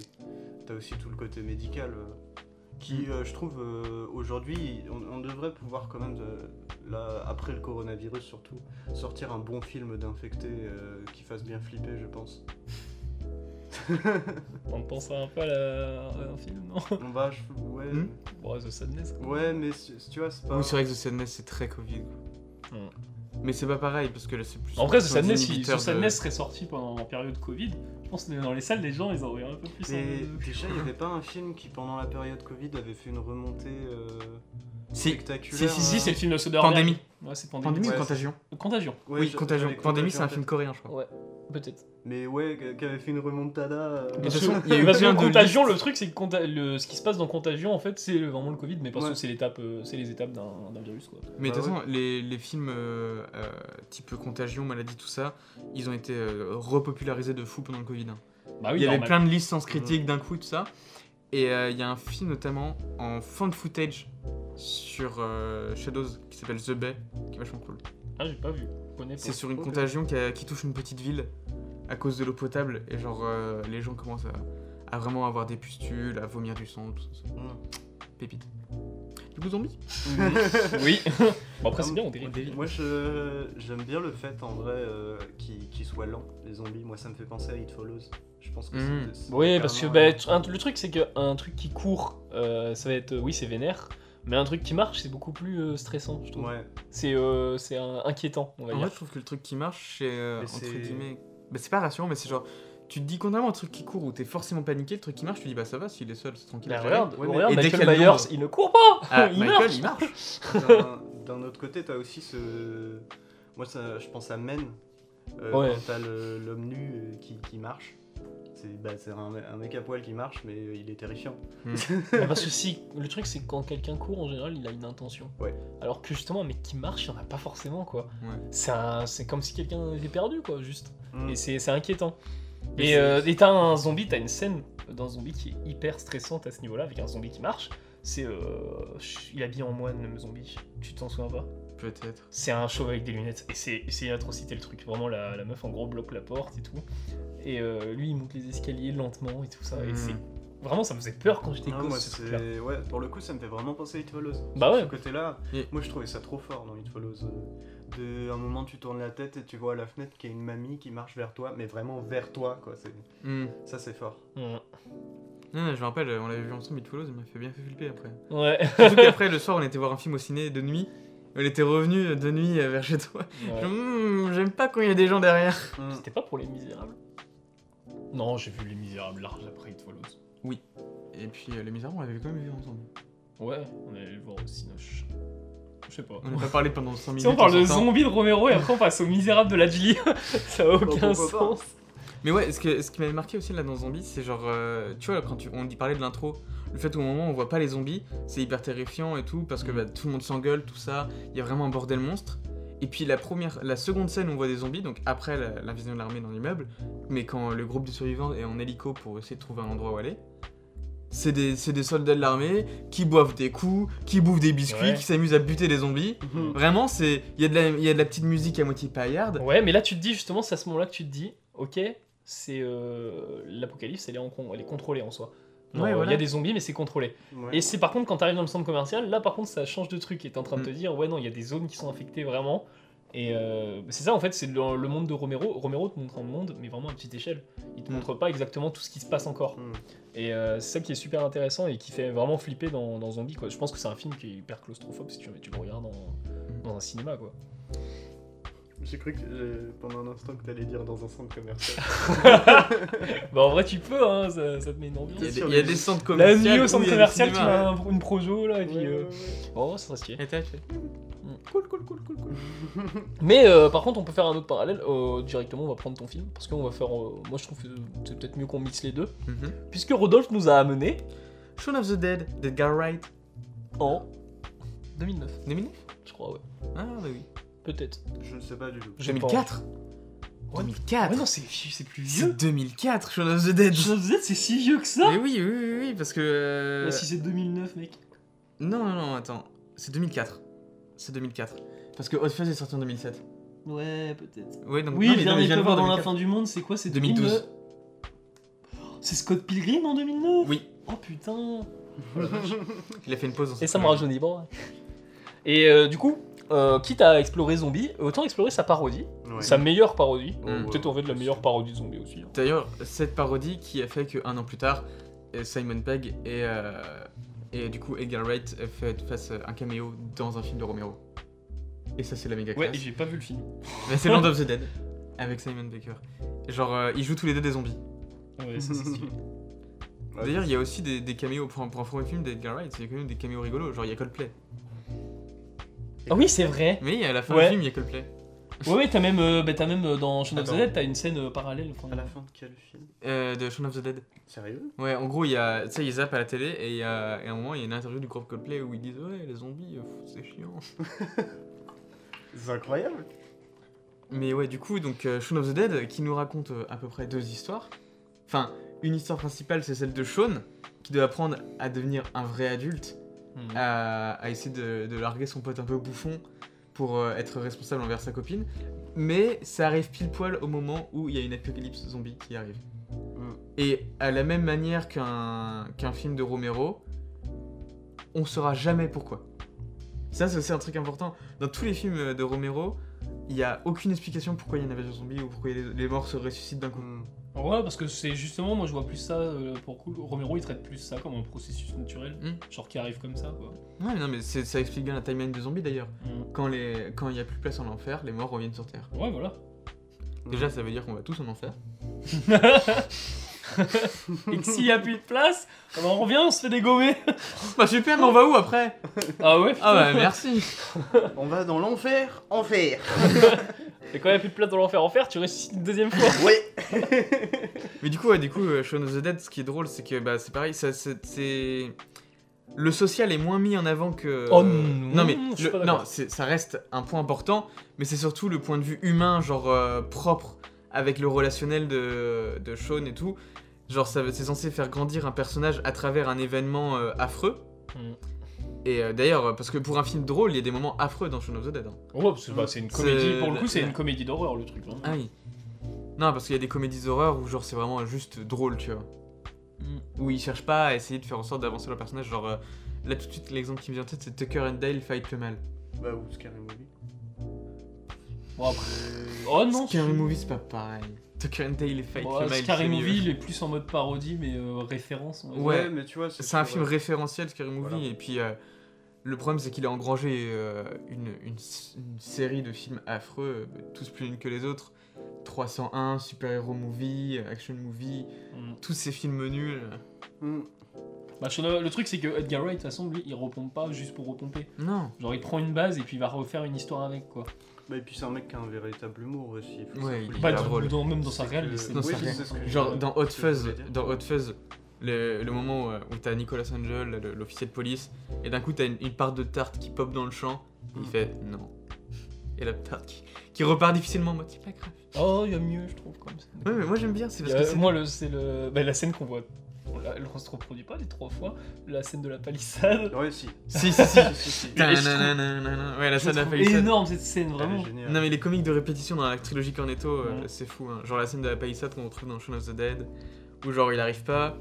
[SPEAKER 3] T'as aussi tout le côté médical euh,
[SPEAKER 2] Mm.
[SPEAKER 3] qui, euh, je trouve, euh, aujourd'hui, on, on devrait pouvoir quand même, euh, là, après le coronavirus surtout, sortir un bon film d'infecté euh, qui fasse bien flipper, je pense.
[SPEAKER 1] On pense un peu à, la- à un film, non
[SPEAKER 3] Bon, bah, je- ouais,
[SPEAKER 2] Hmm.
[SPEAKER 1] Bon, The Sadness. quoi.
[SPEAKER 3] ouais, mais si- si tu vois, c'est pas.
[SPEAKER 2] Oui, c'est vrai que The Sadness, c'est très Covid. quoi.
[SPEAKER 1] Mm.
[SPEAKER 2] Mais c'est pas pareil, parce que là, c'est plus.
[SPEAKER 1] En vrai, The
[SPEAKER 2] sur
[SPEAKER 1] Sadness,
[SPEAKER 2] des
[SPEAKER 1] si The
[SPEAKER 2] inhibiteurs de-
[SPEAKER 1] Sadness serait sorti pendant la période Covid, je pense que dans les salles, les gens, ils en auraient un peu plus hein.
[SPEAKER 3] Mais
[SPEAKER 2] euh,
[SPEAKER 1] envie.
[SPEAKER 3] déjà, il n'y avait pas un film qui, pendant la période Covid, avait fait une remontée euh,
[SPEAKER 2] Si.
[SPEAKER 3] spectaculaire
[SPEAKER 1] Si, si,
[SPEAKER 3] euh,
[SPEAKER 1] c'est le film de Soderbergh.
[SPEAKER 2] Pandémie.
[SPEAKER 1] Ouais, c'est
[SPEAKER 2] Pandémie
[SPEAKER 1] Pandémie.
[SPEAKER 2] ou
[SPEAKER 3] Ouais,
[SPEAKER 2] Contagion
[SPEAKER 1] Contagion.
[SPEAKER 3] ouais,
[SPEAKER 2] Oui,
[SPEAKER 3] je-
[SPEAKER 2] Contagion.
[SPEAKER 3] j'avais
[SPEAKER 2] Pandémie, c'est un
[SPEAKER 3] en
[SPEAKER 2] film
[SPEAKER 3] tête.
[SPEAKER 2] coréen, je crois.
[SPEAKER 1] Ouais, peut-être.
[SPEAKER 3] Mais ouais, qui avait fait une remontada. euh,
[SPEAKER 2] Mais de toute façon, il y a eu
[SPEAKER 1] Parce que
[SPEAKER 2] plein de
[SPEAKER 1] Contagion,
[SPEAKER 2] listes.
[SPEAKER 1] le truc, c'est que Conta- le- ce qui se passe dans Contagion, en fait, c'est vraiment le Covid, mais parce que
[SPEAKER 3] Ouais.
[SPEAKER 1] c'est l'étape, euh, c'est les étapes d'un d'un virus, quoi.
[SPEAKER 2] Mais de toute
[SPEAKER 3] Bah
[SPEAKER 2] façon, les, les films euh, euh, type Contagion, Maladie, tout ça, ils ont été euh, repopularisés de fou pendant le Covid. hein.
[SPEAKER 1] Bah oui,
[SPEAKER 2] il y avait
[SPEAKER 1] normal.
[SPEAKER 2] plein de listes sans critiques d'un coup, tout ça. Et euh, il y a un film notamment en fan footage sur euh, Shadows qui s'appelle The Bay, qui est vachement cool.
[SPEAKER 1] Ah, j'ai pas vu. Je connais pas.
[SPEAKER 2] C'est sur une
[SPEAKER 3] Ok.
[SPEAKER 2] contagion qui, a- qui touche une petite ville à cause de l'eau potable et genre euh, les gens commencent à, à vraiment avoir des pustules, à vomir du sang, tout ça. ça.
[SPEAKER 3] Hmm.
[SPEAKER 2] Pépite. Du coup zombie
[SPEAKER 3] Mm.
[SPEAKER 1] Oui. bon, après,
[SPEAKER 3] Ah,
[SPEAKER 1] c'est bien, on dérive
[SPEAKER 3] moi-
[SPEAKER 1] des villes.
[SPEAKER 3] Moi, je- j'aime bien le fait, en vrai, euh, qu'ils qu'ils soient lents, les zombies. Moi, ça me fait penser à It Follows. Je pense que
[SPEAKER 2] Mhm.
[SPEAKER 3] c'est- c'est...
[SPEAKER 1] Mmh. Oui, parce que
[SPEAKER 3] clairement,
[SPEAKER 1] bah,
[SPEAKER 3] euh,
[SPEAKER 1] tu- un- le truc, c'est qu'un truc qui court, euh, ça va être. euh, oui, c'est vénère. Mais un truc qui marche, c'est beaucoup plus euh, stressant, je trouve.
[SPEAKER 3] Ouais,
[SPEAKER 1] C'est euh, c'est un- inquiétant, on va
[SPEAKER 2] En vrai,
[SPEAKER 1] dire.
[SPEAKER 2] je trouve que le truc qui marche, c'est euh,
[SPEAKER 3] Mais
[SPEAKER 2] entre
[SPEAKER 3] c'est-
[SPEAKER 2] guillemets. Bah, c'est pas rassurant, mais c'est genre. Tu te dis, contrairement au truc qui court où t'es forcément paniqué, le truc qui marche, tu dis, bah ça va, s'il est seul, c'est tranquille.
[SPEAKER 1] Bah,
[SPEAKER 2] à gérer.
[SPEAKER 1] regarde,
[SPEAKER 3] Ouais, mais-
[SPEAKER 1] regarde,
[SPEAKER 2] Et dès
[SPEAKER 1] Michael
[SPEAKER 2] qu'il y a le
[SPEAKER 1] Myers,
[SPEAKER 2] nombre-
[SPEAKER 1] il ne court pas
[SPEAKER 2] Ah,
[SPEAKER 1] Il
[SPEAKER 2] Michael,
[SPEAKER 1] marche
[SPEAKER 2] il marche
[SPEAKER 3] d'un- d'un autre côté, t'as aussi ce... Moi, ça, je pense à Men, euh,
[SPEAKER 1] Ouais.
[SPEAKER 3] quand t'as le- l'homme nu euh, qui, qui marche. C'est bah, c'est un, un mec à poil qui marche, mais euh, il est terrifiant.
[SPEAKER 1] Mais Parce que si, le truc c'est que quand quelqu'un court en général il a une intention.
[SPEAKER 3] Ouais.
[SPEAKER 1] Alors que justement un mec qui marche il n'y en a pas forcément quoi.
[SPEAKER 2] Ouais.
[SPEAKER 1] C'est un- C'est comme si quelqu'un était perdu quoi juste.
[SPEAKER 3] Mhm.
[SPEAKER 1] Et c'est c'est inquiétant.
[SPEAKER 2] Et
[SPEAKER 1] Et
[SPEAKER 2] c'est-
[SPEAKER 1] euh, et t'as un zombie, t'as une scène d'un zombie qui est hyper stressante à ce niveau là avec un zombie qui marche. C'est euh, ch- il est habillé en moine le zombie. Tu t'en souviens pas
[SPEAKER 2] Peut-être.
[SPEAKER 1] C'est un chauve avec des lunettes et c'est c'est une atrocité le truc. Vraiment la, la meuf en gros bloque la porte et tout. Et euh, lui il monte les escaliers lentement et tout ça. Et
[SPEAKER 2] Mhm.
[SPEAKER 1] c'est vraiment ça me faisait peur quand j'étais
[SPEAKER 3] Ah,
[SPEAKER 1] gosse
[SPEAKER 3] Mm. moi,
[SPEAKER 1] ce
[SPEAKER 3] c'est-
[SPEAKER 1] truc là.
[SPEAKER 3] ouais, pour le coup, ça me fait vraiment penser à It Follows.
[SPEAKER 1] Bah ouais.
[SPEAKER 3] ce côté-là,
[SPEAKER 2] Et-
[SPEAKER 3] moi je trouvais ça trop fort dans It Follows. euh, De un moment tu tournes la tête et tu vois à la fenêtre qu'il y a une mamie qui marche vers toi, mais vraiment vers toi quoi. c'est-
[SPEAKER 2] Hmm.
[SPEAKER 3] Ça c'est fort.
[SPEAKER 1] Mhm.
[SPEAKER 2] Non, non, je me rappelle, on l'avait vu ensemble, It Follows, il m'a fait bien fait flipper après.
[SPEAKER 1] Ouais.
[SPEAKER 2] Surtout qu'après, le soir, on était voir un film au ciné de nuit. On était revenu de nuit euh, vers chez toi. Je- Hmm, J'aime pas quand il y a des gens derrière.
[SPEAKER 1] C'était pas pour Les Misérables Non, j'ai vu Les Misérables large après It Follows.
[SPEAKER 2] Et puis, euh, Les Misérables, on l'avait quand même vu ensemble.
[SPEAKER 1] Ouais, on est allé le voir au Cinoche. Je sais pas.
[SPEAKER 2] On n'a pas parlé pendant 100 minutes.
[SPEAKER 1] Si on parle de
[SPEAKER 2] s'entend.
[SPEAKER 1] zombies de Romero et après on passe aux Misérables de Ladjili, ça a aucun
[SPEAKER 3] pourquoi pas.
[SPEAKER 1] sens.
[SPEAKER 2] Mais ouais, ce, que- ce qui m'avait marqué aussi là dans Zombie, c'est genre, euh, tu vois, quand tu- on y parlait de l'intro, le fait au moment où on voit pas les zombies, c'est hyper terrifiant et tout, parce que
[SPEAKER 1] Mm.
[SPEAKER 2] bah, tout le monde s'engueule, tout ça, il y a vraiment un bordel monstre. Et puis la première, la seconde scène où on voit des zombies, donc après la- l'invasion de l'armée dans l'immeuble, mais quand le groupe des survivants est en hélico pour essayer de trouver un endroit où aller, c'est des, c'est des soldats de l'armée qui boivent des coups, qui bouffent des biscuits,
[SPEAKER 1] Ouais.
[SPEAKER 2] qui s'amusent à buter des zombies.
[SPEAKER 3] Mhm.
[SPEAKER 2] Vraiment, c'est il y, a de la- il y a de la petite musique à moitié paillarde.
[SPEAKER 1] Ouais, mais là tu te dis justement, c'est à ce moment-là que tu te dis, ok, c'est euh, l'apocalypse, elle est, en con- elle est contrôlée en soi. Genre,
[SPEAKER 2] Ouais,
[SPEAKER 1] euh, Il
[SPEAKER 2] voilà.
[SPEAKER 1] y a des zombies, mais c'est contrôlé.
[SPEAKER 3] Ouais.
[SPEAKER 1] Et c'est par contre quand t'arrives dans le centre commercial, là par contre ça change de truc. Et t'es en train de te
[SPEAKER 2] Mm.
[SPEAKER 1] dire, ouais non, il y a des zones qui sont infectées vraiment. Et euh, c'est ça en fait, c'est le, le monde de Romero. Romero te montre un monde, mais vraiment à petite échelle. Il te
[SPEAKER 2] Mm.
[SPEAKER 1] montre pas exactement tout ce qui se passe encore.
[SPEAKER 3] Mm.
[SPEAKER 1] Et euh, c'est ça qui est super intéressant et qui fait vraiment flipper dans, dans Zombie quoi. Je pense que c'est un film qui est hyper claustrophobe si tu, tu le regardes
[SPEAKER 2] Mm.
[SPEAKER 1] dans, dans un cinéma quoi.
[SPEAKER 3] J'ai cru que euh, pendant un instant que t'allais dire dans un centre commercial.
[SPEAKER 1] Bah en vrai tu peux, hein, ça, ça te met une ambiance.
[SPEAKER 2] Il y a des-
[SPEAKER 3] Sur
[SPEAKER 2] il y,
[SPEAKER 3] les-
[SPEAKER 2] a des centres
[SPEAKER 1] La
[SPEAKER 2] commerciaux.
[SPEAKER 1] nuit au
[SPEAKER 2] où
[SPEAKER 1] centre
[SPEAKER 2] il y a des
[SPEAKER 1] commercial, tu
[SPEAKER 2] cinémas.
[SPEAKER 1] as un- une projo là et puis.
[SPEAKER 3] Ouais, ouais,
[SPEAKER 1] euh,
[SPEAKER 3] ouais.
[SPEAKER 1] Oh, ça serait stylé.
[SPEAKER 2] Et t'as fait-
[SPEAKER 1] Mm. Cool, cool, cool, cool, cool. Mais euh, par contre, on peut faire un autre parallèle. euh, directement, on va prendre ton film. Parce qu'on va faire. euh, moi, je trouve que c'est peut-être mieux qu'on mixe les deux.
[SPEAKER 2] Mhm.
[SPEAKER 1] Puisque Rodolphe nous a amené
[SPEAKER 2] Shaun of the Dead d'Edgar Wright.
[SPEAKER 1] en 2009,
[SPEAKER 2] 2009
[SPEAKER 1] je crois, ouais.
[SPEAKER 2] Ah, bah oui.
[SPEAKER 1] Peut-être.
[SPEAKER 3] Je ne sais pas du tout.
[SPEAKER 1] J'ai
[SPEAKER 2] 2004
[SPEAKER 1] Ouais.
[SPEAKER 2] 2004
[SPEAKER 1] Ouais, non, c'est c'est plus
[SPEAKER 2] C'est
[SPEAKER 1] vieux.
[SPEAKER 2] 2004, Shaun of the Dead
[SPEAKER 1] Shaun of the Dead, c'est si vieux que ça
[SPEAKER 2] Mais oui, oui, oui, oui, parce que... euh,
[SPEAKER 1] Mais Si c'est 2009, mec.
[SPEAKER 2] Non, non, non, attends. C'est 2004. C'est 2004. Parce que Hotfuzz est sorti en 2007.
[SPEAKER 1] Ouais, peut-être.
[SPEAKER 2] Ouais, donc,
[SPEAKER 1] Oui,
[SPEAKER 2] Euh,
[SPEAKER 1] le
[SPEAKER 2] non, mais non, mais
[SPEAKER 1] dernier
[SPEAKER 2] je viens de
[SPEAKER 1] club
[SPEAKER 2] voir
[SPEAKER 1] dans la
[SPEAKER 2] 2004.
[SPEAKER 1] fin du monde, c'est quoi C'est
[SPEAKER 2] 2012.
[SPEAKER 1] 2009 C'est Scott Pilgrim en 2009
[SPEAKER 2] Oui,
[SPEAKER 1] Oh putain
[SPEAKER 2] il a fait une pause dans
[SPEAKER 1] Et
[SPEAKER 2] cette
[SPEAKER 1] ça me
[SPEAKER 2] période.
[SPEAKER 1] rajeunit, bon. ouais. Et euh, du coup, euh, quitte à explorer Zombie, autant explorer sa parodie,
[SPEAKER 3] Ouais.
[SPEAKER 1] sa meilleure parodie.
[SPEAKER 3] Oh,
[SPEAKER 2] Mm.
[SPEAKER 1] Peut-être en fait la meilleure parodie de Zombie aussi. hein.
[SPEAKER 2] D'ailleurs, cette parodie qui a fait qu'un an plus tard, euh, Simon Pegg et, euh, et du coup Edgar Wright euh, fait- fassent euh, un caméo dans un film de Romero. Et ça, c'est la méga classe.
[SPEAKER 1] j'ai pas vu le film.
[SPEAKER 2] Mais c'est Land of the Dead avec Simon Baker. Genre, euh, ils jouent tous les deux des zombies.
[SPEAKER 1] Ouais, ça c'est stylé.
[SPEAKER 3] Ouais,
[SPEAKER 2] D'ailleurs, il y a aussi des, des caméos pour un, pour un premier film d'Edgar Wright. Il y a quand même des caméos rigolos. Genre, il y a Coldplay.
[SPEAKER 1] Ah oui, c'est vrai.
[SPEAKER 2] Mais à la fin
[SPEAKER 1] Ouais.
[SPEAKER 2] du film, il y a Coldplay.
[SPEAKER 1] Ouais, ouais, t'as même, euh, bah, t'as même euh, dans Shaun of the
[SPEAKER 3] Attends.
[SPEAKER 1] Dead, t'as une scène euh, parallèle. enfin.
[SPEAKER 3] À la fin de quel film
[SPEAKER 2] Euh, de Shaun of the Dead.
[SPEAKER 3] Sérieux
[SPEAKER 2] Ouais, en gros, il y a, tu sais, ils zappent à la télé et il y a, et à un moment, il y a une interview du groupe Coldplay où ils disent Ouais, les zombies, euh, fou, c'est chiant.
[SPEAKER 3] C'est incroyable
[SPEAKER 2] Mais ouais, du coup, donc euh, Shaun of the Dead qui nous raconte euh, à peu près deux histoires. Enfin, une histoire principale, c'est celle de Shaun qui doit apprendre à devenir un vrai adulte,
[SPEAKER 1] Mhm.
[SPEAKER 2] à, à essayer de, de larguer son pote un peu bouffon pour euh, être responsable envers sa copine. Mais ça arrive pile poil au moment où il y a une apocalypse zombie qui arrive. Et à la même manière qu'un qu'un film de Romero, on saura jamais pourquoi. Ça, c'est aussi un truc important. Dans tous les films euh, de Romero, il n'y a aucune explication pourquoi il y a une invasion zombie ou pourquoi les, les morts se ressuscitent d'un coup.
[SPEAKER 3] Mm.
[SPEAKER 1] Ouais, parce que c'est justement, moi je vois plus ça euh, pour coup. Romero il traite plus ça comme un processus naturel,
[SPEAKER 2] Mm.
[SPEAKER 1] genre qui arrive comme ça quoi.
[SPEAKER 2] Ouais, non, mais c'est- ça explique bien la timeline de zombies d'ailleurs. Quand il quand n'y a plus de place en enfer, les morts reviennent sur Terre.
[SPEAKER 1] Ouais, voilà.
[SPEAKER 2] Déjà, ça veut dire qu'on va tous en enfer.
[SPEAKER 1] Et que s'il y a plus de place, eh ben, on revient, on se fait dégommer.
[SPEAKER 2] Bah super, mais on va où après
[SPEAKER 1] Ah ouais
[SPEAKER 2] Ah bah
[SPEAKER 1] putain.
[SPEAKER 2] merci
[SPEAKER 3] On va dans l'enfer Enfer
[SPEAKER 1] Et quand il y a plus de place dans l'enfer enfer, tu ressuscites une deuxième fois.
[SPEAKER 3] Ouais
[SPEAKER 2] Mais du coup, ouais, du coup, euh, Shaun of the Dead, ce qui est drôle, c'est que bah, c'est pareil, ça, c'est, c'est- le social est moins mis en avant que.
[SPEAKER 1] Oh non,
[SPEAKER 2] mais
[SPEAKER 1] je suis
[SPEAKER 2] le-
[SPEAKER 1] pas d'accord.
[SPEAKER 2] non, c'est- ça reste un point important, mais c'est surtout le point de vue humain, genre euh, propre avec le relationnel de, de Shaun et tout. Genre, ça, c'est censé faire grandir un personnage à travers un événement euh, affreux.
[SPEAKER 1] Mm.
[SPEAKER 2] Et euh, d'ailleurs, parce que pour un film drôle, il y a des moments affreux dans Shaun of the Dead. hein.
[SPEAKER 1] Ouais, parce que bah, c'est une comédie.
[SPEAKER 2] C'est-
[SPEAKER 1] Pour le coup, c'est
[SPEAKER 2] la-
[SPEAKER 1] une comédie d'horreur le truc. hein.
[SPEAKER 2] Ah oui. Non, parce qu'il y a des comédies d'horreur où genre c'est vraiment juste drôle, tu vois.
[SPEAKER 1] Mm.
[SPEAKER 2] Où ils cherchent pas à essayer de faire en sorte d'avancer leur personnage. Genre euh, là tout de suite l'exemple qui me vient en tête c'est Tucker and Dale Fight le Mal.
[SPEAKER 3] Bah, ou Scary Movie.
[SPEAKER 1] Bon, après- Oh non,
[SPEAKER 2] Scary
[SPEAKER 1] c'est-
[SPEAKER 2] Movie c'est pas pareil. Tucker and Dale Fight
[SPEAKER 1] Bon,
[SPEAKER 2] le Mal.
[SPEAKER 1] Scary
[SPEAKER 2] c'est mieux.
[SPEAKER 1] Movie, il est plus en mode parodie, mais euh, référence. on va dire.
[SPEAKER 2] Ouais.
[SPEAKER 3] mais tu vois,
[SPEAKER 2] C'est un
[SPEAKER 3] sur,
[SPEAKER 2] film
[SPEAKER 3] euh,
[SPEAKER 2] référentiel Scary Movie
[SPEAKER 3] Voilà.
[SPEAKER 2] et puis euh, le problème c'est qu'il a engrangé euh, une, une s- une série de films affreux, euh, tous plus nuls que les autres. 301, Super Hero Movie, euh, Action Movie,
[SPEAKER 1] Mm.
[SPEAKER 2] tous ces films nuls.
[SPEAKER 3] hmm.
[SPEAKER 1] Bah, Shaun of- le truc, c'est que Edgar Wright, de toute façon, lui, il repompe pas juste pour repomper.
[SPEAKER 2] Non.
[SPEAKER 1] Genre, il prend une base et puis il va refaire une histoire avec quoi.
[SPEAKER 3] Bah, et puis c'est un mec qui a un véritable humour aussi. faut
[SPEAKER 2] Ouais,
[SPEAKER 3] s'en
[SPEAKER 2] il
[SPEAKER 3] foutre.
[SPEAKER 1] Pas
[SPEAKER 2] est
[SPEAKER 1] du
[SPEAKER 2] drôle.
[SPEAKER 1] dans- même dans sa
[SPEAKER 3] C'est
[SPEAKER 1] réelle,
[SPEAKER 3] que-
[SPEAKER 1] c'est
[SPEAKER 2] Non,
[SPEAKER 1] c'est
[SPEAKER 2] c'est
[SPEAKER 1] rien.
[SPEAKER 3] c'est ce que
[SPEAKER 2] Genre
[SPEAKER 3] je-
[SPEAKER 2] dans Hot
[SPEAKER 3] ce que je
[SPEAKER 2] Fuzz,
[SPEAKER 3] voulais dire.
[SPEAKER 2] dans Hot Fuzz, le, le moment où, où t'as Nicolas Angel, le- l'officier de police, et d'un coup t'as une, une part de tarte qui pop dans le champ,
[SPEAKER 1] Hmm.
[SPEAKER 2] et il
[SPEAKER 3] Mm.
[SPEAKER 2] fait non. Et la tarte qui, qui repart difficilement en mode c'est pas grave.
[SPEAKER 1] Oh, il y a mieux, je trouve, comme ça.
[SPEAKER 2] Ouais, mais moi j'aime bien, c'est parce
[SPEAKER 1] Euh,
[SPEAKER 2] que c'est.
[SPEAKER 1] moi, le- c'est le... bah, la scène qu'on voit. On, la- on se reproduit pas les trois fois. La scène de la palissade.
[SPEAKER 3] Ouais, si.
[SPEAKER 2] Si, si, si.
[SPEAKER 3] Si, si, si.
[SPEAKER 1] je trouve-
[SPEAKER 2] Tananananana. Ouais, la
[SPEAKER 1] Je
[SPEAKER 2] scène
[SPEAKER 1] la
[SPEAKER 2] a
[SPEAKER 1] trouve
[SPEAKER 2] failli ça.
[SPEAKER 1] énorme cette scène, vraiment.
[SPEAKER 3] Elle est géniale.
[SPEAKER 2] Non mais les comiques de répétition dans la trilogie Cornetto, euh,
[SPEAKER 1] Ouais.
[SPEAKER 2] c'est fou. hein. Genre la scène de la palissade qu'on retrouve dans Shaun of the Dead, où genre il arrive pas.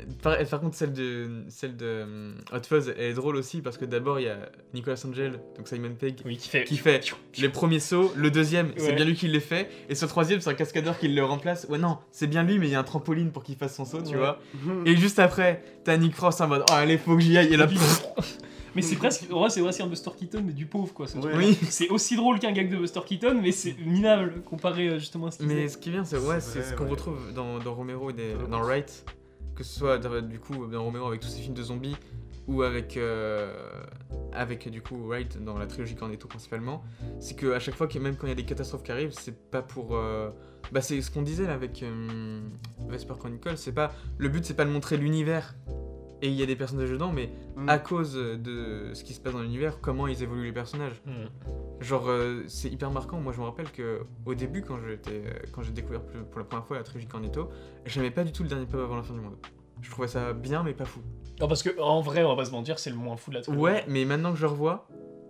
[SPEAKER 2] Euh, Par, par contre celle de celle de hum, Hot Fuzz, elle est drôle aussi parce que d'abord il y a Nicolas Angel, donc Simon Pegg,
[SPEAKER 1] Oui, qui fait.
[SPEAKER 2] qui fait les premiers sauts, le deuxième c'est
[SPEAKER 1] Ouais.
[SPEAKER 2] bien lui qui les fait, et ce troisième c'est un cascadeur qui le remplace. Ouais non, c'est bien lui mais il y a un trampoline pour qu'il fasse son saut, tu
[SPEAKER 1] Ouais.
[SPEAKER 2] vois.
[SPEAKER 3] Hmm.
[SPEAKER 2] Et juste après t'as Nick Frost en mode oh allez faut que j'y aille et là.
[SPEAKER 1] Puis-
[SPEAKER 2] pff,
[SPEAKER 1] Mais c'est presque. Ouais, c'est aussi un Buster Keaton, mais du pauvre, quoi. ce truc.
[SPEAKER 3] Ouais.
[SPEAKER 2] oui.
[SPEAKER 1] C'est aussi drôle qu'un gag de Buster Keaton, mais c'est minable comparé euh, justement à ce qu'il
[SPEAKER 2] Mais
[SPEAKER 1] fait.
[SPEAKER 2] ce qui est bien, c'est ouais,
[SPEAKER 3] C'est
[SPEAKER 2] c'est
[SPEAKER 3] vrai,
[SPEAKER 2] ce qu'on
[SPEAKER 3] ouais.
[SPEAKER 2] retrouve dans, dans Romero et des-
[SPEAKER 3] Tout le
[SPEAKER 2] dans
[SPEAKER 3] monde.
[SPEAKER 2] Wright, que ce soit dans- du coup dans Romero avec tous ses films de zombies ou avec euh, avec du coup Wright dans la trilogie Cornetto principalement, c'est que à chaque fois, que- même quand il y a des catastrophes qui arrivent, c'est pas pour. euh, Bah, c'est ce qu'on disait là avec euh, Vesper Chronicle, c'est pas. Le but, c'est pas de montrer l'univers et il y a des personnages dedans, mais
[SPEAKER 3] Mm.
[SPEAKER 2] à cause de ce qui se passe dans l'univers, comment ils évoluent les personnages.
[SPEAKER 5] Hmm.
[SPEAKER 2] Genre, euh, c'est hyper marquant. Moi, je me rappelle que au début, quand j'étais, euh, quand j'ai découvert plus- pour la première fois la trilogie Cornetto, j'aimais pas du tout le dernier pub avant la fin du monde. Je trouvais ça bien, mais pas fou.
[SPEAKER 5] Non, parce que en vrai, on va pas se mentir, c'est le moins fou de la trilogie.
[SPEAKER 2] Ouais, mais maintenant que je le revois,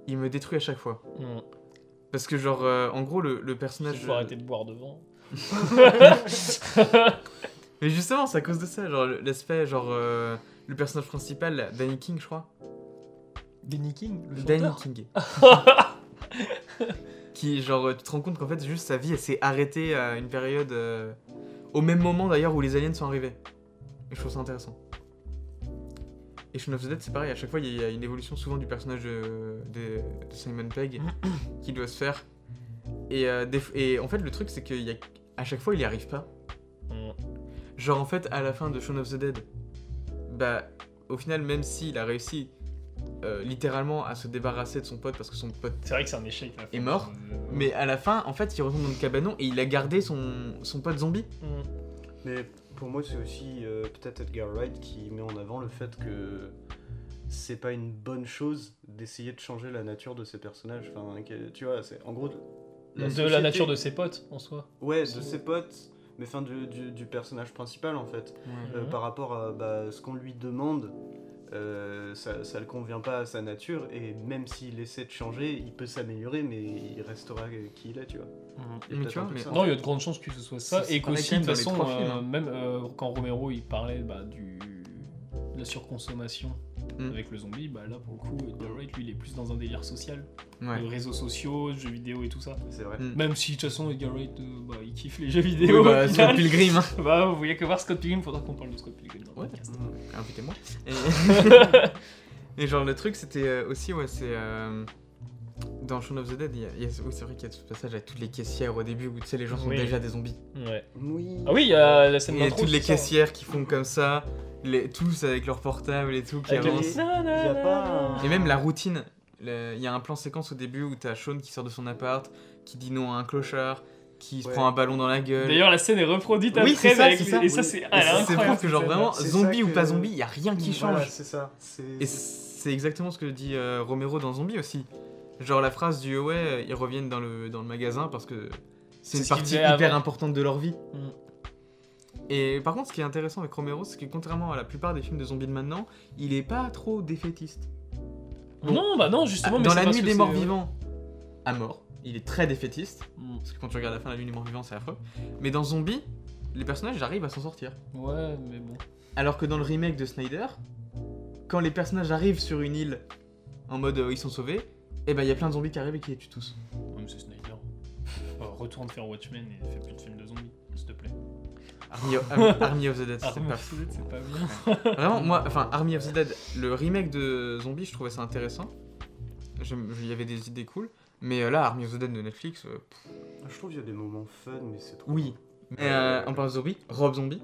[SPEAKER 2] il me détruit à chaque fois.
[SPEAKER 1] Hmm.
[SPEAKER 2] Parce que, genre, euh, en gros, le, le
[SPEAKER 1] Il
[SPEAKER 2] personnage.
[SPEAKER 1] faut arrêter de boire devant.
[SPEAKER 2] euh, Mais justement, c'est à cause de ça. Genre, le- l'aspect, genre, euh, le personnage principal, là, Danny King, je crois.
[SPEAKER 1] Danny King, le
[SPEAKER 2] Danny
[SPEAKER 1] chanteur.
[SPEAKER 2] King. qui, genre, euh, tu te rends compte qu'en fait, juste sa vie, elle s'est arrêtée à une période. euh, au même moment d'ailleurs où les aliens sont arrivés. Et je trouve ça intéressant. Et Shaun of the Dead, c'est pareil, à chaque fois, il y a une évolution souvent du personnage de, de- de Simon Pegg qui doit se faire. Et, euh, des f- et en fait, le truc, c'est qu'il y a- à chaque fois, il n'y arrive pas.
[SPEAKER 5] Hmm.
[SPEAKER 1] Mm.
[SPEAKER 2] Genre, en fait, à la fin de Shaun of the Dead, bah, au final, même s'il a réussi euh, littéralement à se débarrasser de son pote parce que son pote.
[SPEAKER 5] C'est vrai que c'est un échec. la
[SPEAKER 2] Et
[SPEAKER 5] fin.
[SPEAKER 2] mort.
[SPEAKER 5] Euh,
[SPEAKER 2] Mais à la fin, en fait, il retourne dans le cabanon et il a gardé son, son pote zombie.
[SPEAKER 5] Hmm.
[SPEAKER 1] Mm.
[SPEAKER 3] Mais pour moi, c'est aussi euh, peut-être Edgar Wright qui met en avant le fait que c'est pas une bonne chose d'essayer de changer la nature de ses personnages. Enfin, que- tu vois, c'est en gros
[SPEAKER 1] De la
[SPEAKER 3] société-
[SPEAKER 1] nature de ses potes en soi.
[SPEAKER 3] ouais de ses potes, mais enfin du, du- du personnage principal en fait. Euh,
[SPEAKER 1] Mhm.
[SPEAKER 3] par rapport à bah, ce qu'on lui demande, euh, ça, ça le convient pas à sa nature et même s'il essaie de changer, il peut s'améliorer, mais il restera qui il est, tu vois.
[SPEAKER 5] Hmm.
[SPEAKER 3] Il y a
[SPEAKER 2] Mais
[SPEAKER 3] peut-être
[SPEAKER 2] tu
[SPEAKER 3] un
[SPEAKER 2] vois,
[SPEAKER 3] peu de
[SPEAKER 2] mais-
[SPEAKER 3] ça.
[SPEAKER 1] Non, il y a de grandes chances que ce soit ça.
[SPEAKER 2] C'est-
[SPEAKER 1] Et
[SPEAKER 2] c'est pareil
[SPEAKER 1] qu'aussi,
[SPEAKER 2] quand
[SPEAKER 1] de toute
[SPEAKER 2] même dans les
[SPEAKER 1] façon,
[SPEAKER 2] trois films,
[SPEAKER 1] euh,
[SPEAKER 2] hein.
[SPEAKER 1] même euh, quand Romero il parlait bah, du... de la surconsommation
[SPEAKER 2] Mm.
[SPEAKER 1] avec le zombie, bah, là pour le coup, Edgar Wright lui il est plus dans un délire social.
[SPEAKER 2] Ouais.
[SPEAKER 1] de réseaux sociaux, de jeux vidéo et tout ça.
[SPEAKER 3] C'est vrai.
[SPEAKER 2] Mm.
[SPEAKER 1] Même si de toute façon Edgar Wright euh, bah, il kiffe les jeux
[SPEAKER 2] Oui,
[SPEAKER 1] vidéo.
[SPEAKER 2] bah,
[SPEAKER 1] au
[SPEAKER 2] Scott
[SPEAKER 1] final.
[SPEAKER 2] Pilgrim, hein.
[SPEAKER 1] Bah, vous voyez que voir Scott Pilgrim, faudra qu'on parle de Scott Pilgrim dans le
[SPEAKER 2] Ouais.
[SPEAKER 1] podcast.
[SPEAKER 2] Invitez-moi. Et... Ah, Et genre, le truc, c'était euh, aussi, ouais, c'est. euh, Dans Shaun of the Dead, il y a, il y a- oui, c'est vrai qu'il y a ce passage avec toutes les caissières au début où tu sais, les gens sont
[SPEAKER 1] Oui.
[SPEAKER 2] déjà des zombies.
[SPEAKER 1] Ouais.
[SPEAKER 3] Oui.
[SPEAKER 1] Ah oui, il y a la scène
[SPEAKER 2] Et
[SPEAKER 1] d'intro.
[SPEAKER 2] toutes les
[SPEAKER 1] c'est ça. hein
[SPEAKER 2] caissières qui font comme ça, les, tous avec leur portable et tout, qui
[SPEAKER 1] Avec le-
[SPEAKER 2] avancent.
[SPEAKER 3] Il y a pas un-
[SPEAKER 2] Et même la routine, le- il y a un plan séquence au début où t'as Sean qui sort de son appart, qui dit non à un clochard, qui se
[SPEAKER 3] Ouais.
[SPEAKER 2] prend un ballon dans la gueule.
[SPEAKER 1] D'ailleurs, la scène est reproduite à
[SPEAKER 2] euh, Oui,
[SPEAKER 1] 13
[SPEAKER 2] c'est ça,
[SPEAKER 1] avec
[SPEAKER 2] c'est
[SPEAKER 1] les-
[SPEAKER 2] ça.
[SPEAKER 1] Et ça,
[SPEAKER 3] Oui.
[SPEAKER 1] c'est
[SPEAKER 2] Et
[SPEAKER 1] ah,
[SPEAKER 2] ça, c'est
[SPEAKER 1] incroyable,
[SPEAKER 2] pour que, genre,
[SPEAKER 1] cette
[SPEAKER 2] vraiment,
[SPEAKER 3] C'est ça
[SPEAKER 2] zombie ou
[SPEAKER 3] que-
[SPEAKER 2] pas zombie, il y a rien qui change.
[SPEAKER 3] Voilà, c'est ça. C'est
[SPEAKER 2] Et c'est exactement ce que dit euh, Romero dans Zombie aussi. Genre la phrase du ouais, euh, ils reviennent dans le, dans le magasin parce que
[SPEAKER 1] C'est
[SPEAKER 2] c'est une
[SPEAKER 1] ce qu'ils
[SPEAKER 2] partie
[SPEAKER 1] faisaient
[SPEAKER 2] hyper
[SPEAKER 1] avant.
[SPEAKER 2] importante de leur vie.
[SPEAKER 1] Mm.
[SPEAKER 2] Et par contre, ce qui est intéressant avec Romero, c'est que contrairement à la plupart des films de zombies de maintenant, il est pas trop défaitiste.
[SPEAKER 1] scène. Non, bah non, justement, mais
[SPEAKER 2] Ah, dans
[SPEAKER 1] c'est
[SPEAKER 2] La
[SPEAKER 1] parce
[SPEAKER 2] Nuit
[SPEAKER 1] que
[SPEAKER 2] des
[SPEAKER 1] c'est- euh,
[SPEAKER 2] Morts Vivants, à mort, il est très défaitiste.
[SPEAKER 1] Mm.
[SPEAKER 2] Parce que quand tu regardes la fin de La Nuit des Morts Vivants, c'est affreux. Mais dans Zombie, les personnages arrivent à s'en sortir.
[SPEAKER 1] Ouais, mais bon.
[SPEAKER 2] Alors que dans le remake de Snyder, quand les personnages arrivent sur une île en mode euh, ils sont sauvés, et ben il y a plein de zombies qui arrivent et qui les tuent tous.
[SPEAKER 5] Ouais, mais c'est Snyder. Euh, retourne faire Watchmen et fais plus de films de zombies, s'il te plaît.
[SPEAKER 2] Army of, Army- Army of the Dead, c'est
[SPEAKER 1] Arme
[SPEAKER 2] pas
[SPEAKER 1] fusée, c'est pas bien.
[SPEAKER 2] Vraiment, moi, enfin, Army of the Dead, le remake de Zombie, je trouvais ça intéressant. J'aime- Il y avait des idées cool. Mais euh, là, Army of the Dead de Netflix, euh, pff,
[SPEAKER 3] Je trouve qu'il y a des moments fun, mais c'est trop.
[SPEAKER 2] oui. Mais euh, on parle de zombie, Rob Zombie,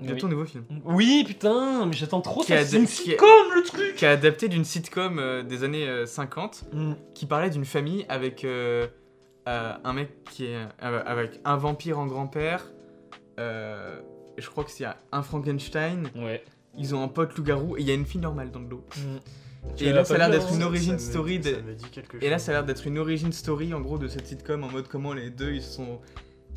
[SPEAKER 2] de
[SPEAKER 1] Oui.
[SPEAKER 2] ton nouveau film.
[SPEAKER 1] Oui, putain, mais j'attends trop
[SPEAKER 2] Qui a
[SPEAKER 1] ça. C'est une
[SPEAKER 2] de- qui a-
[SPEAKER 1] sitcom, le truc
[SPEAKER 2] Qui est adapté d'une sitcom euh, des années euh, 50
[SPEAKER 1] Mm.
[SPEAKER 2] qui parlait d'une famille avec euh, euh, un mec qui est euh, avec un vampire en grand-père. euh, et je crois que c'est un Frankenstein.
[SPEAKER 1] Ouais.
[SPEAKER 2] Ils ont un pote loup-garou et il y a une fille normale dans le lot.
[SPEAKER 1] Tu
[SPEAKER 2] Et
[SPEAKER 1] l'as
[SPEAKER 2] là, ça a
[SPEAKER 1] pas
[SPEAKER 2] l'air
[SPEAKER 1] vu,
[SPEAKER 2] d'être
[SPEAKER 1] hein
[SPEAKER 2] une origin
[SPEAKER 3] me-
[SPEAKER 2] story. de-
[SPEAKER 3] Ça me dit quelque chose.
[SPEAKER 2] Et là, ça a l'air d'être une origin story en gros de cette sitcom en mode comment les deux ils se sont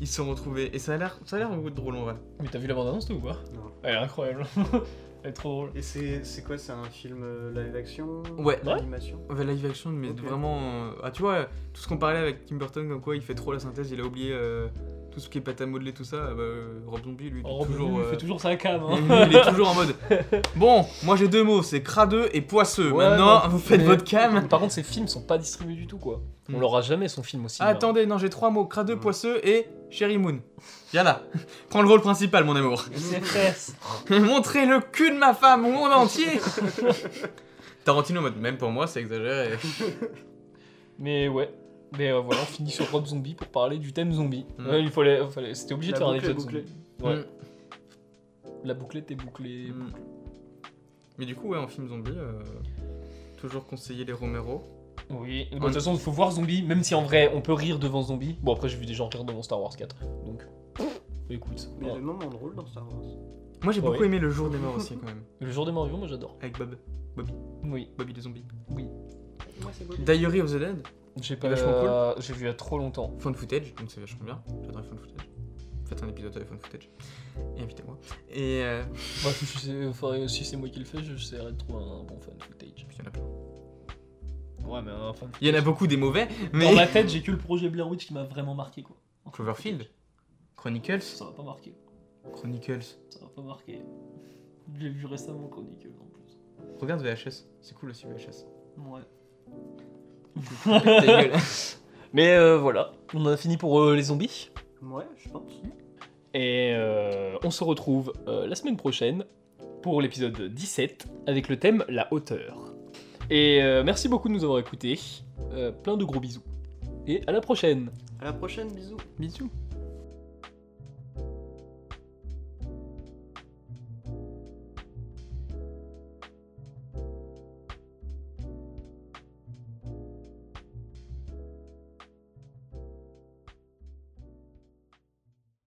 [SPEAKER 2] ils se sont retrouvés. Et ça a l'air ça a l'air drôle en vrai.
[SPEAKER 1] Mais t'as vu la bande-annonce, toi, ou pas
[SPEAKER 3] Non.
[SPEAKER 1] Elle est incroyable. Elle est trop drôle.
[SPEAKER 3] Et c'est c'est quoi C'est un film euh, live action
[SPEAKER 2] Ouais.
[SPEAKER 1] Ouais.
[SPEAKER 3] Animation
[SPEAKER 2] Ouais, live action, mais
[SPEAKER 3] Ok.
[SPEAKER 2] vraiment. euh, ah, tu vois, tout ce qu'on parlait avec Tim Burton, comme quoi il fait trop la synthèse, il a oublié euh, tout ce qui est pâte à modeler, tout ça. ah bah, euh, Rob Zombie, lui, il est
[SPEAKER 1] Oh,
[SPEAKER 2] toujours.
[SPEAKER 1] toujours,
[SPEAKER 2] euh,
[SPEAKER 1] fait toujours sa cam. Hein.
[SPEAKER 2] il est toujours en mode. Bon, moi j'ai deux mots, c'est cradeux et poisseux.
[SPEAKER 1] Ouais,
[SPEAKER 2] euh, Maintenant,
[SPEAKER 1] non,
[SPEAKER 2] vous faites
[SPEAKER 1] mais-
[SPEAKER 2] votre cam.
[SPEAKER 1] Mais Par contre, ses films sont pas distribués du tout, quoi. On
[SPEAKER 2] Hmm.
[SPEAKER 1] l'aura jamais son film aussi.
[SPEAKER 2] Attendez, non, j'ai trois mots, cradeux,
[SPEAKER 3] Mm.
[SPEAKER 2] poisseux et Sherry Moon. Viens là, prends le rôle principal, mon amour.
[SPEAKER 1] C'est fesses.
[SPEAKER 2] Montrez le cul de ma femme au monde entier. Tarantino en mode, même pour moi, c'est exagéré.
[SPEAKER 1] Mais ouais. Mais euh, voilà, on finit sur Rob Zombie pour parler du thème zombie.
[SPEAKER 2] Hmm.
[SPEAKER 1] Ouais, il fallait, euh, fallait- c'était obligé
[SPEAKER 3] La
[SPEAKER 1] de faire
[SPEAKER 3] boucle est
[SPEAKER 1] un épisode
[SPEAKER 3] bouclée.
[SPEAKER 1] zombie. Ouais.
[SPEAKER 2] Mm.
[SPEAKER 1] La bouclette est bouclée.
[SPEAKER 2] Mm. Mais du coup, ouais, en film zombie, euh, Toujours conseiller les Romero.
[SPEAKER 1] Oui, de toute façon, il faut voir Zombie, même si en vrai, on peut rire devant Zombie. Bon, après, j'ai vu des gens rire devant Star Wars 4, donc. euh, Écoute,
[SPEAKER 3] Mais il y a
[SPEAKER 1] voilà.
[SPEAKER 3] des moments drôles dans Star Wars.
[SPEAKER 2] Moi j'ai
[SPEAKER 1] Ouais.
[SPEAKER 2] beaucoup aimé le jour des morts aussi quand même.
[SPEAKER 1] le jour des morts vivants, moi j'adore.
[SPEAKER 2] Avec Bob.
[SPEAKER 1] Oui,
[SPEAKER 2] Bobby le zombie.
[SPEAKER 1] oui.
[SPEAKER 3] Moi, c'est beau.
[SPEAKER 2] Diary of the Dead.
[SPEAKER 1] J'ai pas.
[SPEAKER 2] Vachement cool.
[SPEAKER 1] euh, J'ai vu il y a trop longtemps.
[SPEAKER 2] Fun footage, donc c'est vachement bien. J'adore les fun footage. Faites un épisode avec fun footage. Et invitez-moi. Et euh,
[SPEAKER 1] Moi, si c'est enfin, si c'est moi qui le fais, j'essaierai de trouver un bon fan footage.
[SPEAKER 2] il y en a plein.
[SPEAKER 1] Ouais, mais euh, enfin.
[SPEAKER 2] Il y en a beaucoup des mauvais, mais.
[SPEAKER 1] Dans ma tête, j'ai que le projet Blair Witch qui m'a vraiment marqué, quoi.
[SPEAKER 2] Cloverfield. Chronicles.
[SPEAKER 1] Ça m'a pas marqué.
[SPEAKER 2] Chronicles.
[SPEAKER 1] Ça m'a pas marqué. J'ai vu récemment Chronicle en plus.
[SPEAKER 2] Regarde VHS. C'est cool aussi VHS.
[SPEAKER 1] Ouais.
[SPEAKER 2] Ta gueule.
[SPEAKER 1] Mais euh, voilà, on en a fini pour euh, les zombies.
[SPEAKER 3] Ouais, je pense.
[SPEAKER 1] Mm. Et euh, on se retrouve euh, la semaine prochaine pour l'épisode 17 avec le thème la hauteur. Et euh, merci beaucoup de nous avoir écoutés. Euh, plein de gros bisous. Et à la prochaine.
[SPEAKER 3] À la prochaine, bisous.
[SPEAKER 1] Bisous.